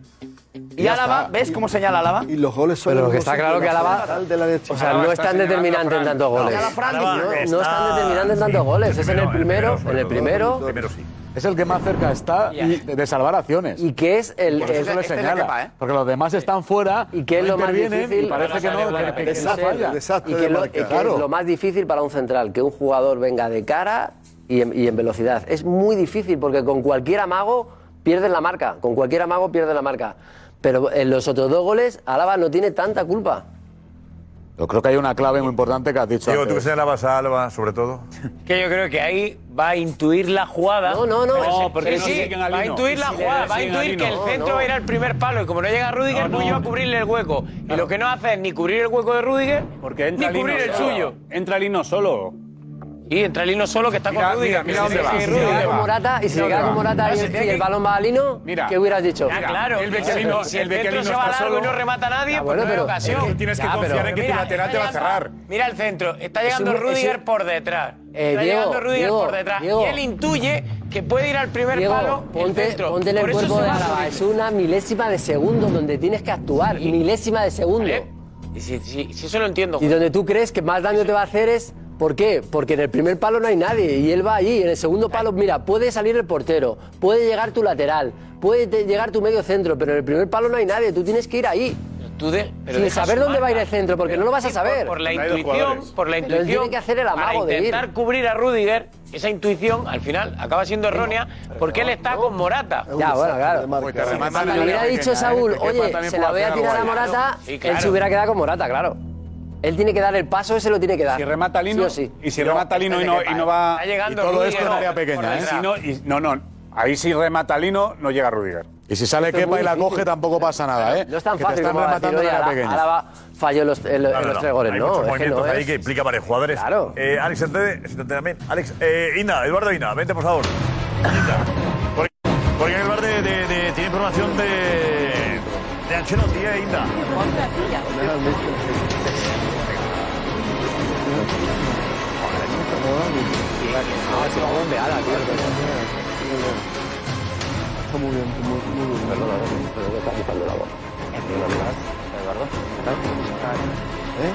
Y Álava, ¿ves cómo señala Álava?
Y los goles son
Pero lo que
los
está
goles
claro
de
que
la
Alaba-
central de la derecha.
O sea, no es tan determinante en tantos goles.
Alaba Fran,
No,
digo,
no
está-
es tan determinante en tantos goles. Es en el primero, en el primero.
Es el que más cerca está y- de de salvar acciones.
Y que es el-
Por eso
el-
se le
este
señala,
le quepa, ¿eh?
Porque los demás están fuera. Y
que es lo más
Y
difícil
parece que no. que- que- que
Desastre,
falla.
y que lo, que es lo más difícil para un central que un jugador venga de cara y en, y en velocidad es muy difícil porque con cualquier amago pierden la marca con cualquier amago pierden la marca pero en los otros dos goles Alaba no tiene tanta culpa
Yo creo que hay una clave muy importante que has dicho.
Diego,
antes.
tú que señalabas a Alba, sobre todo.
Que yo creo que ahí va a intuir la jugada.
No, no, no.
Pero
No,
sí,
porque
sí,
no
sí,
siguen a
Va a
Lino.
intuir la
Sí, sí,
jugada, va a
siguen a
intuir
Lino.
que el
No,
centro
no.
va a ir al primer palo. Y como no llega Rudiger, voy yo a cubrirle el hueco. Y lo que no hace es ni cubrir el hueco de Rudiger, ni
Lino
cubrir el
solo.
suyo.
Entra Lino solo.
Y entra Lino solo que está
Mira,
con Rudiger.
mira, mira
que
dónde
sigue
va.
Rudiger.
Mira
Llegaba con Morata y si
Mira,
llegaba con
mira.
Morata
Ah,
y
se
el,
tiene
y el
que-
balón va a Lino
Mira.
¿qué hubieras dicho?
Ah, claro. El Bechelino-
Si el
el Bechelino
centro se va
está
largo y no
solo.
remata a nadie,
Ah,
pues
bueno,
no hay
pero
ocasión.
es
eh,
que tienes que
Ya,
confiar
pero
en que tu
mira,
lateral
está
te va a
llegando-
cerrar.
Mira el centro, está
Es
llegando
un- es
Rudiger
un-
por detrás.
Eh,
está
Diego,
llegando Rudiger
Diego,
por detrás.
Diego.
y él intuye que puede ir al primer
Diego,
palo el
ponte,
centro.
ponte en el
Por eso
cuerpo
se
de
va
Alaba es una milésima de segundo donde tienes que actuar milésima de segundo
Y si, si- si eso lo entiendo.
Y
Juan.
donde tú crees que más daño te va a hacer es. ¿Por qué? Porque en el primer palo no hay nadie y él va allí. En el segundo palo, mira, puede salir el portero, puede llegar tu lateral, puede te- llegar tu medio centro, pero en el primer palo no hay nadie. Tú tienes que ir ahí.
Tú de- pero
sin
deja
saber
su
dónde va a ir
marca.
el centro, porque no lo vas a
Sí,
saber.
Por, por la
Pero hay dos
intuición,
jugadores.
por la
Pero él
intuición.
tiene que hacer el amago
para
de ir.
intentar cubrir a Rudiger, esa intuición al final acaba siendo errónea porque él está con Morata.
Ya, bueno, claro. Si le hubiera dicho Saúl, oye, se la voy a tirar a Morata,
Sí, claro.
él se hubiera quedado con Morata, claro. Él tiene que dar el paso, ese lo tiene que dar. Si remata
Lino, y si remata Lino y no, y no va.
llegando
y todo
Rudiger,
esto en
no,
área
por
pequeña, ¿eh?
detrás.
Si no, y- no, no. Ahí si remata Lino, no llega Rudiger.
Y si sale
Esto es
Kepa y
muy
la
difícil.
coge, tampoco pasa nada, ¿eh?
No es tan
que
fácil
te
como
están
decir,
rematando en
oye,
área
Alaba-
pequeña.
Alaba falló en los, en los- en los tres goles.
Hay
No,
muchos
es que
movimientos
no es.
ahí que implica varios jugadores.
Claro.
Eh, Alex, entende, entende también. Alex, eh, Ina, Eduardo Ina, vente por favor. Ina. Porque, porque en el bar de, de- de- tiene información de, de Ancelotti, eh, Ina.
eh.
Está muy bien, muy, muy bien.
¿Eh?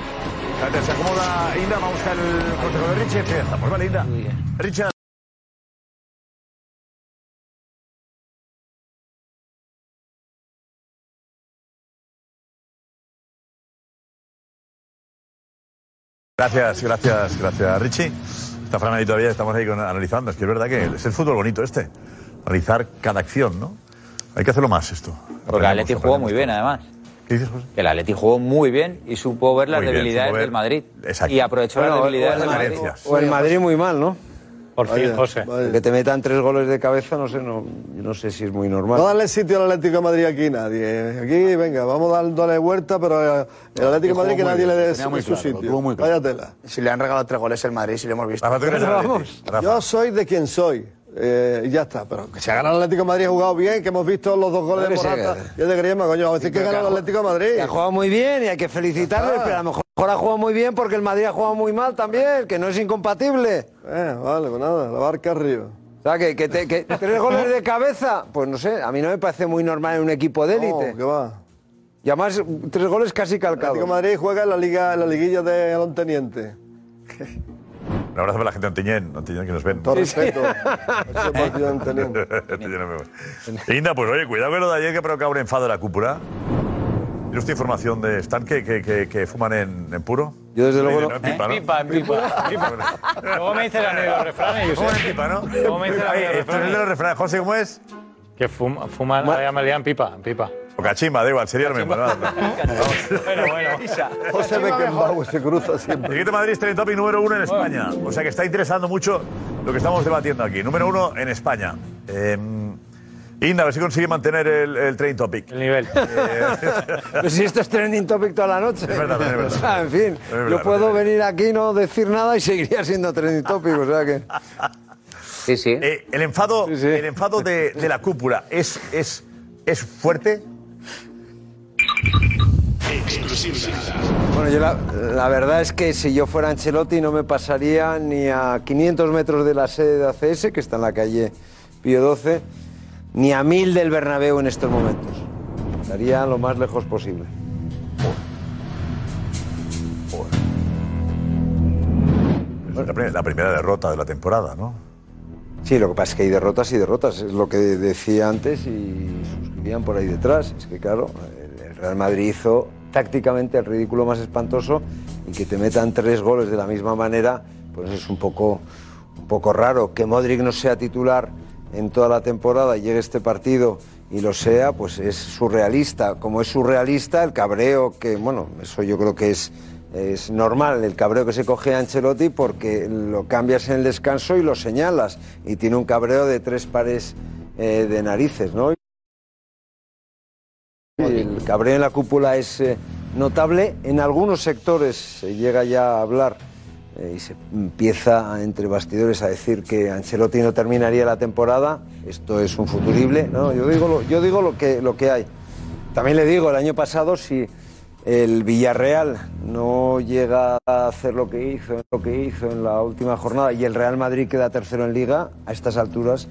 Espérate, Se acomoda Ina, vamos a buscar el consejo de Richie. Ya estamos, vale, Ina. Richard. Gracias, gracias, gracias, Richie. Está Fran ahí todavía, estamos ahí con- analizando. Es que es verdad que es el fútbol bonito este. Analizar cada acción, ¿no? Hay que hacerlo más esto.
Pues
Porque el Atleti
Aprendemos,
jugó muy bien, además. Que el Atleti jugó muy bien y supo ver las
Muy bien,
debilidades
supo ver-
del Madrid.
Exacto.
Y aprovechó las debilidades del Madrid.
O el Madrid muy mal, ¿no? Por
fin, José.
Que te metan tres goles de cabeza, no sé, no, yo no sé si es muy normal.
No darle sitio al Atlético de Madrid aquí nadie. Aquí, venga, vamos dándole vuelta, pero eh, el Atlético de Madrid que nadie le dé su, su sitio. Vaya tela.
Si le han regalado tres goles el Madrid, si lo hemos visto.
Vamos, yo soy de quien soy. Eh, y ya está, pero que se ha ganado el Atlético de Madrid, ha jugado bien, que hemos visto los dos goles
Hombre,
de
se
Morata
gana.
y el de Griezmann, coño, vamos a decir que ha ganado el Atlético de Madrid.
Que ha jugado muy bien y hay que felicitarle, pero a lo mejor ha jugado muy bien porque el Madrid ha jugado muy mal también, que no es incompatible.
Eh, vale, pues nada, la barca arriba.
O sea, que, que te- que tres goles de cabeza, pues no sé, a mí no me parece muy normal en un equipo de élite.
No, que va.
Y además, tres goles casi calcados.
Atlético de Madrid juega en la, liga, en la liguilla de Alon Teniente.
Un abrazo para la gente de Antiñén, Antiñén que nos ven.
Todo respeto.
Inda, pues oye, cuidado con lo de ayer que ha provocado un enfado de la cúpula. ¿Tiene usted información de Stan que, que, que, que fuman en, en puro? Yo desde
luego
no.
no.
En
Eh,
¿Eh?
pipa, ¿no?
Pipa, en pipa.
Luego me dice la de los refranes, yo
Fuman
sé.
en pipa, ¿no?
Luego me dice la
Ay,
de los
esto es el de los
refranes.
refranes. José, ¿cómo es?
Que fuma, fuma la en pipa, en pipa.
O cachimba, da igual, sería el mismo.
Bueno, bueno.
José Beckenbauer se cruza siempre.
El equipo de Madrid está en el topic número uno en España. O sea que está interesando mucho lo que estamos debatiendo aquí. Número uno en España. Eh, Inda, a ver si consigue mantener el, el train topic. Eh, El
nivel.
Pero si esto es trending topic toda la noche.
Es verdad, es verdad.
O sea, en fin,
Es verdad,
yo puedo
es
venir aquí no decir nada y seguiría siendo trending topic, o sea que...
Sí, sí. eh, el enfado, El enfado de, de la cúpula es, es, es fuerte.
Bueno, yo la, la verdad es que si yo fuera Ancelotti no me pasaría ni a 500 metros de la sede de ACS, que está en la calle Pío 12, ni a 1000 del Bernabéu en estos momentos. Estaría lo más lejos posible.
Es La, pri- la primera derrota de la temporada, ¿no?
Sí, lo que pasa es que hay derrotas y derrotas, es lo que decía antes y suscribían por ahí detrás. Es que, claro, el- el Real Madrid hizo tácticamente el ridículo más espantoso y que te metan tres goles de la misma manera, pues es un poco, un poco raro. Que Modric no sea titular en toda la temporada y llegue este partido y lo sea, pues es surrealista. Como es surrealista, el cabreo que, bueno, eso yo creo que es, es normal, el cabreo que se coge Ancelotti porque lo cambias en el descanso y lo señalas. Y tiene un cabreo de tres pares eh, de narices, ¿no? El cabreo en la cúpula es eh, notable. En algunos sectores se llega ya a hablar eh, y se empieza entre bastidores a decir que Ancelotti no terminaría la temporada. Esto es un futurible. No, yo digo lo, yo digo lo, que, lo que hay. También le digo, el año pasado si el Villarreal no llega a hacer lo que hizo, lo que hizo en la última jornada y el Real Madrid queda tercero en liga, a estas alturas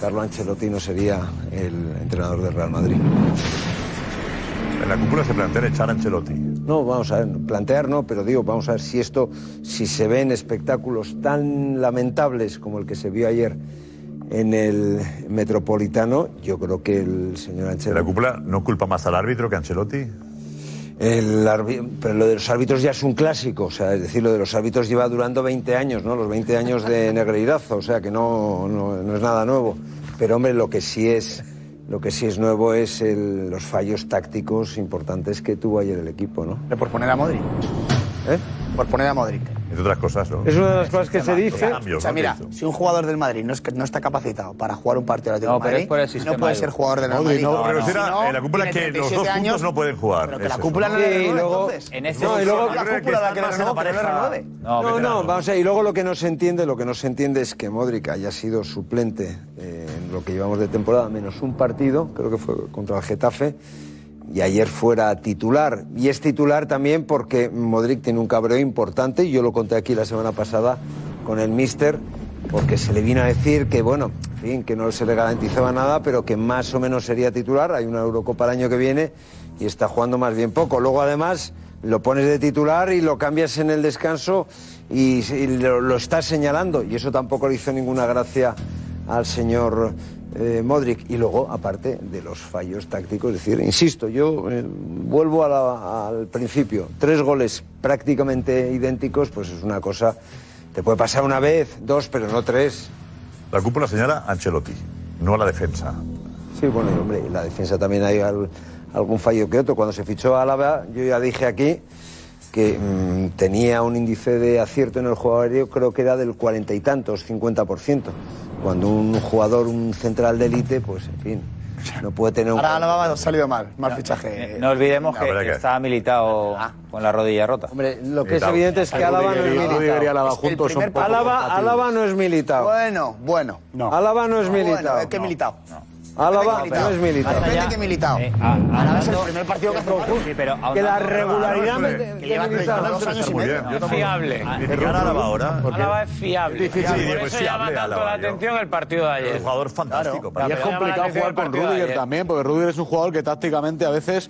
Carlo Ancelotti no sería el entrenador del Real Madrid.
En la cúpula se plantea echar a Ancelotti.
No, vamos a ver, plantear no, pero digo, vamos a ver si esto, si se ven espectáculos tan lamentables como el que se vio ayer en el Metropolitano, yo creo que el señor Ancelotti...
La cúpula no culpa más al árbitro que a Ancelotti.
El arbi- pero lo de los árbitros ya es un clásico, o sea, es decir, lo de los árbitros lleva durando 20 años, ¿no? Los 20 años de Negreirazo, o sea, que no, no, no es nada nuevo. Pero hombre, lo que sí es, lo que sí es nuevo es el- los fallos tácticos importantes que tuvo ayer el equipo, ¿no?
Por poner a Modric.
¿Eh?
Por poner a Modric.
Entre otras cosas, ¿no?
Es una de las cosas que se dice.
o sea, mira, si un jugador del Madrid no, es que, no está capacitado para jugar un partido de la
No,
Madrid,
pero es por el sistema
no puede
de-
ser jugador del Real
Modric,
Madrid.
no, pero
Si
será- en la cúpula
tiene
que los
37
dos juntos
años,
no pueden jugar,
Pero que
es
la
eso.
cúpula no
Sí,
era
y
el nueve,
luego-
entonces.
En este No, y luego-
la
Yo creo que
cúpula la
están
que era el
más
nueve, pero no era el nueve.
No, no, vamos a ir. Y luego lo que no se entiende, lo que no se entiende es que Modric haya sido suplente eh, en lo que llevamos de temporada, menos un partido, creo que fue contra el Getafe, y ayer fuera titular. Y es titular también porque Modric tiene un cabreo importante, y yo lo conté aquí la semana pasada con el Mister, porque se le vino a decir que, bueno, en fin, que no se le garantizaba nada, pero que más o menos sería titular. Hay una Eurocopa el año que viene y está jugando más bien poco. Luego, además, lo pones de titular y lo cambias en el descanso y, y lo, lo estás señalando. Y eso tampoco le hizo ninguna gracia al señor eh, Modric. Y luego, aparte de los fallos tácticos, es decir, insisto, yo eh, vuelvo a la- al principio. Tres goles prácticamente idénticos, pues es una cosa... Te puede pasar una vez, dos, pero no tres.
La cúpula señala a Ancelotti, no a la defensa.
Sí, bueno, y hombre, y la defensa también hay al- algún fallo que otro. Cuando se fichó a Álava, yo ya dije aquí que mm, tenía un índice de acierto en el juego aéreo, creo que era del cuarenta y tantos, 50%. Cuando un jugador, un central de élite, pues en fin, no puede tener un...
Ahora Alaba ha salido mal, mal
Eh,
fichaje.
No olvidemos
Ah,
La
que,
verdad
que
que-
estaba militado
Ah.
con la rodilla rota.
Hombre, Lo que es evidente es que Álava no es militado. Álava, Álava no es militado. Bueno, bueno. Álava no es
Bueno,
militado.
es que he militado.
Álava no es militado.
Depende que he militado.
Eh,
Ahora es el primer partido que hace un club.
Que la regularidad me-
Que lleva
me-
32 años y
muy
medio.
bien. Yo
Es
tampoco-
fiable.
Criticar a Álava ahora.
Álava es fiable.
Es difícil,
Por
digo,
eso
es pues
llama
fiable,
tanto
Álava,
la atención el partido de ayer.
Un jugador fantástico.
Y es complicado jugar con Rudiger también, porque Rudiger es un jugador que tácticamente a veces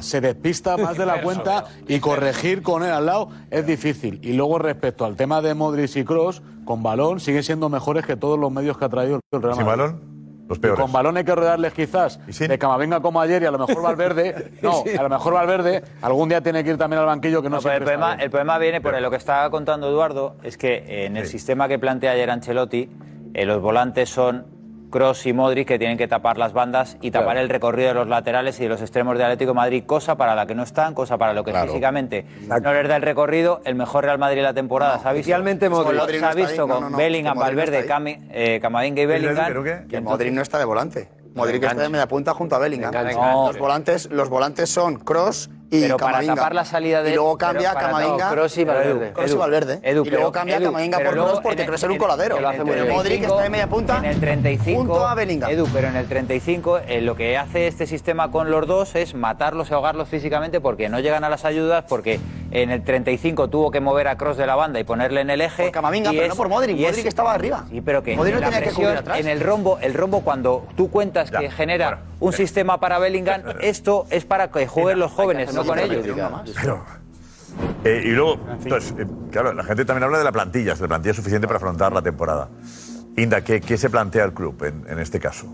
se despista más de la
Eso,
cuenta y corregir con él al lado es difícil. Y luego respecto al tema de Modric y Cross, con balón siguen siendo mejores que todos los medios que ha traído el Real Madrid.
Sin balón, los
Y
peores.
Con balón hay que rodearles quizás de Camavinga como ayer y a lo mejor Valverde. No, a lo mejor Valverde algún día tiene que ir también al banquillo que no,
No, pero
siempre está
el problema,
bien.
el problema viene por lo que estaba contando Eduardo, es que eh, en el sistema que plantea ayer Ancelotti, eh, los volantes son Cross y Modric que tienen que tapar las bandas y tapar el recorrido de los laterales y de los extremos de Atlético de Madrid, cosa para la que no están, cosa para lo que físicamente no les da el recorrido. El mejor Real Madrid de la temporada se ha visto,
especialmente Modric.
con, lo-
Modric
se
no
ha
está
visto
ahí, no,
con
no, no,
Bellingham,
que Modric no
Valverde,
está
Cami- eh, Camavinga y Bellingham.
creo que-
Y
que
entonces-
Modric no está de volante.
Modric está de media punta junto a Bellingham.
Enganche.
No,
Enganche.
los, volantes, los volantes son Cross y
Pero para
Camavinga.
tapar la salida de-
Y luego
pero
cambia
para-
Camavinga.
no, Kroos y Valverde.
Kroos y
Edu,
Valverde.
Edu,
y luego
pero-
cambia
Edu,
Camavinga
pero
por
luego
Kroos
en
porque
el-
Kroos era
en
un
el-
coladero.
que lo hace muy
Pero
bien.
Modric está de media punta.
En el 35. Edu, pero en el 35, eh, lo que hace este sistema con los dos es matarlos y ahogarlos físicamente porque no llegan a las ayudas, porque en el 35 tuvo que mover a Cross de la banda y ponerle en el eje. Por
Camavinga, pero no por Modric. Modric estaba arriba.
Sí, pero que
Modric no
en, la
tenía que
presión,
cubrir atrás.
en el rombo, el rombo cuando tú cuentas que genera un sistema para Bellingham, esto es para que jueguen los jóvenes, no con ellos.
Pero- Eh, y luego, entonces, eh, claro, la gente también habla de la plantilla, si la plantilla es suficiente para afrontar la temporada. Inda, ¿qué, qué se plantea el club en, en este caso?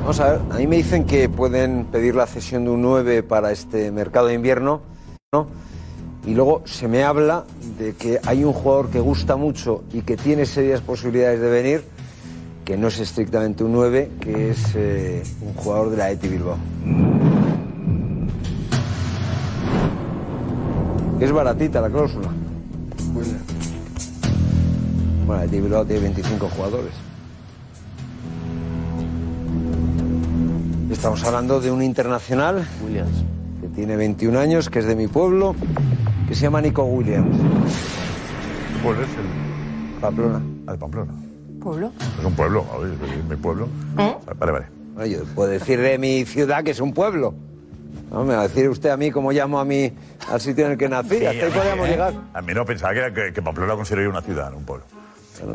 Vamos a ver, a mí me dicen que pueden pedir la cesión de un 9 para este mercado de invierno, ¿no? Y luego se me habla de que hay un jugador que gusta mucho y que tiene serias posibilidades de venir, que no es estrictamente un 9, que es eh, un jugador de la ETI Bilbao. Es baratita la cláusula. Bueno, la ETI Bilbao tiene 25 jugadores. Estamos hablando de un internacional Williams. que tiene 21 años, que es de mi pueblo, que se llama Nico Williams.
¿Cuál Pues es el...?
Pamplona.
Ah, de Pamplona.
¿Pueblo?
Es un pueblo, a ver, es mi pueblo.
¿Eh?
Vale, vale.
Bueno, yo puedo decir de mi ciudad que es un pueblo. No me va a decir usted a mí cómo llamo a mí al sitio en el que nací.
Sí,
Ah, Hasta ahí
a mí,
podíamos
eh.
llegar.
A mí no pensaba que, era- que, que Pamplona considero yo una ciudad, no un pueblo.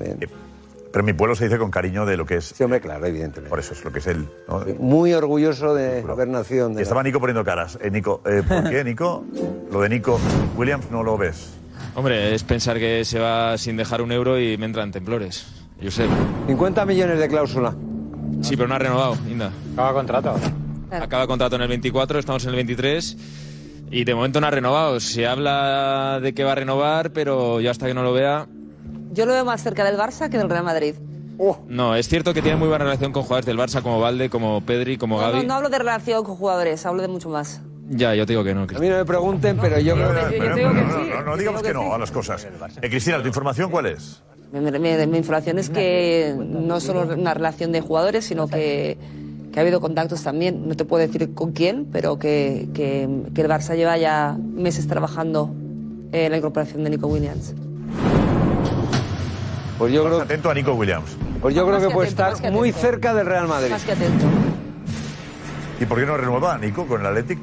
Eh, Pero mi pueblo se dice con cariño de lo que es. Sí,
hombre, claro, evidentemente.
Por eso es lo que es él. ¿no?
Muy orgulloso de haber nacido
Y
donde
estaba Nico poniendo caras. Eh, Nico, eh, ¿por qué, Nico? Lo de Nico Williams no lo ves.
Hombre, es pensar que se va sin dejar un euro y me entran temblores. Yo sé.
50 millones de cláusula.
Sí, pero no ha renovado, Inda.
Acaba contrato.
Acaba contrato en el 24, estamos en el 23 y de momento no ha renovado. Se habla de que va a renovar, pero yo hasta que no lo vea...
Yo lo veo más cerca del Barça que del Real Madrid.
Oh.
No, es cierto que tiene muy buena relación con jugadores del Barça como Valde, como Pedri, como
No,
Gavi.
no, no hablo de relación con jugadores, hablo de mucho más.
Ya, yo te digo que no.
A mí no me pregunten, pero yo creo que...
Pero- pero no, no, no digamos que no a las cosas. Eh, Cristina, ¿tu información cuál es?
Mi, mi- mi información es que no solo una relación de jugadores, sino que, que ha habido contactos también. No te puedo decir con quién, pero que, que- que el Barça lleva ya meses trabajando en la incorporación de Nico Williams.
Pues yo
creo... Atento a Nico Williams.
Pues yo creo que puede
atento, más que
estar muy
atento.
cerca del Real Madrid.
Más que atento.
¿Y por qué no renueva Nico con el Athletic?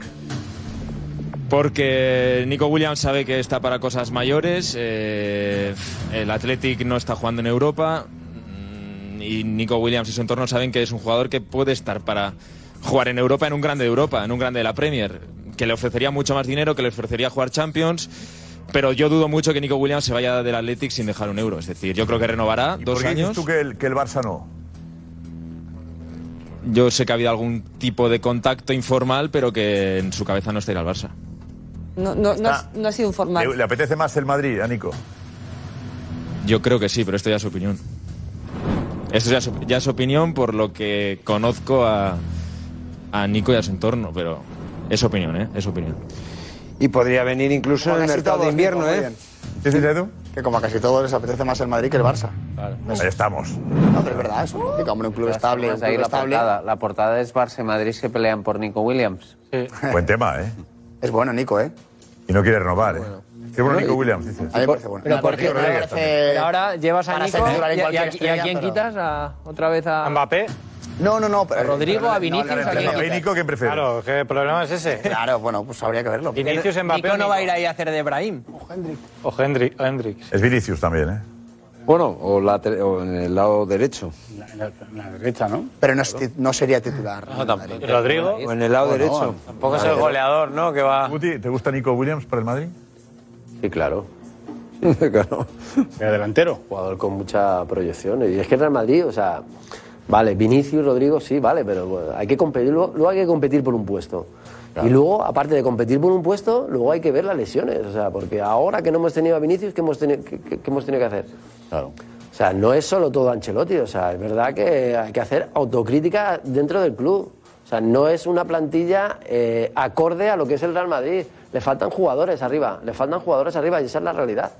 Porque Nico Williams sabe que está para cosas mayores, eh, el Athletic no está jugando en Europa mm, y Nico Williams y su entorno saben que es un jugador que puede estar para jugar en Europa, en un grande de Europa, en un grande de la Premier, que le ofrecería mucho más dinero, que le ofrecería jugar Champions. Pero yo dudo mucho que Nico Williams se vaya del Athletic sin dejar un euro. Es decir, yo creo que renovará
¿Por
dos
qué dices
años.
tú que el, que el Barça no?
Yo sé que ha habido algún tipo de contacto informal, pero que en su cabeza no está ir al Barça.
No, no, no, ha- no ha sido informal.
¿Le, le apetece más el Madrid a Nico?
Yo creo que sí, pero esto ya es opinión. Esto ya es, op- ya es opinión por lo que conozco a, a Nico y a su entorno, pero es opinión, ¿eh? Es opinión.
Y podría venir incluso
en el mercado de invierno, ¿eh?
dices, Edu?
Que como a casi todos les apetece más el Madrid que el Barça.
Ahí estamos.
No, pero es verdad, es un, hombre, un club estable, un
Uh. Pues ahí
club
la
estable.
portada. La portada es Barça y Madrid se pelean por Nico Williams.
Buen tema, ¿eh?
Es bueno, Nico, ¿eh?
Y no quiere renovar, ¿eh? Qué bueno Nico Williams, dices.
A mí me parece bueno.
Pero por qué-
Nico Rodríguez
parece-
también.
Pero
ahora llevas a
Para
Nico
ser titular en
y, a- y
cualquier
a- y a
estrella,
quién
pero-
quitas a, otra vez a...
Mbappé.
No, no, no.
A Rodrigo, a Vinicius, ¿a quién
Mbappé y
quitas?
Nico, ¿quién prefieres? Claro, ¿qué problema es ese?
Claro, bueno, pues habría que verlo.
Vinicius, Mbappé
Nico
o
no
Nico.
va a ir ahí a hacer de Brahim.
O Hendrik. o Hendrik.
Es Vinicius también, ¿eh?
Bueno, o, la tre- o en el lado derecho.
derecha, ¿no?
Pero no, es ti- no sería titular. No, tampoco.
Rodrigo.
O en el lado
No, no,
derecho.
tampoco
es el
goleador, ¿no? Que va. ¿te gusta Nico Williams para el Madrid?
Sí, claro.
claro.
delantero.
Jugador con mucha proyección. Y es que el Real Madrid, o sea, vale, Vinicius, Rodrigo, sí, vale, pero bueno, hay que competir, luego, luego hay que competir por un puesto. Y luego, aparte de competir por un puesto, luego hay que ver las lesiones. O sea, porque ahora que no hemos tenido a Vinicius, ¿qué hemos tenido, qué- qué- qué hemos tenido que hacer?
Claro.
O sea, no es solo todo Ancelotti, o sea, es verdad que hay que hacer autocrítica dentro del club. O sea, no es una plantilla eh, acorde a lo que es el Real Madrid. Le faltan jugadores arriba, le faltan jugadores arriba y esa es la realidad.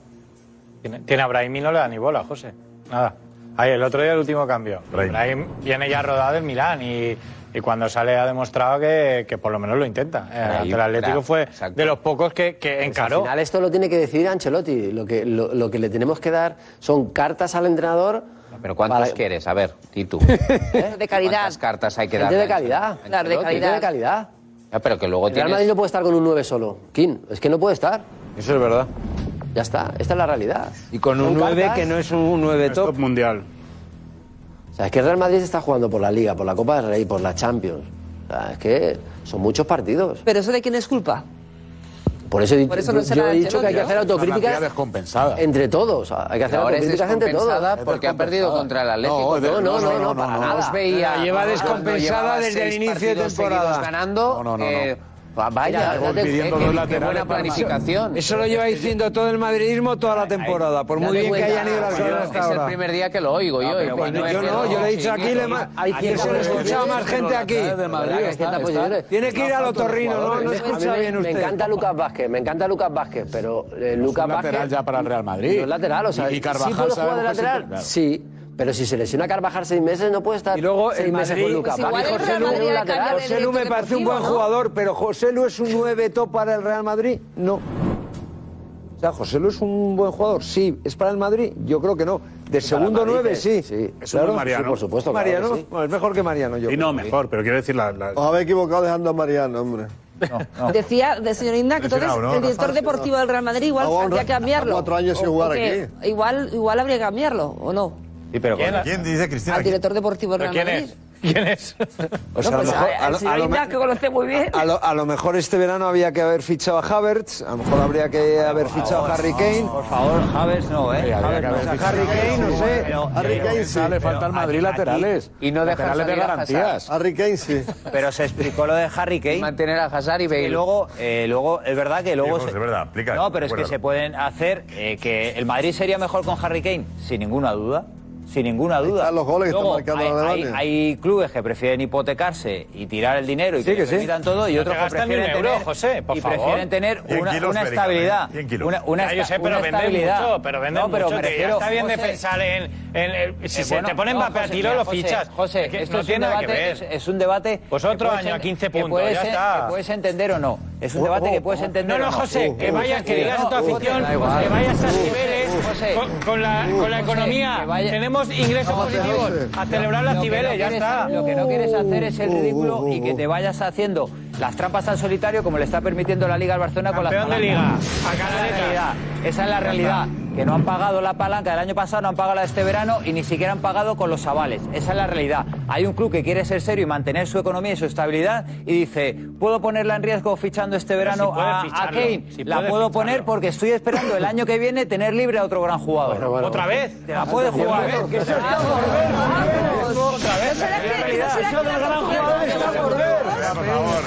Tiene, tiene a Brahim y no le da ni bola, José. Nada. Ahí, el otro día el último cambio. Brahim viene ya rodado en Milán y, y cuando sale ha demostrado que, que por lo menos lo intenta. Eh,
Brahim,
ante el Atlético
claro,
fue de los pocos que, que encaró.
Al final esto lo tiene que decidir Ancelotti. Lo que, lo, lo que le tenemos que dar son cartas al entrenador.
Pero ¿cuántos quieres? A ver, y tú.
De calidad.
¿Cuántas cartas hay que
Gente
darle
de
a Ancelotti?
calidad.
Claro, de
Ancelotti, gente
calidad.
de calidad.
Ya, pero que luego
El Real Madrid
tienes...
no puede estar con un 9 solo. Kin, es que no puede estar.
Eso es verdad.
Ya está, esta es la realidad.
Y con un
Son
9
cartas.
que no es un 9 top.
mundial.
O sea, es que el Real Madrid se está jugando por la Liga, por la Copa del Rey, por la Champions. O sea, es que son muchos partidos.
Pero eso de quién es culpa.
Por eso, he
Por
dicho-
eso no
yo
será
he dicho que hay que
Ancelotti,
hacer
¿no? Una
autocríticas
plantilla
descompensada. entre todos. O sea, Hay que hacer
Ahora es
autocríticas entre todos.
descompensada porque ha perdido contra el Atlético.
No, no, no, no, no, para nada.
Os veía,
La lleva
cuando
descompensada
llevaba
desde
seis
el inicio de
partidos
temporada.
seguidos ganando.
No, no, no, no.
eh, va- vaya,
Pidiendo
fíjate, eh,
dos
qué- qué,
laterales
buena
para
planificación.
Eso lo lleva diciendo todo el madridismo toda la temporada, por
Date
muy bien que
cuenta,
hayan ido las cosas hasta
Ah, Es el
ahora. Ah,
primer día que lo oigo yo. y
pero
cuando
bueno,
es
yo
que
no, yo le he dicho
sí,
aquí,
sí,
le
sí.
ma-
Hay
aquí
cien
se lo
goles
escuchaba
menos
más
que
gente
los
aquí.
laterales de Madrid,
Está,
está, pues,
está.
está.
Tiene que ir al otorrino, ¿no? No escucha
A mí
bien
Me
usted.
encanta Lucas Vázquez, me encanta Lucas Vázquez, pero eh, Lucas
un lateral
Vázquez.
ya para el Real Madrid.
No es lateral, o sea,
Y- y
¿sí
Carvajal
puede jugar
sabemos
de
que sí,
lateral?
claro.
Sí, pero si se lesiona Carvajal seis meses, no puede estar seis meses con Lucas
pues
Vázquez.
José Lu- José Lu me parece un buen jugador, pero José Lu es un 9 top para el Real Madrid. No. O sea, José Lu es un buen jugador. Sí, es para el Madrid. Yo creo que no. De segundo
Madrid,
9,
eh,
sí.
Es un buen Mariano.
Mariano. bueno, es mejor que Mariano, yo.
Y no, mejor, pero quiero decir la. la-
Os habéis equivocado dejando a Mariano, hombre.
Decía de señor Inda que entonces
Lesionado, ¿no?
el director
Rafa,
deportivo del Real Madrid
Ah,
igual
Hago un
habría
ra-
que cambiarlo.
cuatro años sin
O- o
jugar
que Igual, igual habría que cambiarlo, ¿o no?
Sí, pero
¿Quién?
con-
¿Quién dice, Cristina? Al director deportivo del
¿Pero
Real
quién
Madrid.
¿Quién es?
O sea,
No,
a lo
pues,
mejor-
a-
a
al
lo-
señor
a lo
Inda, que conoce muy bien.
A lo, a lo mejor este verano había que haber fichado a Havertz, a lo mejor habría que haber fichado a Harry Kane.
Por favor, Javes no, ¿eh? Javes no.
O sea, Harry Kane, no sé. Harry Kane sí. Le falta al Madrid laterales. laterales de garantías.
Harry Kane sí.
Pero se explicó lo de Harry Kane.
Mantener a Hazard y
Y
Bale.
luego, eh, luego, es verdad que luego.
Sí, José,
se-
es verdad, aplica,
No, pero es que
acuérdalo.
se pueden hacer. eh, que el Madrid sería mejor con Harry Kane, sin ninguna duda. Sin ninguna duda. los
goles que
luego,
está marcando
hay,
la
hay,
Alemania.
hay clubes que prefieren hipotecarse y tirar el dinero y
Sí,
que,
que
les
sí.
permitan todo, y
No
otros
te
que
gastan ni un
prefieren
euro,
tener,
José, por
y
favor.
prefieren tener
100
una,
kilos
una
Beringer,
estabilidad.
100 kilos.
Una, una
Ya, yo sé,
esta-
pero
una
venden
estabilidad.
mucho, pero venden
no, pero
mucho,
me
que ya
refiero,
está bien de
José,
pensar en... en- en- si
eh,
se
bueno,
te ponen
no,
Mbappé a
José,
tiro,
mira,
lo
José,
fichas.
José,
Es que
esto
no
es
tiene
un
nada que
debate,
ver.
es, es un debate.
Pues
que
otro
puedes
año a
en-
15
que
puntos,
puedes,
ya
en-
está. Oh,
que puedes entender o no. Es un debate que puedes entender.
No,
o Uh,
no, José, que vayas, que digas a tu
No,
afición,
da igual.
que vayas a
José,
Ciberes
José,
con, con la, con la
José,
economía.
que vaya-
Tenemos ingresos
José,
positivos.
José.
A celebrar
Lo
las
que no
Ciberes, ya
quieres-
está.
Lo que no quieres hacer es el
Uh,
ridículo y que te vayas haciendo las trampas al solitario como le está permitiendo la Liga al Barcelona con la
Campeón de liga.
realidad. Esa es la realidad. Que no han pagado la palanca del año pasado, no han pagado la de este verano y ni siquiera han pagado con los avales. Esa es la realidad. Hay un club que quiere ser serio y mantener su economía y su estabilidad y dice, ¿puedo ponerla en riesgo fichando este
Pero
verano
si puede
a- a,
ficharlo,
Kane?
si
la
puede
puedo
ficharlo.
poner porque estoy esperando el año que viene tener libre a otro gran jugador.
¿Otra vez?
Te la puede
Otra
jugar. ¿eh?
vez, que eso está
Vamos,
por ver,
vamos.
Otra vez.
Eso era que-
Es realidad.
eso era
Eso del gran jugador está por ver.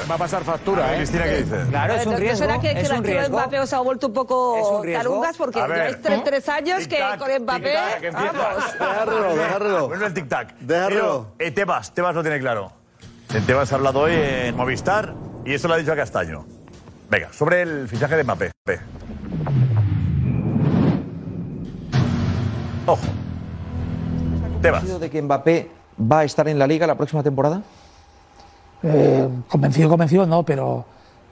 Va a pasar factura, ¿eh? Cristina, ¿qué dices?
Claro, es un
Entonces,
riesgo.
¿Será que, que
es
la
un
actitud de
riesgo.
Mbappé os ha vuelto un poco
riesgo. ¿Eh?
tarungas? Porque
A ver.
lleváis tres, tres años que con Mbappé...
Déjalo, déjalo. Bueno, el tic-tac. Déjalo. Tebas, Tebas lo tiene claro. De Tebas ha hablado hoy en Movistar y eso lo ha dicho a Castaño. Venga, sobre el fichaje de Mbappé. Ve. Ojo. Tebas.
de que Mbappé va a estar en la liga la próxima temporada?
Eh, convencido, convencido no, pero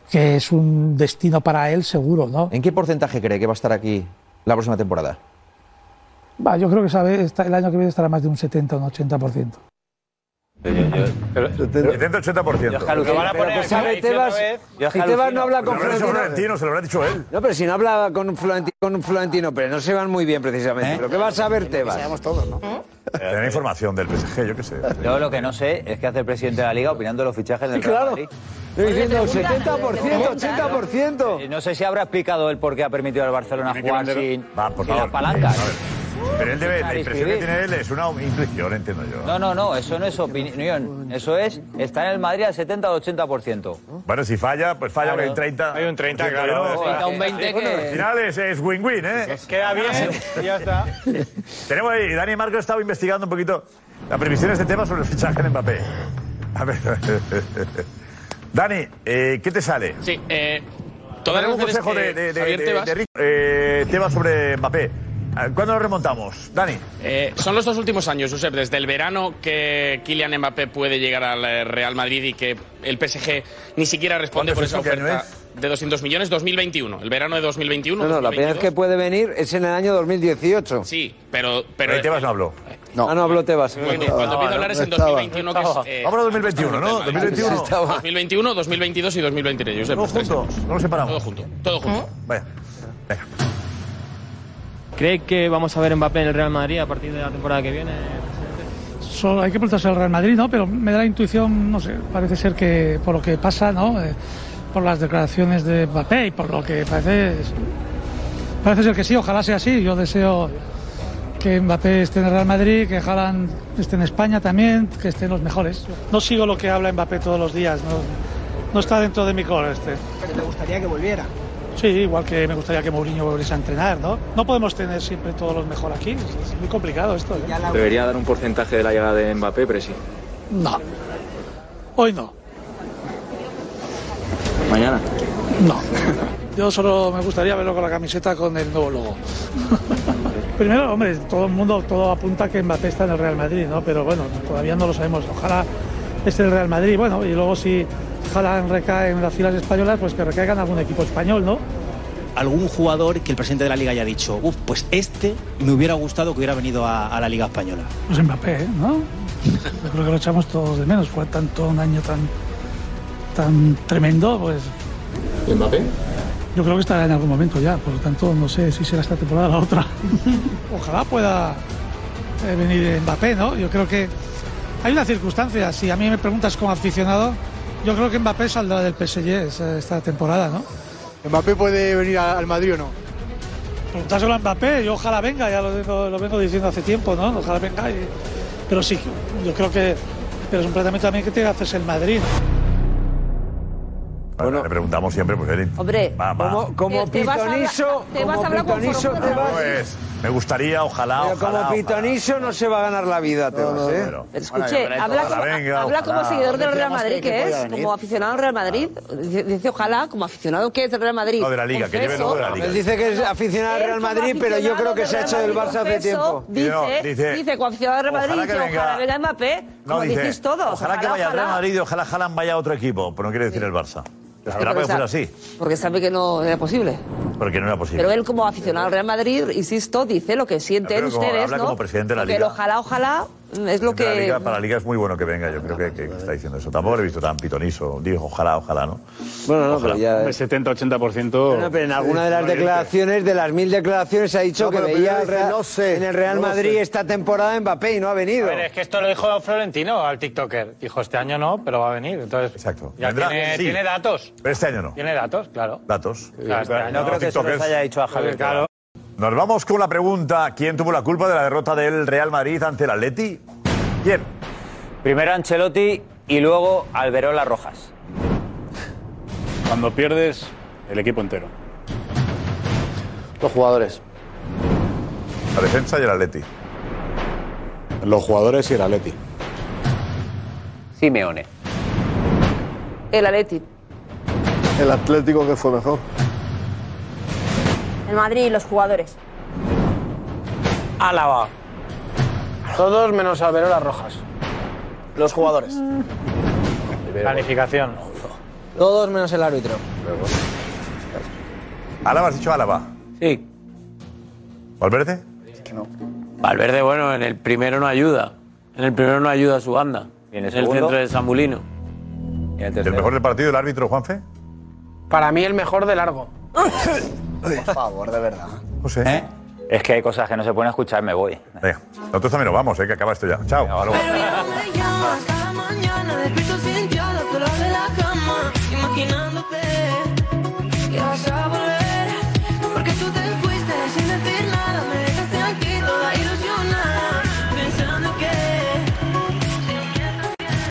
que es un destino para él seguro, ¿no?
¿En qué porcentaje cree que va a estar aquí la próxima temporada?
Va, yo creo que sabe, está- el año que viene estará más de un 70 o un 80%.
70-80%.
Lo van a Pero poner que aquí, sabe ahí, Tebas- otra vez. si Tebas no habla con
Pero eso
Florentino.
Florentino, se lo habrá dicho él.
No, pero si no hablaba con Florentino, con Florentino pero no se van muy bien precisamente. Lo que vas a ver te vas.
todos, ¿Eh? ¿no? Tener información del PSG, yo qué sé.
Yo lo que no sé es qué hace el presidente de la Liga opinando de los fichajes del
Sí,
Real
claro.
Madrid.
Estoy diciendo 70%, 80%.
Eh, No sé si habrá explicado él por qué ha permitido al Barcelona
Tiene que
jugar
vender-
sin,
Va, por
sin
favor.
la palanca.
Sí, a ver. Pero él debe, la
Escribir.
impresión que tiene él es una intuición, entiendo yo.
No, no, no, eso no es opinión. Eso es estar en el Madrid al 70 o 80%.
Bueno, si falla, pues falla
Claro.
un 30.
Hay un 30,
Porque
claro.
no,
Un 30, un 20
bueno,
que-
Al final es- es win-win, ¿eh?
Queda bien y ya está.
Tenemos ahí, Dani Marco estaba investigando un poquito la previsión de este tema sobre el fichaje de Mbappé. A ver. Dani, eh, ¿qué te sale?
Sí, eh,
Dame
todas
un
las veces
consejo de,
que
de, de,
Javier
de-
Tebas-
de Rico. Eh, Tebas sobre Mbappé. ¿Cuándo lo remontamos? Dani.
Eh, son los dos últimos años, Josep, desde el verano que Kylian Mbappé puede llegar al eh, Real Madrid y que el PSG ni siquiera
¿Cuándo
responde por
es
esa
eso? ¿Qué año
oferta de 200 millones, 2021, el verano de 2021.
No, no, la primera vez que puede venir es en el año 2018.
Sí, pero... pero
Tebas no habló.
No. Ah, no habló Tebas.
Bueno, cuando empiezo a hablar es en 2021, que es... eh,
Vamos a 2021, ¿no? 2021.
2021, 2022 y 2023, Josep.
Todos juntos, no nos separamos.
Todo junto, todo junto.
Vaya.
¿Cree que vamos a ver Mbappé en el Real Madrid a partir de la temporada que viene?
Solo hay que preguntarse al Real Madrid, ¿no? Pero me da la intuición, no sé, parece ser que por lo que pasa, ¿no? Eh, por las declaraciones de Mbappé y por lo que parece. Parece ser que sí, ojalá sea así. Yo deseo que Mbappé esté este en el Real Madrid, que Haaland esté en España también, que estén los mejores. No sigo lo que habla Mbappé todos los días, no, no está dentro de mi color este.
Pero te gustaría que volviera.
Sí, igual que me gustaría que Mourinho volviese a entrenar, ¿no? No podemos tener siempre todos los mejor aquí, es es muy complicado esto. ¿eh?
Debería dar un porcentaje de la llegada de Mbappé, pero sí.
No. Hoy no.
Mañana.
No. Yo solo me gustaría verlo con la camiseta con el nuevo logo. Primero, hombre, todo el mundo, todo apunta que Mbappé está en el Real Madrid, ¿no? Pero bueno, todavía no lo sabemos. Ojalá esté en el Real Madrid. Bueno, y luego si Haaland recae en las filas españolas, pues que recaigan algún equipo español, ¿no?
algún jugador que el presidente de la liga haya dicho, uff, pues este me hubiera gustado que hubiera venido a, a la liga española.
Pues Mbappé, ¿eh? ¿no? Yo creo que lo echamos todos de menos. Fue tanto un año tan, tan tremendo, pues
¿Mbappé?
yo creo que estará en algún momento ya. Por lo tanto, no sé si será esta temporada o la otra. Ojalá pueda eh, venir Mbappé, ¿no? Yo creo que hay una circunstancia. Si a mí me preguntas como aficionado, yo creo que Mbappé saldrá del PSG esa- eh, esta temporada, ¿no?
¿Mbappé puede venir a- al Madrid o no?
Preguntárselo a Mbappé, yo ojalá venga, ya lo, vengo- lo vengo diciendo hace tiempo, ¿no? Ojalá venga. y- pero sí, yo creo que pero es un planteamiento también que tiene que hacerse el Madrid.
Bueno, le preguntamos siempre, pues él.
Hombre,
va, va.
Como- como
Te vas a hablar-
pitoniso,
te vas a
como
hablar con
pitoniso
Foro-
te vas.
Pues, me gustaría, ojalá,
Pero
ojalá.
como pitoniso no se va a ganar la vida, Tebas, ¿eh?
Escuche, habla como, habla como seguidor del Real Madrid que es, como aficionado al Real Madrid, dice dice ojalá, como aficionado que es del Real Madrid.
No, de la Liga, que lleve el logo de la Liga. Él dice que es aficionado al Real Madrid, pero yo creo que se ha hecho del Barça hace tiempo.
Dice,
No,
dice,
dice,
como aficionado del Real
ojalá
Madrid,
que
dice,
venga-
ojalá venga Mbappé,
No,
como
dice,
decís todos.
Ojalá, que vaya al Real Madrid, ojalá Haaland vaya a otro equipo, pero no quiere decir el Barça. Esperaba que
Porque
fuera
sa-
así,
Porque sabe que no era posible.
porque no era posible.
Pero él como aficionado al Real Madrid, insisto, dice lo que sienten
Pero como-
ustedes,
habla
¿no?
como presidente de la
Porque el
Liga.
ojalá, ojalá mm, es lo
De la
que...
Liga- para la Liga es muy bueno que venga, yo creo que, que está diciendo eso. Tampoco lo he visto tan pitoniso. Digo, ojalá, ojalá, ¿no?
Bueno, no, pero ya-
El 70-80%.
Bueno, pero en alguna de las declaraciones, de las mil declaraciones, ha dicho
No,
que
pero
veía
primero
al
dice,
Real-
"No sé,
en el Real
no lo
Madrid
sé".
esta temporada Mbappé y no ha venido.
Pero es que esto lo dijo Florentino al TikToker. Dijo, este año no, pero va a venir. Entonces, Exacto. Ya
Vendrá,
tiene,
sí.
tiene datos.
Pero este año no.
Tiene datos, claro.
Datos.
Claro, este año no creo que se
TikTokers.
los haya dicho a Javier. Claro.
Nos vamos con la pregunta: ¿quién tuvo la culpa de la derrota del Real Madrid ante el Atleti? ¿Quién?
Primero Ancelotti y luego Alberola Rojas.
Cuando pierdes, el equipo entero.
Los jugadores.
La defensa y el Atleti.
Los jugadores y el Atleti.
Simeone.
El Atleti.
El Atlético que fue mejor.
El Madrid y los jugadores.
Álava. Todos menos Alberola Rojas. Los jugadores.
Planificación.
Todos menos el árbitro.
Álava, has dicho Álava.
Sí.
¿Valverde?
Valverde, bueno, en el primero no ayuda. En el primero no ayuda a su banda. En el,
segundo?
centro de Zambulino.
¿El mejor del partido, el árbitro, Juanfe?
Para mí el mejor de largo.
Por favor, de verdad.
José.
¿Eh? Es que hay cosas que no se pueden escuchar, me voy.
Venga, nosotros también nos vamos, ¿eh? que acaba esto ya. Chao. Hasta luego.
mañana despierto sin ti a las horas de la cama, imaginándote.